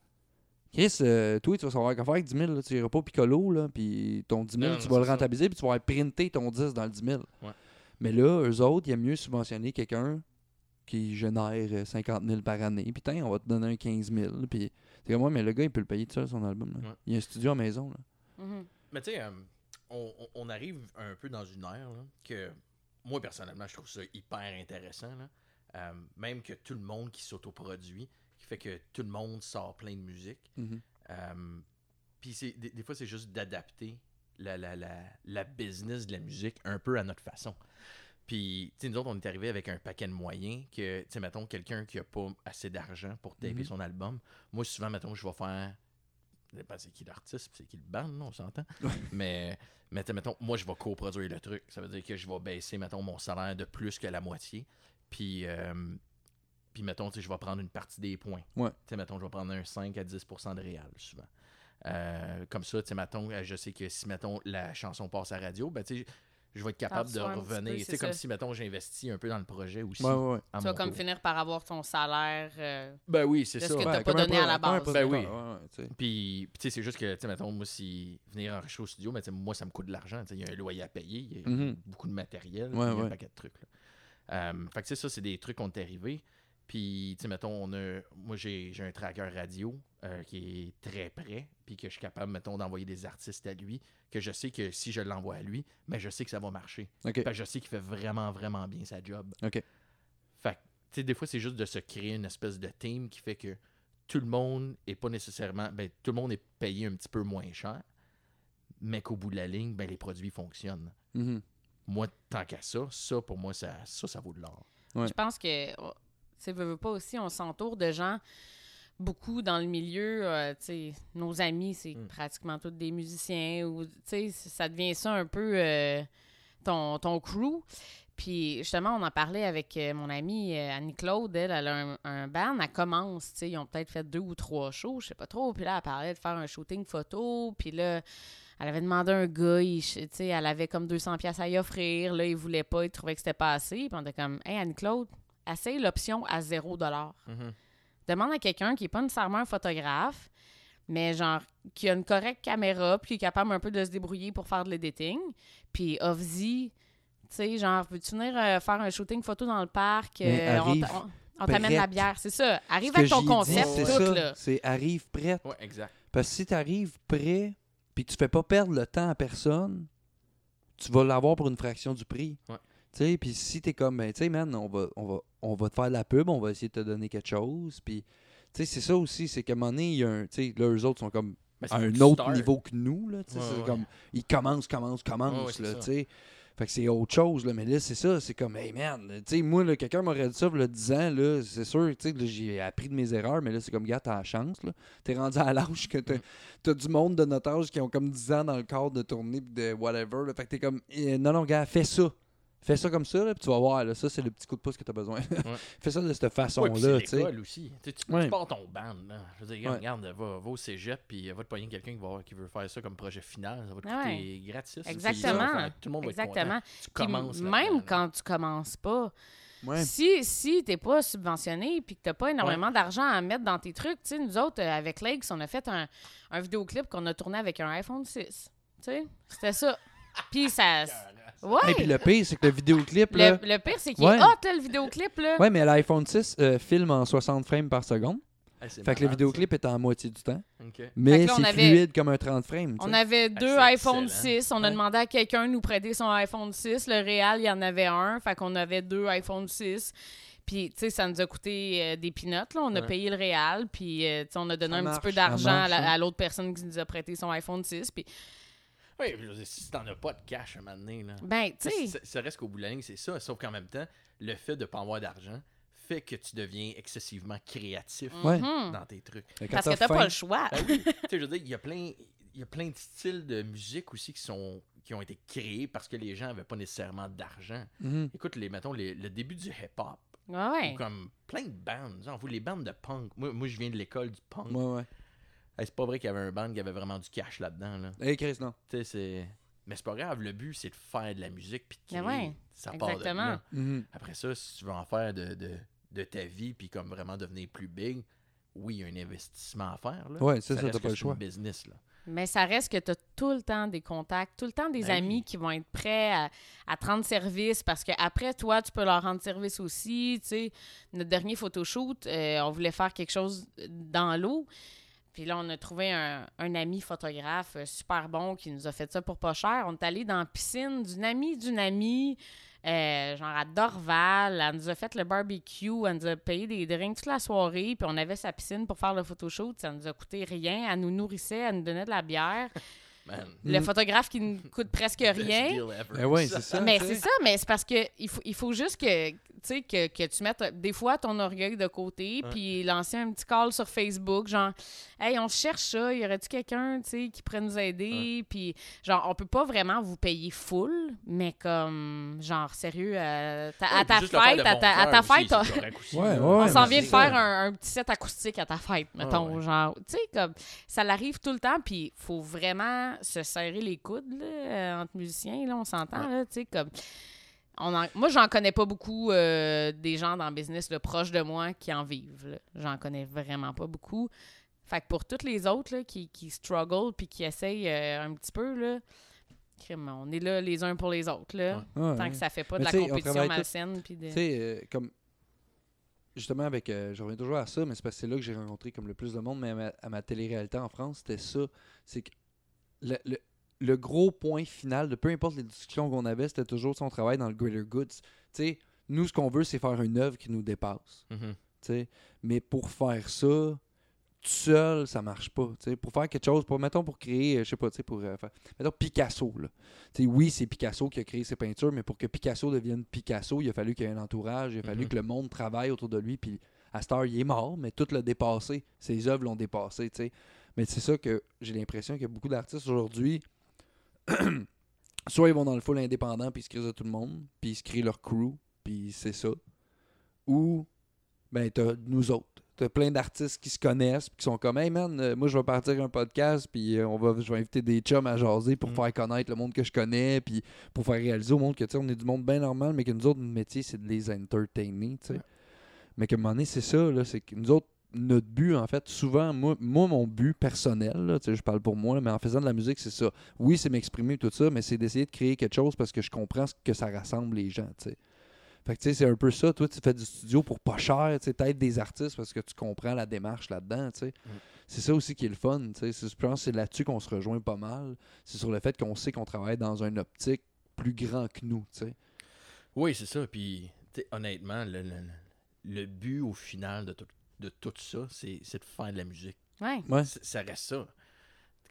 [SPEAKER 1] Chris, euh, toi, tu vas savoir qu'à faire avec 10 000, là, tu iras pas au piccolo, là, puis ton 10 000,
[SPEAKER 3] Non, non,
[SPEAKER 1] tu vas le
[SPEAKER 3] c'est ça.
[SPEAKER 1] rentabiliser, puis tu vas aller printer ton 10 dans le 10 000.
[SPEAKER 3] Ouais.
[SPEAKER 1] Mais là, eux autres, il aiment mieux subventionner quelqu'un qui génère euh, 50 000 par année. Putain, on va te donner un 15 000. Puis, c'est comme moi, mais le gars, il peut le payer tout seul, son album. là.
[SPEAKER 3] Ouais.
[SPEAKER 1] Il y a un studio à la maison. Là.
[SPEAKER 2] Mhm.
[SPEAKER 3] Mais tu sais, euh, on, on- on arrive un peu dans une ère là, que moi, personnellement, je trouve ça hyper intéressant. là. Euh, même que tout le monde qui s'autoproduit, qui fait que tout le monde sort plein de musique. Euh, Puis c'est- des, des fois, c'est juste d'adapter la, la, la, la business de la musique un peu à notre façon. Puis, tu sais, nous autres, on est arrivé avec un paquet de moyens que, tu sais, mettons, quelqu'un qui a pas assez d'argent pour taper
[SPEAKER 1] Mhm.
[SPEAKER 3] son album. Moi, souvent, mettons, je vais faire. Je sais pas c'est qui l'artiste, puis c'est qui le band, là, on s'entend. mais, mais, tu sais, mettons, moi, je vais coproduire le truc. Ça veut dire que je vais baisser, mettons, mon salaire de plus que la moitié. Puis, euh, puis mettons, tu sais, je vais prendre une partie des points.
[SPEAKER 1] Ouais.
[SPEAKER 3] Tu sais, mettons, je vais prendre un 5 à 10 de réel, souvent. Euh, comme ça, tu sais, mettons, euh, je sais que si, mettons, la chanson passe à la radio, ben, tu sais, je vais être capable de
[SPEAKER 2] reçois un petit peu,
[SPEAKER 3] revenir. Tu
[SPEAKER 2] c'est
[SPEAKER 3] sais, comme
[SPEAKER 2] ça.
[SPEAKER 3] si, mettons, j'investis un peu dans le projet aussi.
[SPEAKER 1] Ouais, ouais, ouais.
[SPEAKER 3] à
[SPEAKER 2] Tu vas
[SPEAKER 3] Ah, mon
[SPEAKER 2] comme
[SPEAKER 3] tour.
[SPEAKER 2] finir par avoir ton salaire. euh,
[SPEAKER 3] Ben oui, c'est
[SPEAKER 2] de ce
[SPEAKER 3] ça.
[SPEAKER 2] que
[SPEAKER 1] Ouais,
[SPEAKER 2] t'as pas
[SPEAKER 1] comme un
[SPEAKER 2] donné à la
[SPEAKER 1] pro- comme un
[SPEAKER 2] base.
[SPEAKER 3] Ben oui.
[SPEAKER 1] producteur, ouais, ouais, tu sais.
[SPEAKER 3] Puis, puis, tu sais, c'est juste que, tu sais, mettons, moi, si venir enregistrer au studio, mais moi, ça me coûte de l'argent. Tu sais, Il y a un loyer à payer, il y a
[SPEAKER 1] Mhm.
[SPEAKER 3] beaucoup de matériel,
[SPEAKER 1] Ouais,
[SPEAKER 3] puis il y a un
[SPEAKER 1] ouais.
[SPEAKER 3] paquet de trucs. là. Euh, fait que, tu sais, ça, c'est des trucs qu'on est arrivés. Puis, tu sais, mettons, on a, moi, j'ai j'ai un tracker radio euh, qui est très près, puis que je suis capable, mettons, d'envoyer des artistes à lui, que je sais que si je l'envoie à lui, ben, je sais que ça va marcher.
[SPEAKER 1] Ok.
[SPEAKER 3] Fait que je sais qu'il fait vraiment, vraiment bien sa job.
[SPEAKER 1] OK.
[SPEAKER 3] Fait que, tu sais, des fois, c'est juste de se créer une espèce de team qui fait que tout le monde est pas nécessairement. Ben, tout le monde est payé un petit peu moins cher, mais qu'au bout de la ligne, ben, les produits fonctionnent.
[SPEAKER 1] Mhm.
[SPEAKER 3] Moi, tant qu'à ça, ça, pour moi, ça, ça, ça vaut de l'or.
[SPEAKER 1] Ouais.
[SPEAKER 2] Je pense que, oh, tu sais, veux, veux pas aussi, on s'entoure de gens beaucoup dans le milieu. euh, tu sais, nos amis, c'est
[SPEAKER 3] Mm.
[SPEAKER 2] pratiquement tous des musiciens. Ou, tu sais, c- ça devient ça un peu euh, ton, ton crew. Puis justement, on en parlait avec euh, mon amie euh, Annie-Claude, elle, elle a un, un band, elle commence, tu sais, ils ont peut-être fait deux ou trois shows, je sais pas trop. Puis là, elle parlait de faire un shooting photo, puis là, elle avait demandé à un gars, il- tu sais, elle avait comme 200 pièces à y offrir, là, il voulait pas, il trouvait que c'était pas assez. Puis on était comme, « Hey, Annie-Claude, essaye l'option à 0 dollar. Demande à quelqu'un qui est pas nécessairement un photographe, mais genre, qui a une correcte caméra, puis qui est capable un peu de se débrouiller pour faire de l'editing. Puis offre-y, tu sais, genre, veux-tu venir euh, faire un shooting photo dans le parc?
[SPEAKER 1] Mais
[SPEAKER 2] Euh, on
[SPEAKER 1] arrive
[SPEAKER 2] t'a- on- on t'amène la
[SPEAKER 1] prête.
[SPEAKER 2] bière, c'est ça. Arrive
[SPEAKER 1] Ce que
[SPEAKER 2] avec ton
[SPEAKER 1] j'y ai dit,
[SPEAKER 2] concept,
[SPEAKER 1] c'est
[SPEAKER 2] tout,
[SPEAKER 1] ça,
[SPEAKER 2] là.
[SPEAKER 1] C'est arrive prête.
[SPEAKER 3] Ouais, exact.
[SPEAKER 1] Parce que si tu arrives prêt puis que tu fais pas perdre le temps à personne, tu vas l'avoir pour une fraction du prix.
[SPEAKER 3] Ouais.
[SPEAKER 1] Tu sais, puis si t'es comme, ben, tu sais, man, on va, on, va, on va te faire de la pub, on va essayer de te donner quelque chose. Puis, tu sais, c'est ça aussi, c'est qu'à un moment donné, il y a un, tu sais, là, eux autres sont comme
[SPEAKER 3] Ben, c'est
[SPEAKER 1] à un
[SPEAKER 3] une
[SPEAKER 1] autre
[SPEAKER 3] star.
[SPEAKER 1] niveau que nous, là. tu sais,
[SPEAKER 3] Ouais,
[SPEAKER 1] c'est
[SPEAKER 3] ouais.
[SPEAKER 1] comme, ils commencent, commencent,
[SPEAKER 3] Ouais, ouais,
[SPEAKER 1] commencent,
[SPEAKER 3] c'est
[SPEAKER 1] là,
[SPEAKER 3] ça.
[SPEAKER 1] tu sais. Fait que c'est autre chose, là. mais là, c'est ça, c'est comme, hey man, tu sais, moi, là, quelqu'un m'aurait dit ça, le 10 ans, là, c'est sûr, tu sais, là, j'ai appris de mes erreurs, mais là, c'est comme, gars, t'as la chance, là. T'es rendu à l'âge que t'as,
[SPEAKER 3] Mm.
[SPEAKER 1] t'as du monde de notre âge qui ont comme 10 ans dans le corps de tournée pis de whatever, là. Fait que t'es comme, Eh, non, non, gars, fais ça. Fais ça comme ça, là, pis tu vas voir, là, ça, c'est le petit coup de pouce que t'as besoin. [laughs] fais ça de cette
[SPEAKER 3] Ouais, puis c'est
[SPEAKER 1] façon-là, tu sais.
[SPEAKER 3] l'école aussi. Tu, sais, tu- tu
[SPEAKER 1] Ouais.
[SPEAKER 3] pars ton band. Là. Je veux dire,
[SPEAKER 1] Ouais.
[SPEAKER 3] regarde, va, va au cégep, puis euh, va te pogner quelqu'un qui, va, qui veut faire ça comme projet final. Ça va te
[SPEAKER 2] Ah ouais.
[SPEAKER 3] coûter gratis. une
[SPEAKER 2] Exactement.
[SPEAKER 3] solution. Fait que Tout le monde va être
[SPEAKER 2] Exactement.
[SPEAKER 3] content. Tu
[SPEAKER 2] Puis
[SPEAKER 3] commences. là-dedans,
[SPEAKER 2] même
[SPEAKER 3] là.
[SPEAKER 2] quand tu commences pas,
[SPEAKER 1] Ouais.
[SPEAKER 2] Si, si tu n'es pas subventionné puis que tu n'as pas énormément d'argent à mettre dans tes trucs, tu sais, nous autres, euh, avec Legs, on a fait un, un vidéoclip qu'on a tourné avec un iPhone 6. Tu sais, c'était ça. Puis ça. Ouais!
[SPEAKER 1] Et puis le pire, c'est que le vidéoclip,
[SPEAKER 2] le,
[SPEAKER 1] là.
[SPEAKER 2] le pire, c'est qu'il
[SPEAKER 1] Ouais.
[SPEAKER 2] est hot, là, le vidéoclip. Là.
[SPEAKER 1] Ouais, mais l'iPhone 6 euh, filme en 60 frames par seconde.
[SPEAKER 3] Hey, c'est
[SPEAKER 1] Fait que le
[SPEAKER 3] malade,
[SPEAKER 1] vidéoclip est en moitié du temps.
[SPEAKER 3] ça. Ok.
[SPEAKER 2] Fait
[SPEAKER 1] Mais
[SPEAKER 2] que là, on
[SPEAKER 1] c'est
[SPEAKER 2] avait-
[SPEAKER 1] fluide comme un 30 frames. tu
[SPEAKER 2] On
[SPEAKER 1] sais.
[SPEAKER 2] avait deux
[SPEAKER 3] ah, c'est
[SPEAKER 2] iPhone
[SPEAKER 3] excellent.
[SPEAKER 2] 6. On a demandé à quelqu'un de nous prêter son iPhone 6. Le Real, il y en avait un. Fait qu'on avait deux iPhone 6. Puis, tu sais, ça nous a coûté euh, des pinottes. On a
[SPEAKER 3] Ouais.
[SPEAKER 2] payé le Real. Puis, euh, tu sais, on a donné
[SPEAKER 1] Ça
[SPEAKER 2] un
[SPEAKER 1] marche,
[SPEAKER 2] petit peu
[SPEAKER 1] ça
[SPEAKER 2] d'argent à
[SPEAKER 1] marche,
[SPEAKER 2] la-
[SPEAKER 1] hein.
[SPEAKER 2] à l'autre personne qui nous a prêté son iPhone 6. Puis,
[SPEAKER 3] Oui, je veux dire, si t'en as pas de cash à un moment donné, là.
[SPEAKER 2] ben, tu
[SPEAKER 3] Ça-
[SPEAKER 2] sais,
[SPEAKER 3] Ça, ça reste qu'au bout de la ligne, c'est ça. Sauf qu'en même temps, le fait de pas avoir d'argent fait que tu deviens excessivement créatif
[SPEAKER 1] Ouais.
[SPEAKER 2] Mm-hmm.
[SPEAKER 3] dans tes trucs.
[SPEAKER 1] Fait que quand
[SPEAKER 2] parce que
[SPEAKER 1] t'as
[SPEAKER 2] t'as
[SPEAKER 1] faim-
[SPEAKER 2] pas le choix.
[SPEAKER 3] Ben oui. tu sais, je veux dire, il y a plein, il y a plein de styles de musique aussi qui sont, qui ont été créés parce que les gens n'avaient pas nécessairement d'argent.
[SPEAKER 1] Mhm.
[SPEAKER 3] Écoute, les, mettons, les- le début du hip-hop,
[SPEAKER 2] Ouais, ouais.
[SPEAKER 3] ou comme plein de bandes, genre, vous, les bandes de punk. Moi, moi, je viens de l'école du punk.
[SPEAKER 1] Ouais, ouais.
[SPEAKER 3] Hey, c'est pas vrai qu'il y avait un band qui avait vraiment du cash là-dedans, là.
[SPEAKER 1] Hey, Chris, non.
[SPEAKER 3] Tu sais, c'est... Mais c'est pas grave, le but, c'est de faire de la musique, puis de
[SPEAKER 2] Mais
[SPEAKER 3] créer.
[SPEAKER 2] Ben ouais,
[SPEAKER 3] ça part de
[SPEAKER 2] exactement.
[SPEAKER 3] là. [laughs]
[SPEAKER 1] Mhm.
[SPEAKER 3] Après ça, si tu veux en faire de, de, de ta vie, puis comme vraiment devenir plus big, oui, il y a un investissement à faire, là.
[SPEAKER 1] Ouais, ça, ça,
[SPEAKER 3] reste
[SPEAKER 1] t'as
[SPEAKER 3] que
[SPEAKER 1] pas le
[SPEAKER 3] c'est
[SPEAKER 1] choix.
[SPEAKER 3] un business, là.
[SPEAKER 2] Mais ça reste que tu as tout le temps des contacts, tout le temps des
[SPEAKER 3] Ben
[SPEAKER 2] amis
[SPEAKER 3] oui.
[SPEAKER 2] qui vont être prêts à, à te rendre service parce qu'après toi, tu peux leur rendre service aussi. Tu sais, notre dernier photoshoot, euh, on voulait faire quelque chose dans l'eau. Puis là, on a trouvé un, un ami photographe euh, super bon qui nous a fait ça pour pas cher. On est allé dans la piscine d'une amie d'une amie, euh, genre à Dorval. Elle nous a fait le barbecue, elle nous a payé des drinks toute la soirée. Puis on avait sa piscine pour faire le photoshoot. Ça nous a coûté rien. Elle nous nourrissait, elle nous donnait de la bière.
[SPEAKER 3] Man,
[SPEAKER 2] Le
[SPEAKER 1] Mm.
[SPEAKER 2] photographe qui nous coûte presque
[SPEAKER 3] best
[SPEAKER 2] rien.
[SPEAKER 3] deal ever.
[SPEAKER 1] Ben ouais, c'est ça.
[SPEAKER 2] Mais
[SPEAKER 1] tu
[SPEAKER 2] c'est
[SPEAKER 1] sais.
[SPEAKER 2] ça, mais c'est parce que il faut, il faut juste que, tu sais, que, que tu mettes euh, des fois ton orgueil de côté, puis lancer un petit call sur Facebook, genre, hey, on cherche ça, y aurait-tu quelqu'un, tu sais, qui pourrait nous aider, puis genre, on peut pas vraiment vous payer full, mais comme, genre, sérieux, euh, ta-
[SPEAKER 3] Ouais,
[SPEAKER 2] à
[SPEAKER 3] puis
[SPEAKER 2] ta
[SPEAKER 3] juste le faire
[SPEAKER 2] fête,
[SPEAKER 3] de
[SPEAKER 2] à
[SPEAKER 3] bon
[SPEAKER 2] ta, à
[SPEAKER 3] cœur
[SPEAKER 2] ta
[SPEAKER 3] aussi,
[SPEAKER 2] fête,
[SPEAKER 3] c'est correct aussi,
[SPEAKER 1] Ouais,
[SPEAKER 3] là.
[SPEAKER 1] ouais,
[SPEAKER 2] on
[SPEAKER 1] ouais,
[SPEAKER 2] s'en
[SPEAKER 1] mais
[SPEAKER 2] vient de
[SPEAKER 1] c'est
[SPEAKER 2] faire
[SPEAKER 1] ça.
[SPEAKER 2] un, un petit set acoustique à ta fête, mettons.
[SPEAKER 3] Ah ouais.
[SPEAKER 2] Genre, tu sais, comme ça l'arrive tout le temps, puis faut vraiment se serrer les coudes là, euh, entre musiciens, là, on s'entend, là, tu sais, comme. On en- Moi, j'en connais pas beaucoup euh, des gens dans le business là, proches de moi qui en vivent. là. J'en connais vraiment pas beaucoup. Fait que pour toutes les autres là, qui, qui struggle puis qui essayent euh, un petit peu, là, crime, on est là les uns pour les autres. Là,
[SPEAKER 1] Ouais,
[SPEAKER 2] Tant
[SPEAKER 1] ouais.
[SPEAKER 2] que ça fait pas
[SPEAKER 1] Mais
[SPEAKER 2] de la
[SPEAKER 1] tu sais, on
[SPEAKER 2] compétition
[SPEAKER 1] travaille tout-
[SPEAKER 2] malsaine. puis de-
[SPEAKER 1] Tu sais, euh, comme. Justement, avec. euh, je reviens toujours à ça, mais c'est parce que c'est là que j'ai rencontré comme le plus de monde, mais à ma, à ma télé-réalité en France, c'était ça. C'est que le, le- le gros point final de peu importe les discussions qu'on avait, c'était toujours son travail dans le greater goods. Tu sais, nous, ce qu'on veut, c'est faire une œuvre qui nous dépasse.
[SPEAKER 3] Mhm.
[SPEAKER 1] tu sais. Mais pour faire ça, tout seul, ça marche pas. tu sais. Pour faire quelque chose, pour, mettons pour créer, euh, je sais pas, tu sais, pour euh, faire. Mettons Picasso. Là. Tu sais, oui, c'est Picasso qui a créé ses peintures, mais pour que Picasso devienne Picasso, il a fallu qu'il y ait un entourage, il a fallu
[SPEAKER 3] Mhm.
[SPEAKER 1] que le monde travaille autour de lui. Puis à cette heure, il est mort, mais tout l'a dépassé. Ses œuvres l'ont dépassé. tu sais. Mais c'est ça que j'ai l'impression qu'il y a beaucoup d'artistes aujourd'hui. [clears throat] Soit ils vont dans le full indépendant, puis ils se créent de tout le monde, puis ils se créent leur crew, puis c'est ça. Ou ben t'as nous autres. T'as plein d'artistes qui se connaissent, puis qui sont comme Hey man, euh, moi je vais partir un podcast, puis euh, on va, je vais inviter des chums à jaser pour
[SPEAKER 3] Mm.
[SPEAKER 1] faire connaître le monde que je connais, puis pour faire réaliser au monde que tu sais, on est du monde bien normal, mais que nous autres, notre métier, c'est de les entertainer, tu sais.
[SPEAKER 3] Ouais.
[SPEAKER 1] Mais qu'à un moment donné, c'est ça, là, c'est que nous autres, notre but, en fait, souvent, moi, moi mon but personnel, là, tu sais, je parle pour moi, là, mais en faisant de la musique, c'est ça. Oui, c'est m'exprimer, tout ça, mais c'est d'essayer de créer quelque chose parce que je comprends ce que ça rassemble les gens, tu sais. Fait que, tu sais, c'est un peu ça. Toi, tu fais du studio pour pas cher, tu sais, t'aides des artistes parce que tu comprends la démarche là-dedans, tu sais. C'est ça aussi qui est le fun, tu sais. C'est- Je pense que c'est là-dessus qu'on se rejoint pas mal. C'est sur le fait qu'on sait qu'on travaille dans une optique plus grand que nous, tu sais.
[SPEAKER 3] Oui, c'est ça. Puis, tu sais, honnêtement, le, le- le but au final de tout, de tout ça, c'est c'est de faire de la musique.
[SPEAKER 2] Ouais.
[SPEAKER 1] Ouais.
[SPEAKER 3] C'est- Ça reste ça.
[SPEAKER 1] Mm.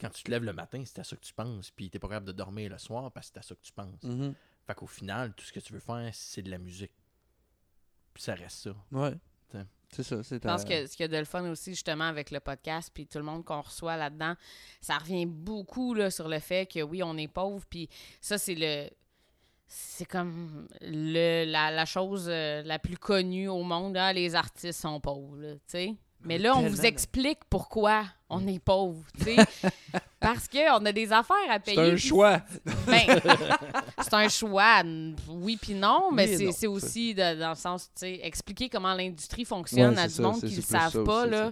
[SPEAKER 3] Quand tu te lèves le matin, c'est à ça que tu penses. Puis, t'es pas capable de dormir le soir parce que c'est à ça que tu penses. Fait qu'au final, tout ce que tu veux faire, c'est de la musique. Puis ça reste ça.
[SPEAKER 1] Ouais.
[SPEAKER 3] T'sais.
[SPEAKER 1] C'est ça. C'est
[SPEAKER 2] Je pense que ce qu'il y a de le fun aussi, justement, avec le podcast, puis tout le monde qu'on reçoit là-dedans, ça revient beaucoup là, sur le fait que oui, on est pauvre, puis ça, c'est le. C'est comme le, la, la chose euh, la plus connue au monde. Ah, les artistes sont pauvres, là, tu sais. Mais là, on
[SPEAKER 1] tellement,
[SPEAKER 2] vous
[SPEAKER 1] là.
[SPEAKER 2] explique pourquoi on
[SPEAKER 1] Mm.
[SPEAKER 2] est pauvre, tu
[SPEAKER 1] [laughs]
[SPEAKER 2] sais. Parce qu'on a des affaires à
[SPEAKER 1] C'est un
[SPEAKER 2] payer. puis
[SPEAKER 1] choix.
[SPEAKER 2] ben, [laughs] c'est un choix, n- oui puis non, mais
[SPEAKER 1] Oui et
[SPEAKER 2] c'est-
[SPEAKER 1] non,
[SPEAKER 2] c'est
[SPEAKER 1] ça.
[SPEAKER 2] aussi de- dans le sens, tu sais, expliquer comment l'industrie fonctionne
[SPEAKER 1] Ouais,
[SPEAKER 2] à
[SPEAKER 1] c'est
[SPEAKER 2] du
[SPEAKER 1] ça,
[SPEAKER 2] monde
[SPEAKER 1] c'est-
[SPEAKER 2] qui ne
[SPEAKER 1] c'est plus ça
[SPEAKER 2] savent pas,
[SPEAKER 1] aussi,
[SPEAKER 2] là.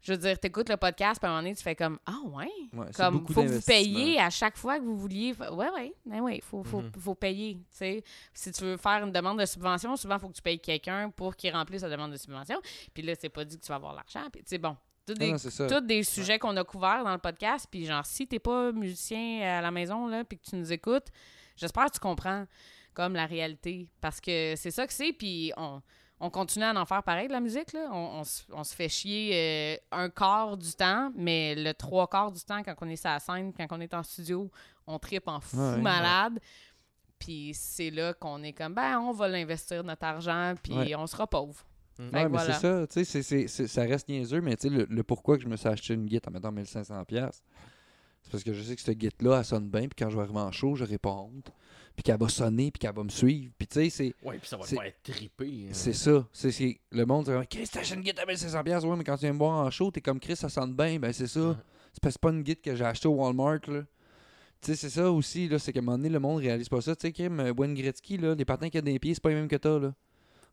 [SPEAKER 2] Je veux dire, t'écoutes le podcast, puis à un moment donné, tu fais comme « Ah ouais?
[SPEAKER 1] Ouais, c'est
[SPEAKER 2] Comme,
[SPEAKER 1] beaucoup
[SPEAKER 2] faut que vous
[SPEAKER 1] d'investissement. Mhm.
[SPEAKER 2] payiez à chaque fois que vous vouliez. fa- Ouais, ouais, ben ouais, faut, faut, faut payer. tu sais. Si tu veux faire une demande de subvention, souvent, il faut que tu payes quelqu'un pour qu'il remplisse la demande de subvention. Puis là, c'est pas dit que tu vas avoir l'argent. Puis, tu sais, bon, tout
[SPEAKER 1] Non,
[SPEAKER 2] des
[SPEAKER 1] non, c'est ça.
[SPEAKER 2] tous des sujets qu'on a couverts dans le podcast. Puis genre, si t'es pas musicien à la maison, là, puis que tu nous écoutes, j'espère que tu comprends comme la réalité. Parce que c'est ça que c'est, puis on, on continue à en faire pareil de la musique, là. On, on se- on se fait chier euh, un quart du temps, mais le trois quarts du temps, quand on est sur la scène, quand on est en studio, on tripe en fou
[SPEAKER 1] Ouais, ouais.
[SPEAKER 2] malade. Puis c'est là qu'on est comme, ben, on va l'investir notre argent, puis
[SPEAKER 1] Ouais.
[SPEAKER 2] on sera pauvre.
[SPEAKER 3] Mm.
[SPEAKER 2] Fait
[SPEAKER 1] Ouais,
[SPEAKER 2] que
[SPEAKER 1] mais
[SPEAKER 2] voilà.
[SPEAKER 1] c'est ça, tu sais, c'est- c'est- c'est- ça reste niaiseux, mais tu sais, le, le pourquoi que je me suis acheté une guitare en mettant 1500$, piastres, c'est parce que je sais que cette guitare-là, elle sonne bien, puis quand je vais arriver en show, j'aurai pas honte, puis qu'elle va sonner, puis qu'elle va me suivre, puis tu sais, c'est.
[SPEAKER 3] Ouais, puis ça va te
[SPEAKER 1] C'est-
[SPEAKER 3] faire triper. hein.
[SPEAKER 1] C'est ça. C'est, c'est- le monde, c'est comme Chris, t'achètes une guide à 1500$. piastres. Ouais, mais quand tu viens me voir en show, t'es comme Chris, ça sonne bien. Ben, c'est ça. C'est parce que c'est pas une guide que j'ai achetée au Walmart. Là. Tu sais, c'est ça aussi. Là, c'est qu'à un moment donné, le monde réalise pas ça. Tu sais, Kim, euh, Wayne Gretzky, là, les patins qu'il y a dans les pieds, c'est pas les mêmes que toi. Là.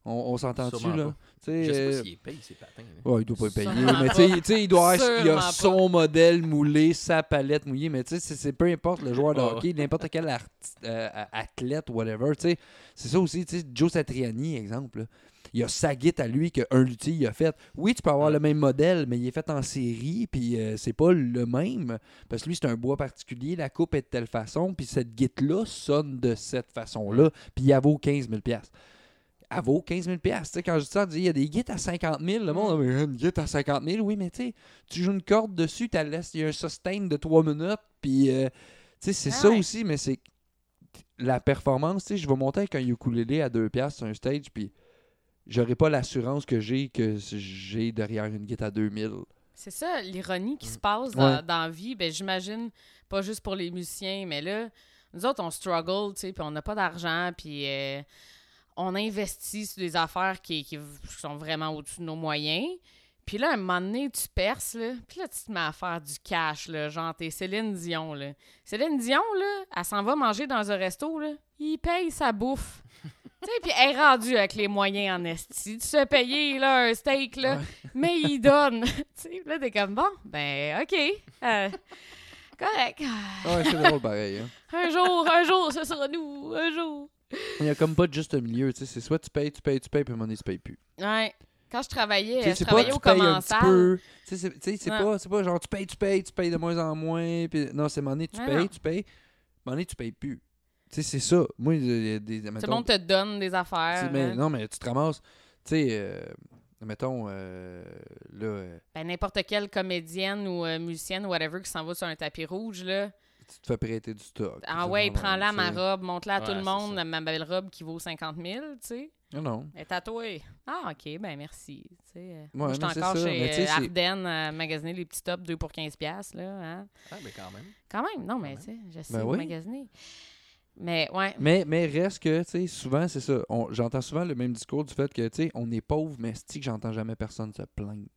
[SPEAKER 1] On, on s'entend dessus.
[SPEAKER 3] Sûrement
[SPEAKER 1] Là.
[SPEAKER 3] pas.
[SPEAKER 1] Tu sais,
[SPEAKER 3] Je sais
[SPEAKER 1] euh,
[SPEAKER 3] pas s'il est payé, ces patins. là.
[SPEAKER 1] Ouais, il doit pas le payer,
[SPEAKER 2] Sûrement
[SPEAKER 1] mais
[SPEAKER 2] pas.
[SPEAKER 1] tu sais, tu sais, il doit avoir- il
[SPEAKER 2] Sûrement
[SPEAKER 1] a
[SPEAKER 2] pas.
[SPEAKER 1] son modèle moulé, sa palette mouillée, mais tu sais, c'est- c'est peu importe le joueur de
[SPEAKER 3] Ouais, ouais.
[SPEAKER 1] hockey, n'importe quel arti- euh, a- athlète, whatever, tu sais, c'est ça aussi, tu sais, Joe Satriani, exemple, là. il a sa guite à lui qu'un luthier il a fait. Oui, tu peux avoir
[SPEAKER 3] Ouais.
[SPEAKER 1] le même modèle, mais il est fait en série, puis euh, c'est pas le même, parce que lui, c'est un bois particulier, la coupe est de telle façon, puis cette guite-là sonne de cette façon-là, puis il vaut 15 000 elle vaut 15 000 Tu sais, Quand je dis ça, on dit, il y a des guides à 50 000 Le monde, Ah, mais une guide à 50 000 oui, mais tu sais, tu joues une corde dessus, tu laisses, il y a un sustain de 3 minutes, puis euh, tu sais, c'est
[SPEAKER 2] Ah
[SPEAKER 1] ça
[SPEAKER 2] ouais.
[SPEAKER 1] aussi, mais c'est la performance, tu sais, je vais monter avec un ukulélé à 2 piastres sur un stage, puis j'aurai pas l'assurance que j'ai que j'ai derrière une guide à 2000.
[SPEAKER 2] C'est ça, l'ironie qui se passe dans,
[SPEAKER 1] Ouais.
[SPEAKER 2] dans la vie. Ben, J'imagine, pas juste pour les musiciens, mais là, nous autres, on struggle, tu sais, puis on n'a pas d'argent, puis euh, on investit sur des affaires qui, qui sont vraiment au-dessus de nos moyens. Puis là, à un moment donné, tu perces, là, puis là, tu te mets à faire du cash, là, genre, t'es Céline Dion, là. Céline Dion, là, elle s'en va manger dans un resto, là, il paye sa bouffe. [laughs] tu sais, puis elle est rendue avec les moyens en esti. Tu sais, payer, là, un steak, là, mais il donne. tu sais, là, t'es comme, bon, ben, OK, euh, correct.
[SPEAKER 1] Ah Ouais, c'est drôle pareil. hein.
[SPEAKER 2] Un jour, un jour, ce sera nous, un jour.
[SPEAKER 1] Il y a comme pas de juste milieu, tu sais, c'est soit tu payes, tu payes, tu payes, puis à un moment donné, tu payes plus.
[SPEAKER 2] Ouais. Quand je
[SPEAKER 1] Tu sais,
[SPEAKER 2] travaillais, je
[SPEAKER 1] c'est pas
[SPEAKER 2] travaillais
[SPEAKER 1] tu
[SPEAKER 2] Euh, au
[SPEAKER 1] payes un petit
[SPEAKER 2] commensal.
[SPEAKER 1] peu. Tu sais, c'est- tu sais, c'est
[SPEAKER 2] Ouais.
[SPEAKER 1] pas, c'est pas genre tu payes, tu payes, tu payes de moins en moins. Puis, non, c'est à un moment donné, tu
[SPEAKER 2] Ouais,
[SPEAKER 1] payes,
[SPEAKER 2] non.
[SPEAKER 1] tu payes. À un moment donné, tu payes plus. Tu sais, c'est ça. Moi, il y a des.
[SPEAKER 2] Tout
[SPEAKER 1] mettons,
[SPEAKER 2] le monde te donne des
[SPEAKER 1] tu sais,
[SPEAKER 2] affaires.
[SPEAKER 1] mais-
[SPEAKER 2] hein.
[SPEAKER 1] non, mais tu te ramasses. Tu sais, euh, mettons, euh, là. euh,
[SPEAKER 2] Ben, n'importe quelle comédienne ou euh, musicienne ou whatever qui s'en va sur un tapis rouge, là.
[SPEAKER 1] tu te fais prêter du stock.
[SPEAKER 2] Ah ouais, prends-la, ma
[SPEAKER 1] ma
[SPEAKER 2] robe, montre-la à tout
[SPEAKER 3] Ouais,
[SPEAKER 2] le
[SPEAKER 3] c'est
[SPEAKER 2] monde,
[SPEAKER 3] ça.
[SPEAKER 2] ma belle robe qui vaut 50 000, tu sais.
[SPEAKER 1] Non, non.
[SPEAKER 2] Elle est tatouée. Ah, OK, ben merci. Tu sais, euh, moi,
[SPEAKER 1] Ouais,
[SPEAKER 2] je suis
[SPEAKER 1] non, c'est
[SPEAKER 2] encore
[SPEAKER 1] ça, mais tu sais,
[SPEAKER 2] chez euh,
[SPEAKER 1] c'est-
[SPEAKER 2] Ardennes à magasiner les petits tops 2 pour 15 piastres, là. hein.
[SPEAKER 3] Ah, ben quand même.
[SPEAKER 2] Quand même, non, mais tu sais, j'essaie
[SPEAKER 1] Ben
[SPEAKER 2] de
[SPEAKER 1] oui.
[SPEAKER 2] magasiner. Mais ouais,
[SPEAKER 1] Mais, mais reste que, tu sais, souvent, c'est ça. On- J'entends souvent le même discours du fait que, tu sais, on est pauvre, mais c'est que j'entends jamais personne se plaindre.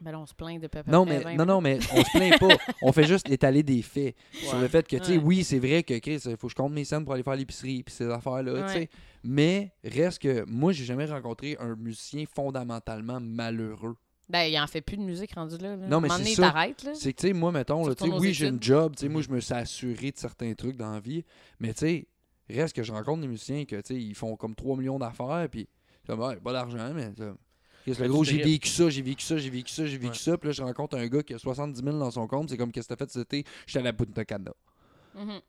[SPEAKER 2] ben là, on se plaint de hein. peu
[SPEAKER 1] Non, mais, non, non, mais on se plaint pas.
[SPEAKER 2] [laughs]
[SPEAKER 1] on fait juste étaler des faits sur le fait que, tu sais,
[SPEAKER 2] Ouais.
[SPEAKER 1] oui, c'est vrai que, Chris, il faut que je compte mes scènes pour aller faire l'épicerie, puis ces affaires-là, tu sais.
[SPEAKER 2] Ouais.
[SPEAKER 1] Mais reste que, moi, j'ai jamais rencontré un musicien fondamentalement malheureux.
[SPEAKER 2] Ben, il en fait plus de musique rendu là. là.
[SPEAKER 1] Non, mais
[SPEAKER 2] À un moment
[SPEAKER 1] c'est
[SPEAKER 2] donné,
[SPEAKER 1] ça.
[SPEAKER 2] t'arrêtes, là.
[SPEAKER 1] C'est que, tu sais, moi, mettons,
[SPEAKER 2] Tu
[SPEAKER 1] là, tu sais,
[SPEAKER 2] retournes aux
[SPEAKER 1] oui, j'ai une
[SPEAKER 2] études. Mhm.
[SPEAKER 1] job, tu sais, moi, je me suis assuré de certains trucs dans la vie, mais, tu sais, reste que je rencontre des musiciens que, tu sais, ils font comme 3 millions d'affaires, puis, comme, ouais, pas d'argent, mais, ça- Chris, le
[SPEAKER 3] Mais
[SPEAKER 1] gros,
[SPEAKER 3] tu
[SPEAKER 1] j'ai
[SPEAKER 3] tripes.
[SPEAKER 1] vécu ça, j'ai vécu ça, j'ai vécu ça, j'ai vécu
[SPEAKER 3] Ouais.
[SPEAKER 1] ça, puis là, je rencontre un gars qui a 70 000 dans son compte, c'est comme, qu'est-ce que t'as fait cet été? J'étais à la Punta Cana.
[SPEAKER 2] Mhm.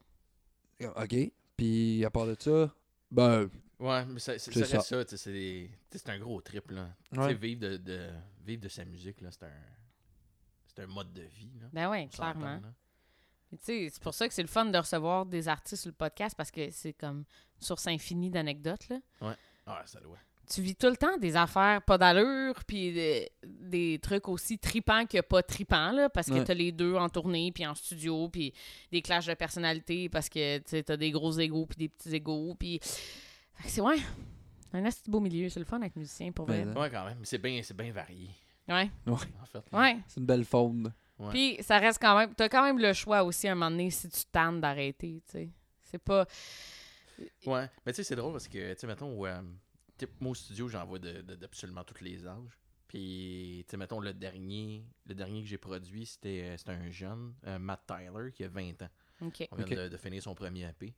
[SPEAKER 1] OK. Puis à part de ça, ben.
[SPEAKER 3] Ouais, mais ça, ça,
[SPEAKER 1] C'est
[SPEAKER 3] ça reste
[SPEAKER 1] ça.
[SPEAKER 3] ça. tu sais, c'est des- tu sais, c'est un gros trip, là. Tu
[SPEAKER 1] Ouais.
[SPEAKER 3] sais, vivre de, de, vivre de sa musique, là, c'est un, c'est un mode de vie, là.
[SPEAKER 2] Ben ouais,
[SPEAKER 3] On s'entend,
[SPEAKER 2] clairement.
[SPEAKER 3] là.
[SPEAKER 2] Mais tu sais, C'est pour ça que c'est le fun de recevoir des artistes sur le podcast parce que c'est comme une source infinie d'anecdotes. là.
[SPEAKER 3] Ah, ça doit.
[SPEAKER 2] Tu vis tout le temps des affaires pas d'allure, puis des, des trucs aussi tripants que pas tripants, là, parce que
[SPEAKER 1] Ouais.
[SPEAKER 2] t'as les deux en tournée, puis en studio, puis des clashs de personnalité, parce que tu sais, t'as des gros égaux, puis des petits égaux, puis. Fait que C'est ouais, un assez beau milieu. C'est le fun d'être musicien pour vrai.
[SPEAKER 1] Ben,
[SPEAKER 3] Ouais, quand même. Mais c'est bien c'est bien varié,
[SPEAKER 2] Ouais,
[SPEAKER 3] en fait.
[SPEAKER 2] ouais.
[SPEAKER 1] C'est une belle faune.
[SPEAKER 2] Puis ça reste quand même. T'as quand même le choix aussi à un moment donné si tu tannes d'arrêter, tu sais. C'est pas.
[SPEAKER 3] Ouais. Mais tu sais, c'est drôle parce que, tu sais, mettons, euh, tu sais, moi au studio, j'en vois de- de- d'absolument tous les âges. Puis, tu sais, mettons, le dernier, le dernier que j'ai produit, c'était euh, c'était un jeune, euh, Matt Tyler, qui a 20 ans.
[SPEAKER 2] OK.
[SPEAKER 3] On vient
[SPEAKER 1] Ok.
[SPEAKER 3] de, de finir son premier AP.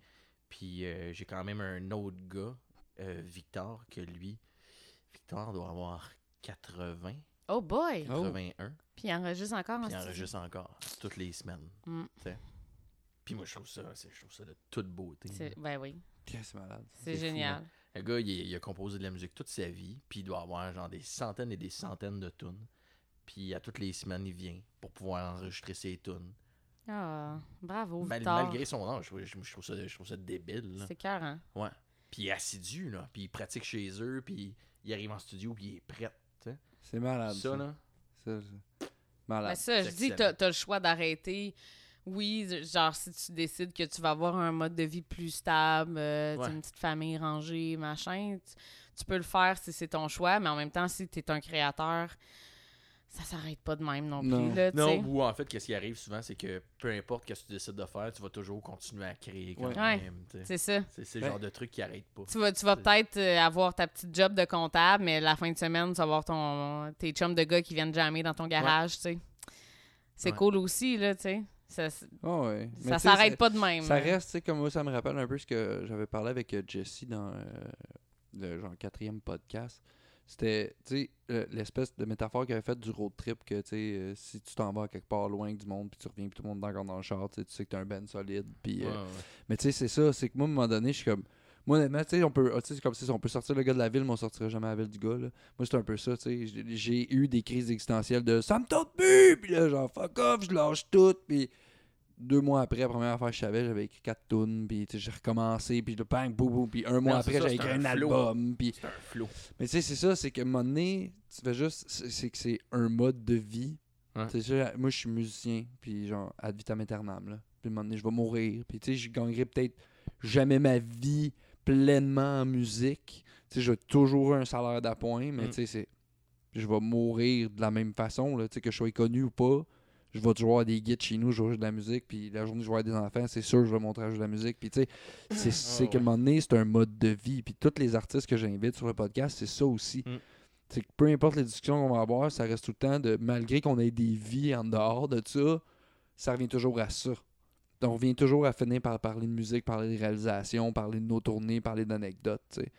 [SPEAKER 3] Puis euh, j'ai quand même un autre gars, euh, Victor, que lui, Victor doit avoir 80,
[SPEAKER 2] Oh Ah, boy!
[SPEAKER 1] Oh.
[SPEAKER 3] 81,
[SPEAKER 2] Puis il enregistre encore en
[SPEAKER 3] puis il
[SPEAKER 2] studio.
[SPEAKER 3] enregistre encore toutes les semaines.
[SPEAKER 2] Mm.
[SPEAKER 3] tu sais. Puis moi, je trouve ça, c'est- je trouve ça de toute beauté.
[SPEAKER 2] C'est- Ben oui,
[SPEAKER 1] Tiens, C'est malade.
[SPEAKER 2] c'est
[SPEAKER 3] C'est fou, hein.
[SPEAKER 2] génial.
[SPEAKER 3] Le gars, il, il a composé de la musique toute sa vie, puis il doit avoir genre des centaines et des centaines de tunes. Puis à toutes les semaines, il vient pour pouvoir enregistrer ses tunes.
[SPEAKER 2] Ah, bravo,
[SPEAKER 3] Mal-
[SPEAKER 2] Victor.
[SPEAKER 3] malgré son âge, je, je- je trouve, ça, je trouve ça débile. là.
[SPEAKER 2] C'est cœur, hein?
[SPEAKER 3] Ouais. Puis il est assidu, là. Puis il pratique chez eux, puis il arrive en studio, puis il est prêt. tu sais.
[SPEAKER 1] C'est malade.
[SPEAKER 3] Ça, là.
[SPEAKER 1] Ça, ça. Malade.
[SPEAKER 2] Mais ça, je
[SPEAKER 3] c'est
[SPEAKER 2] dis,
[SPEAKER 3] excellent.
[SPEAKER 2] t'as as le choix d'arrêter. Oui, genre, si tu décides que tu vas avoir un mode de vie plus stable, euh, t'as
[SPEAKER 3] Ouais.
[SPEAKER 2] une petite famille rangée, machin, tu, tu peux le faire si c'est ton choix, mais en même temps, si t'es un créateur, ça s'arrête pas de même non plus,
[SPEAKER 1] Non.
[SPEAKER 2] là, tu sais.
[SPEAKER 3] Non, ou en fait, qu'est-ce qui arrive souvent, c'est que peu importe ce que tu décides de faire, tu vas toujours continuer à créer quand
[SPEAKER 1] Ouais.
[SPEAKER 2] Ouais.
[SPEAKER 3] même. tu sais.
[SPEAKER 2] C'est ça.
[SPEAKER 3] C'est c'est le
[SPEAKER 1] Ben-
[SPEAKER 3] genre de truc qui arrête pas.
[SPEAKER 2] Tu vas, tu vas
[SPEAKER 3] C'est-
[SPEAKER 2] peut-être euh, avoir ta petite job de comptable, mais la fin de semaine, tu vas avoir ton, tes chums de gars qui viennent jammer dans ton garage, tu sais. C'est
[SPEAKER 3] Ouais.
[SPEAKER 2] cool aussi, là, tu sais. Ça, ça
[SPEAKER 1] Ah ouais. Mais tu sais,
[SPEAKER 2] s'arrête pas de même.
[SPEAKER 1] Ça reste, tu sais, comme moi, ça me rappelle un peu ce que j'avais parlé avec euh, Jesse dans euh, le genre quatrième podcast. C'était, tu sais, euh, l'espèce de métaphore qu'il avait faite du road trip que, tu sais, euh, si tu t'en vas à quelque part loin du monde, puis tu reviens, puis tout le monde est encore dans le char, tu sais, tu sais que t'as un ben solide, puis... euh,
[SPEAKER 3] Ouais, ouais.
[SPEAKER 1] Mais tu sais, c'est ça, c'est que moi, à un moment donné, je suis comme... Moi, honnêtement, tu sais, on peut, ah, tu sais, c'est comme si on peut sortir le gars de la ville, mais on sortira jamais la ville du gars, là. Moi, c'est un peu ça, tu sais. J'ai- J'ai eu des crises existentielles de « ça me tente plus! » Puis là, genre « fuck off, je lâche tout! » Puis deux mois après, la première affaire que je savais, j'avais écrit quatre tunes, puis tu sais, j'ai recommencé, puis le bang, boum, boum, puis un mois
[SPEAKER 3] Non, c'est
[SPEAKER 1] après,
[SPEAKER 3] ça,
[SPEAKER 1] j'avais
[SPEAKER 3] c'est
[SPEAKER 1] écrit
[SPEAKER 3] un
[SPEAKER 1] un,
[SPEAKER 3] flow.
[SPEAKER 1] album, puis...
[SPEAKER 3] C'est un flow.
[SPEAKER 1] Mais tu sais, c'est ça, c'est qu'à un moment donné, tu fais juste... C'est c'est que c'est un mode de vie.
[SPEAKER 3] Ouais.
[SPEAKER 1] C'est ça, moi, je suis musicien, puis genre, ad vitam aeternam, là. Puis à un moment donné, je vais mourir, puis tu sais, je gagnerai peut-être jamais ma vie pleinement en musique. Tu sais, j'ai toujours un salaire d'appoint, mais
[SPEAKER 3] Mm.
[SPEAKER 1] tu sais, c'est... Je vais mourir de la même façon, là, tu sais, que je sois connu ou pas. Je vais toujours avoir des guides chez nous, je vais jouer de la musique, puis la journée où je vais avoir des enfants, c'est sûr que je vais montrer à jouer de la musique. Puis tu sais, c'est c'est qu'à un
[SPEAKER 3] ouais.
[SPEAKER 1] moment donné, c'est un mode de vie. Puis tous les artistes que j'invite sur le podcast, c'est ça aussi.
[SPEAKER 3] Mm.
[SPEAKER 1] C'est que peu importe les discussions qu'on va avoir, ça reste tout le temps de, malgré qu'on ait des vies en dehors de ça, ça revient toujours à ça. Donc, on revient toujours à finir par parler de musique, parler de réalisation, parler de nos tournées, parler d'anecdotes, tu sais.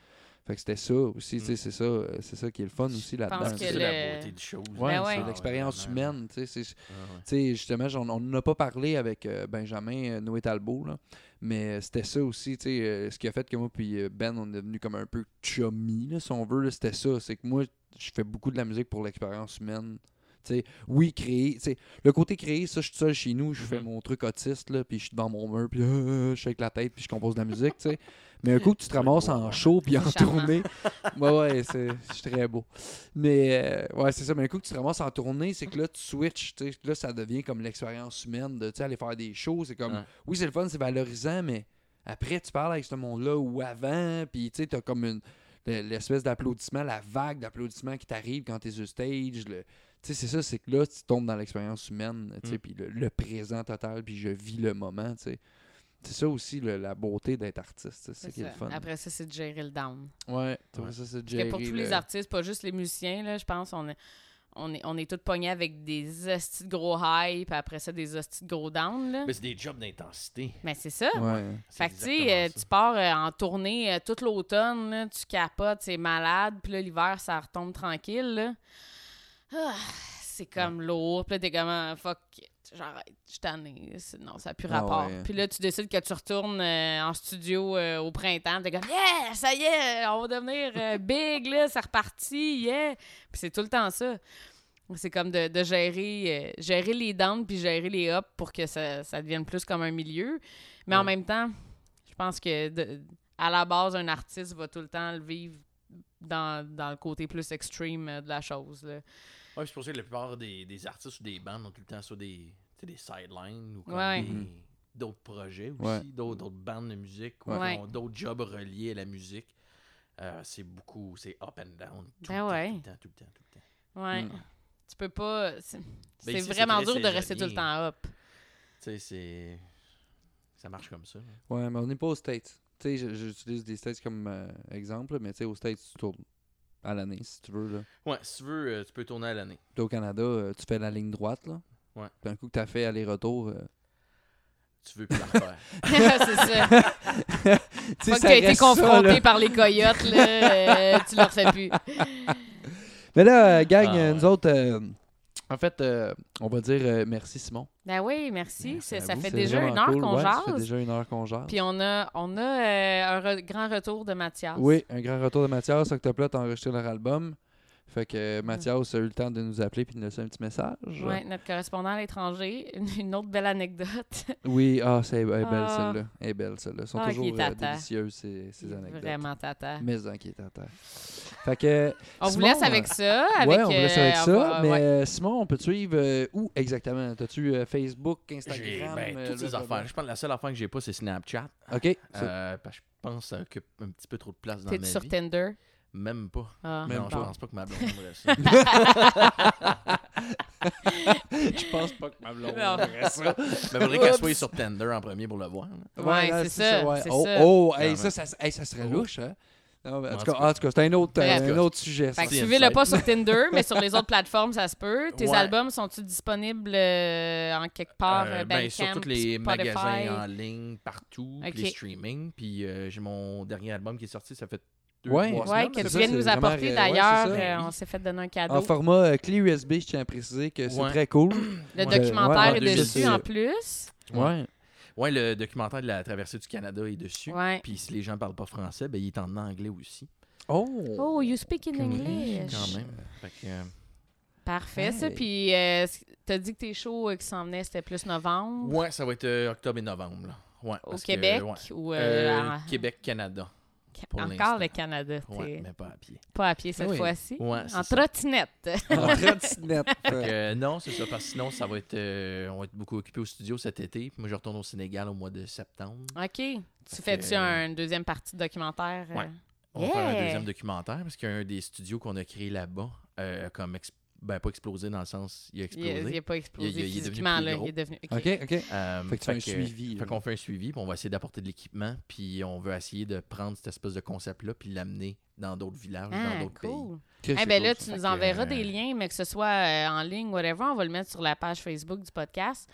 [SPEAKER 1] Fait que c'était ça aussi, tu sais,
[SPEAKER 3] Mm.
[SPEAKER 1] c'est ça, euh, c'est ça qui est le fun aussi là-dedans.
[SPEAKER 2] pense
[SPEAKER 3] C'est
[SPEAKER 2] que
[SPEAKER 1] C'est-
[SPEAKER 3] ça, la
[SPEAKER 2] le-
[SPEAKER 3] beauté des choses.
[SPEAKER 1] Ouais,
[SPEAKER 2] Ben ouais.
[SPEAKER 1] c'est l'expérience
[SPEAKER 3] Ah, ouais,
[SPEAKER 1] humaine, tu sais, c'est-
[SPEAKER 3] Ah, ouais.
[SPEAKER 1] tu sais, justement, j'en- on n'a pas parlé avec euh, Benjamin euh, Noé-Talbot, là, mais euh, c'était ça aussi, tu sais, euh, ce qui a fait que moi puis euh, Ben, on est devenu comme un peu chummy, là, si on veut, là, c'était ça. C'est que moi, je fais beaucoup de la musique pour l'expérience humaine. Tu sais, oui, créer. tu sais, Le côté créer, ça, je suis seul chez nous, je fais
[SPEAKER 3] Mhm.
[SPEAKER 1] mon truc autiste, là, puis je suis dans mon mur, puis euh, je shake la tête, puis je compose de la musique. tu sais. Mais un coup, que tu te ramasses en show, puis en
[SPEAKER 2] hein. C'est charmant. [laughs]
[SPEAKER 1] tournée. Ouais, ouais, c'est je suis très beau. Mais euh, ouais, c'est ça. Mais un coup que tu te ramasses en tournée, c'est que là, tu switches. tu sais, Là, ça devient comme l'expérience humaine de tu sais, aller faire des shows. C'est comme,
[SPEAKER 3] Ouais.
[SPEAKER 1] oui, c'est le fun, c'est valorisant, mais après, tu parles avec ce monde-là ou avant, puis tu sais, t'as comme une l'espèce d'applaudissement, la vague d'applaudissements qui t'arrive quand t'es sur stage. le- Tu sais, c'est ça, c'est que là, tu tombes dans l'expérience humaine, tu sais,
[SPEAKER 3] Mm.
[SPEAKER 1] puis le, le présent total, puis je vis le moment, tu sais. C'est ça aussi le- la beauté d'être artiste, c'est ça qui est le
[SPEAKER 2] ça.
[SPEAKER 1] fun.
[SPEAKER 2] Après ça, c'est de gérer le down.
[SPEAKER 1] Ouais, t'as
[SPEAKER 3] Ouais.
[SPEAKER 1] vu ça, c'est
[SPEAKER 2] Parce que
[SPEAKER 1] gérer
[SPEAKER 2] pour tous
[SPEAKER 1] le-
[SPEAKER 2] les artistes, pas juste les musiciens, là, je pense, on est, on est, on est tous pognés avec des hosties de gros high, puis après ça, des hosties de gros down, là.
[SPEAKER 3] Mais c'est des jobs d'intensité.
[SPEAKER 2] Mais c'est ça.
[SPEAKER 1] Ouais.
[SPEAKER 3] C'est
[SPEAKER 2] Fait que, tu sais,
[SPEAKER 3] exactement
[SPEAKER 2] euh,
[SPEAKER 3] ça.
[SPEAKER 2] tu pars euh, en tournée euh, tout l'automne, là, tu capotes, c'est malade, puis là, l'hiver, ça retombe tranquille, là. Ah, c'est comme lourd, puis là, t'es comme, ah, fuck, it, j'arrête, je tanné, non, ça n'a plus
[SPEAKER 1] Ah
[SPEAKER 2] rapport.
[SPEAKER 1] ouais.
[SPEAKER 2] Puis là, tu décides que tu retournes euh, en studio euh, au printemps, t'es comme, yeah, ça y
[SPEAKER 1] [laughs]
[SPEAKER 2] euh, est, on va devenir euh, big, là, c'est reparti, yeah. Puis c'est tout le temps ça. C'est comme de, de gérer, euh, gérer les downs puis gérer les ups pour que ça, ça devienne plus comme un milieu. Mais en
[SPEAKER 3] Ouais.
[SPEAKER 2] même temps, je pense que de- à la base, un artiste va tout le temps le vivre dans, dans le côté plus extreme euh, de la chose. là.
[SPEAKER 3] Ouais, puis c'est pour ça que la plupart des, des artistes ou des bandes ont tout le temps soit des, tu sais, des sidelines ou comme
[SPEAKER 2] Ouais.
[SPEAKER 3] des-
[SPEAKER 1] Mhm.
[SPEAKER 3] d'autres projets aussi,
[SPEAKER 1] Ouais.
[SPEAKER 3] d'autres, d'autres bandes de musique ou
[SPEAKER 2] Ouais.
[SPEAKER 3] qui ont d'autres jobs reliés à la musique. Euh, c'est beaucoup, c'est up and down tout,
[SPEAKER 2] Ben
[SPEAKER 3] le temps,
[SPEAKER 2] ouais.
[SPEAKER 3] tout le temps, tout le temps, tout le temps.
[SPEAKER 2] Ouais.
[SPEAKER 1] Mm. Ben,
[SPEAKER 2] Tu peux pas. C'est c'est
[SPEAKER 3] ici, c'est
[SPEAKER 2] vraiment
[SPEAKER 3] très
[SPEAKER 2] dur de rester tout le
[SPEAKER 3] saisonnier.
[SPEAKER 1] [laughs]
[SPEAKER 2] temps up. [laughs]
[SPEAKER 3] Tu sais, c'est... Ça marche comme ça. là.
[SPEAKER 1] Ouais, mais on n'est pas aux States. Tu sais, je- j'utilise des States comme euh, exemple, mais tu sais, aux States, tu tournes à l'année, si tu veux. Là.
[SPEAKER 3] Ouais, si tu veux, euh, tu peux tourner à l'année.
[SPEAKER 1] Puis au Canada, euh, tu fais la ligne droite, là.
[SPEAKER 3] Ouais.
[SPEAKER 1] Puis un coup que t'as fait aller-retour... euh,
[SPEAKER 3] Tu veux plus
[SPEAKER 1] [laughs]
[SPEAKER 3] la refaire.
[SPEAKER 2] c'est ça.
[SPEAKER 1] tu
[SPEAKER 2] Une
[SPEAKER 1] sais,
[SPEAKER 2] fois
[SPEAKER 1] ça
[SPEAKER 2] que t'as été
[SPEAKER 1] reste ça,
[SPEAKER 2] confronté
[SPEAKER 1] là.
[SPEAKER 2] par les coyotes, là, euh, tu leur fais plus.
[SPEAKER 1] Mais là, euh, gang,
[SPEAKER 3] Ah,
[SPEAKER 1] euh,
[SPEAKER 3] ouais.
[SPEAKER 1] nous autres, euh, en fait, euh, on va dire euh, merci, Simon.
[SPEAKER 2] Ben oui, merci. C'est-
[SPEAKER 1] à
[SPEAKER 2] ça
[SPEAKER 1] vous,
[SPEAKER 2] fait
[SPEAKER 1] c'est
[SPEAKER 2] déjà
[SPEAKER 1] vraiment
[SPEAKER 2] une heure
[SPEAKER 1] cool.
[SPEAKER 2] qu'on
[SPEAKER 1] Ouais,
[SPEAKER 2] jase.
[SPEAKER 1] Ça fait déjà une heure qu'on jase.
[SPEAKER 2] Puis on a, on a euh, un re- grand retour de Mathias.
[SPEAKER 1] Oui, un grand retour de Mathias. Octoplot a enregistré leur album. Fait que euh, Mathias a eu le temps de nous appeler puis de nous laisser un petit message.
[SPEAKER 2] Ouais, notre correspondant à l'étranger. [laughs] Une- Une autre belle anecdote.
[SPEAKER 1] Oui, ah, c'est elle est belle
[SPEAKER 2] Ah.
[SPEAKER 1] celle-là. Elle est belle celle-là. Elles sont
[SPEAKER 2] Ah, qui
[SPEAKER 1] toujours
[SPEAKER 2] est
[SPEAKER 1] euh,
[SPEAKER 2] tata.
[SPEAKER 1] délicieuses ces, ces anecdotes.
[SPEAKER 2] Vraiment tata.
[SPEAKER 1] Mais inquiétant. Fait que
[SPEAKER 2] On vous
[SPEAKER 1] Simon,
[SPEAKER 2] laisse avec
[SPEAKER 1] euh,
[SPEAKER 2] ça. Avec,
[SPEAKER 1] ouais, on vous laisse
[SPEAKER 2] euh,
[SPEAKER 1] avec
[SPEAKER 2] on
[SPEAKER 1] ça.
[SPEAKER 2] va-
[SPEAKER 1] mais
[SPEAKER 2] ouais.
[SPEAKER 1] euh, Simon, on peut te suivre euh, où exactement T'as-tu euh, Facebook,
[SPEAKER 3] J'ai
[SPEAKER 1] Instagram
[SPEAKER 3] ben,
[SPEAKER 1] euh,
[SPEAKER 3] toutes
[SPEAKER 1] le-
[SPEAKER 3] ces affaires. Je pense que la seule affaire que j'ai pas, c'est Snapchat.
[SPEAKER 1] Ok. ça-
[SPEAKER 3] Euh, parce que je pense que ça occupe un petit peu trop de place dans ma
[SPEAKER 2] T'es-tu
[SPEAKER 3] vie.
[SPEAKER 2] sur Tinder?
[SPEAKER 3] Même pas.
[SPEAKER 2] Ah,
[SPEAKER 1] Même
[SPEAKER 3] non,
[SPEAKER 2] bon.
[SPEAKER 3] je pense pas que
[SPEAKER 1] [laughs]
[SPEAKER 3] ma blonde voudrait ça.
[SPEAKER 1] Je pense pas que ma blonde
[SPEAKER 2] Non.
[SPEAKER 1] aimerait ça.
[SPEAKER 3] Mais Ben, faudrait qu'elle soit sur Tinder en premier pour le voir. là.
[SPEAKER 2] Ouais,
[SPEAKER 1] là,
[SPEAKER 2] c'est ça,
[SPEAKER 1] ouais.
[SPEAKER 2] c'est
[SPEAKER 1] Oh,
[SPEAKER 2] ça.
[SPEAKER 1] oh, hey,
[SPEAKER 3] Ouais,
[SPEAKER 1] ça, ça, hey, ça serait louche, hein? Non, mais en,
[SPEAKER 3] Oh. En
[SPEAKER 1] tout cas,
[SPEAKER 3] tout cas.
[SPEAKER 1] en tout cas, c'est un autre, euh,
[SPEAKER 2] Bref.
[SPEAKER 1] un autre sujet. ça.
[SPEAKER 2] Fait que
[SPEAKER 3] C'est
[SPEAKER 2] suivez-le
[SPEAKER 3] inside.
[SPEAKER 2] pas sur Tinder, mais
[SPEAKER 3] [laughs]
[SPEAKER 2] sur les autres plateformes, ça se peut. Tes
[SPEAKER 3] Ouais.
[SPEAKER 2] albums sont-ils disponibles euh, en quelque part?
[SPEAKER 3] Euh,
[SPEAKER 2] euh,
[SPEAKER 3] ben,
[SPEAKER 2] Bandcamp,
[SPEAKER 3] sur tous les
[SPEAKER 2] Spotify?
[SPEAKER 3] magasins en ligne, partout, puis les
[SPEAKER 2] Ok.
[SPEAKER 3] streamings. Puis euh, j'ai mon dernier album qui est sorti, ça fait deux
[SPEAKER 1] Ouais.
[SPEAKER 3] trois
[SPEAKER 2] Ouais,
[SPEAKER 3] semaines,
[SPEAKER 2] que
[SPEAKER 1] c'est
[SPEAKER 3] ça
[SPEAKER 2] tu
[SPEAKER 1] ça,
[SPEAKER 2] viens
[SPEAKER 1] c'est
[SPEAKER 2] de nous
[SPEAKER 1] vraiment,
[SPEAKER 2] apporter
[SPEAKER 1] euh, ouais,
[SPEAKER 2] d'ailleurs.
[SPEAKER 1] c'est ça.
[SPEAKER 2] euh, on s'est fait donner un
[SPEAKER 1] En
[SPEAKER 2] cadeau.
[SPEAKER 1] format euh, clé USB, je tiens à préciser que c'est
[SPEAKER 3] Ouais.
[SPEAKER 1] très cool.
[SPEAKER 2] Le
[SPEAKER 3] Ouais.
[SPEAKER 2] documentaire
[SPEAKER 3] Ouais,
[SPEAKER 2] est
[SPEAKER 3] en
[SPEAKER 2] dessus
[SPEAKER 1] 2006.
[SPEAKER 2] en plus.
[SPEAKER 3] [clears throat] Ouais. Ouais, le documentaire de la traversée du Canada est dessus.
[SPEAKER 2] Ouais.
[SPEAKER 3] Puis si les gens parlent pas français, ben, il est en anglais aussi.
[SPEAKER 1] Oh!
[SPEAKER 2] Oh, you speak in
[SPEAKER 1] Quand même.
[SPEAKER 2] English.
[SPEAKER 3] Euh, Quand même. Fait que, euh,
[SPEAKER 2] Parfait, ça.
[SPEAKER 1] Hey.
[SPEAKER 2] Puis, euh, c- t'as dit que tes shows euh, qui s'en venaient, c'était plus novembre.
[SPEAKER 3] ouais, ça va être euh, octobre et novembre. là. Ouais,
[SPEAKER 2] Au
[SPEAKER 3] parce que,
[SPEAKER 2] Québec
[SPEAKER 3] ouais.
[SPEAKER 2] ou euh,
[SPEAKER 3] Euh,
[SPEAKER 2] en-
[SPEAKER 3] Québec, Canada. pour
[SPEAKER 2] encore
[SPEAKER 3] l'instant.
[SPEAKER 2] le Canada. t'es
[SPEAKER 3] Ouais, mais pas à pied.
[SPEAKER 2] Pas à pied cette
[SPEAKER 1] Oui.
[SPEAKER 2] fois-ci.
[SPEAKER 3] Ouais, c'est
[SPEAKER 2] en
[SPEAKER 3] ça.
[SPEAKER 2] trottinette.
[SPEAKER 1] En
[SPEAKER 3] [laughs]
[SPEAKER 1] trottinette.
[SPEAKER 3] Fait que, euh, non, c'est ça, parce que sinon, ça va être, euh, on va être beaucoup occupé au studio cet été. Puis moi, je retourne au Sénégal au mois de septembre.
[SPEAKER 2] OK. Tu
[SPEAKER 3] que,
[SPEAKER 2] fais-tu
[SPEAKER 3] euh,
[SPEAKER 2] une deuxième partie de documentaire?
[SPEAKER 3] Ouais.
[SPEAKER 2] euh?
[SPEAKER 3] On va faire
[SPEAKER 2] Yeah!
[SPEAKER 3] un deuxième documentaire parce qu'un des studios qu'on a créé là-bas, euh, comme ex- ben pas explosé dans le sens, il
[SPEAKER 2] Il est-
[SPEAKER 3] a explosé.
[SPEAKER 2] il n'est pas explosé
[SPEAKER 3] Il est- il est devenu
[SPEAKER 2] physiquement.
[SPEAKER 3] plus
[SPEAKER 2] là,
[SPEAKER 3] gros.
[SPEAKER 2] il est devenu... OK.
[SPEAKER 1] OK, OK.
[SPEAKER 3] Euh,
[SPEAKER 1] Fait que tu fais un suivi, là.
[SPEAKER 3] Fait qu'on fait un suivi, puis on va essayer d'apporter de l'équipement, puis on veut essayer de prendre cette espèce de concept-là, puis l'amener dans d'autres villages,
[SPEAKER 2] Ah,
[SPEAKER 3] dans d'autres pays.
[SPEAKER 2] cool.
[SPEAKER 1] Que
[SPEAKER 2] Eh
[SPEAKER 1] c'est
[SPEAKER 2] ben
[SPEAKER 1] cool,
[SPEAKER 2] là,
[SPEAKER 1] ça.
[SPEAKER 2] tu nous
[SPEAKER 3] que,
[SPEAKER 2] enverras
[SPEAKER 3] euh,
[SPEAKER 2] des liens, mais que ce soit euh, en ligne, whatever, on va le mettre sur la page Facebook du podcast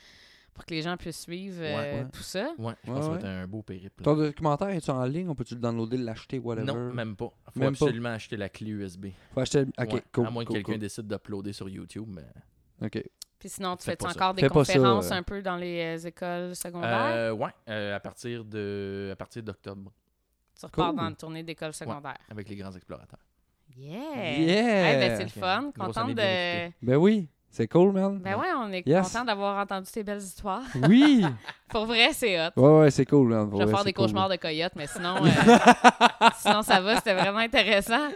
[SPEAKER 2] pour que les gens puissent suivre
[SPEAKER 3] Ouais,
[SPEAKER 2] euh,
[SPEAKER 1] ouais.
[SPEAKER 2] tout ça.
[SPEAKER 3] Ouais, je
[SPEAKER 1] Ouais,
[SPEAKER 3] pense que ça va
[SPEAKER 1] ouais.
[SPEAKER 3] être un beau périple.
[SPEAKER 1] Ton documentaire, est tu en ligne? On peut-tu le downloader, l'acheter, whatever?
[SPEAKER 3] Non, même pas. Faut
[SPEAKER 1] Même pas.
[SPEAKER 3] absolument acheter la clé USB.
[SPEAKER 1] Faut acheter... OK,
[SPEAKER 3] Ouais,
[SPEAKER 1] cool,
[SPEAKER 3] à moins
[SPEAKER 1] cool,
[SPEAKER 3] que quelqu'un
[SPEAKER 1] cool.
[SPEAKER 3] décide d'uploader sur YouTube. mais-
[SPEAKER 1] OK.
[SPEAKER 2] Puis sinon, tu
[SPEAKER 3] Fais
[SPEAKER 2] fais
[SPEAKER 3] pas ça.
[SPEAKER 2] encore des
[SPEAKER 1] Fais pas ça,
[SPEAKER 2] conférences
[SPEAKER 1] euh.
[SPEAKER 2] un peu dans les euh, écoles secondaires.
[SPEAKER 3] Euh, ouais, euh, à partir de à partir d'octobre
[SPEAKER 2] tu repars
[SPEAKER 1] cool.
[SPEAKER 2] dans une tournée d'école secondaire.
[SPEAKER 3] avec les grands explorateurs.
[SPEAKER 2] Yeah!
[SPEAKER 1] Yeah!
[SPEAKER 2] Eh ben, c'est le
[SPEAKER 3] Ok.
[SPEAKER 2] fun.
[SPEAKER 3] Grosse
[SPEAKER 2] Contente
[SPEAKER 3] année
[SPEAKER 2] de...
[SPEAKER 3] bien occupée.
[SPEAKER 1] Ben oui, c'est cool, man.
[SPEAKER 2] Ben ouais, on est
[SPEAKER 1] Yes.
[SPEAKER 2] content d'avoir entendu tes belles histoires. [laughs]
[SPEAKER 1] Oui!
[SPEAKER 2] Pour vrai, c'est hot.
[SPEAKER 1] Ouais, ouais, c'est cool, man.
[SPEAKER 2] Je vais
[SPEAKER 1] Ouais,
[SPEAKER 2] faire
[SPEAKER 1] c'est
[SPEAKER 2] des
[SPEAKER 1] cool.
[SPEAKER 2] cauchemars de coyotes, mais sinon,
[SPEAKER 1] [laughs]
[SPEAKER 2] euh, sinon ça va, c'était vraiment intéressant.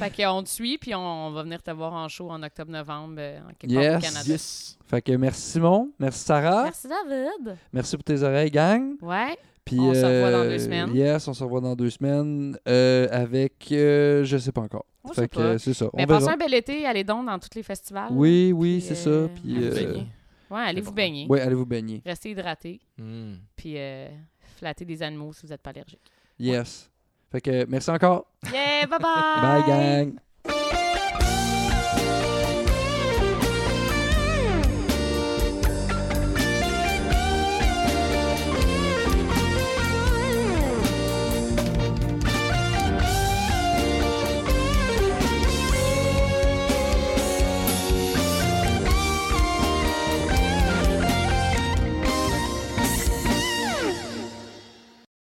[SPEAKER 2] Fait qu'on te suit, puis on, on va venir te voir en show en octobre-novembre euh, en quelque part au
[SPEAKER 1] Yes, Ah!
[SPEAKER 2] Canada.
[SPEAKER 3] Yes.
[SPEAKER 1] Fait que merci, Simon. Merci, Sarah. Merci,
[SPEAKER 2] Merci David.
[SPEAKER 1] pour tes oreilles, gang.
[SPEAKER 2] Ouais.
[SPEAKER 1] Puis,
[SPEAKER 2] On se revoit dans
[SPEAKER 1] euh,
[SPEAKER 2] deux semaines.
[SPEAKER 1] Yes, on se revoit dans deux semaines euh, avec... euh, je sais pas encore.
[SPEAKER 2] On
[SPEAKER 1] fait
[SPEAKER 2] sait
[SPEAKER 1] que
[SPEAKER 2] pas.
[SPEAKER 1] euh, c'est ça.
[SPEAKER 2] Mais
[SPEAKER 1] on
[SPEAKER 2] passez
[SPEAKER 1] verra.
[SPEAKER 2] un bel été, allez donc dans tous les festivals.
[SPEAKER 1] Oui, oui,
[SPEAKER 2] Puis,
[SPEAKER 1] c'est
[SPEAKER 2] euh,
[SPEAKER 1] ça. Puis...
[SPEAKER 2] allez
[SPEAKER 1] euh,
[SPEAKER 2] vous
[SPEAKER 3] Baigner.
[SPEAKER 2] Ouais, allez vous
[SPEAKER 3] important.
[SPEAKER 2] baigner.
[SPEAKER 1] Ouais, allez vous baigner.
[SPEAKER 2] Restez hydratés,
[SPEAKER 3] Hmm.
[SPEAKER 2] puis euh, flattez des animaux si vous n'êtes pas allergique.
[SPEAKER 1] Yes. Fait que merci encore.
[SPEAKER 2] Yeah, bye bye!
[SPEAKER 1] Bye, gang.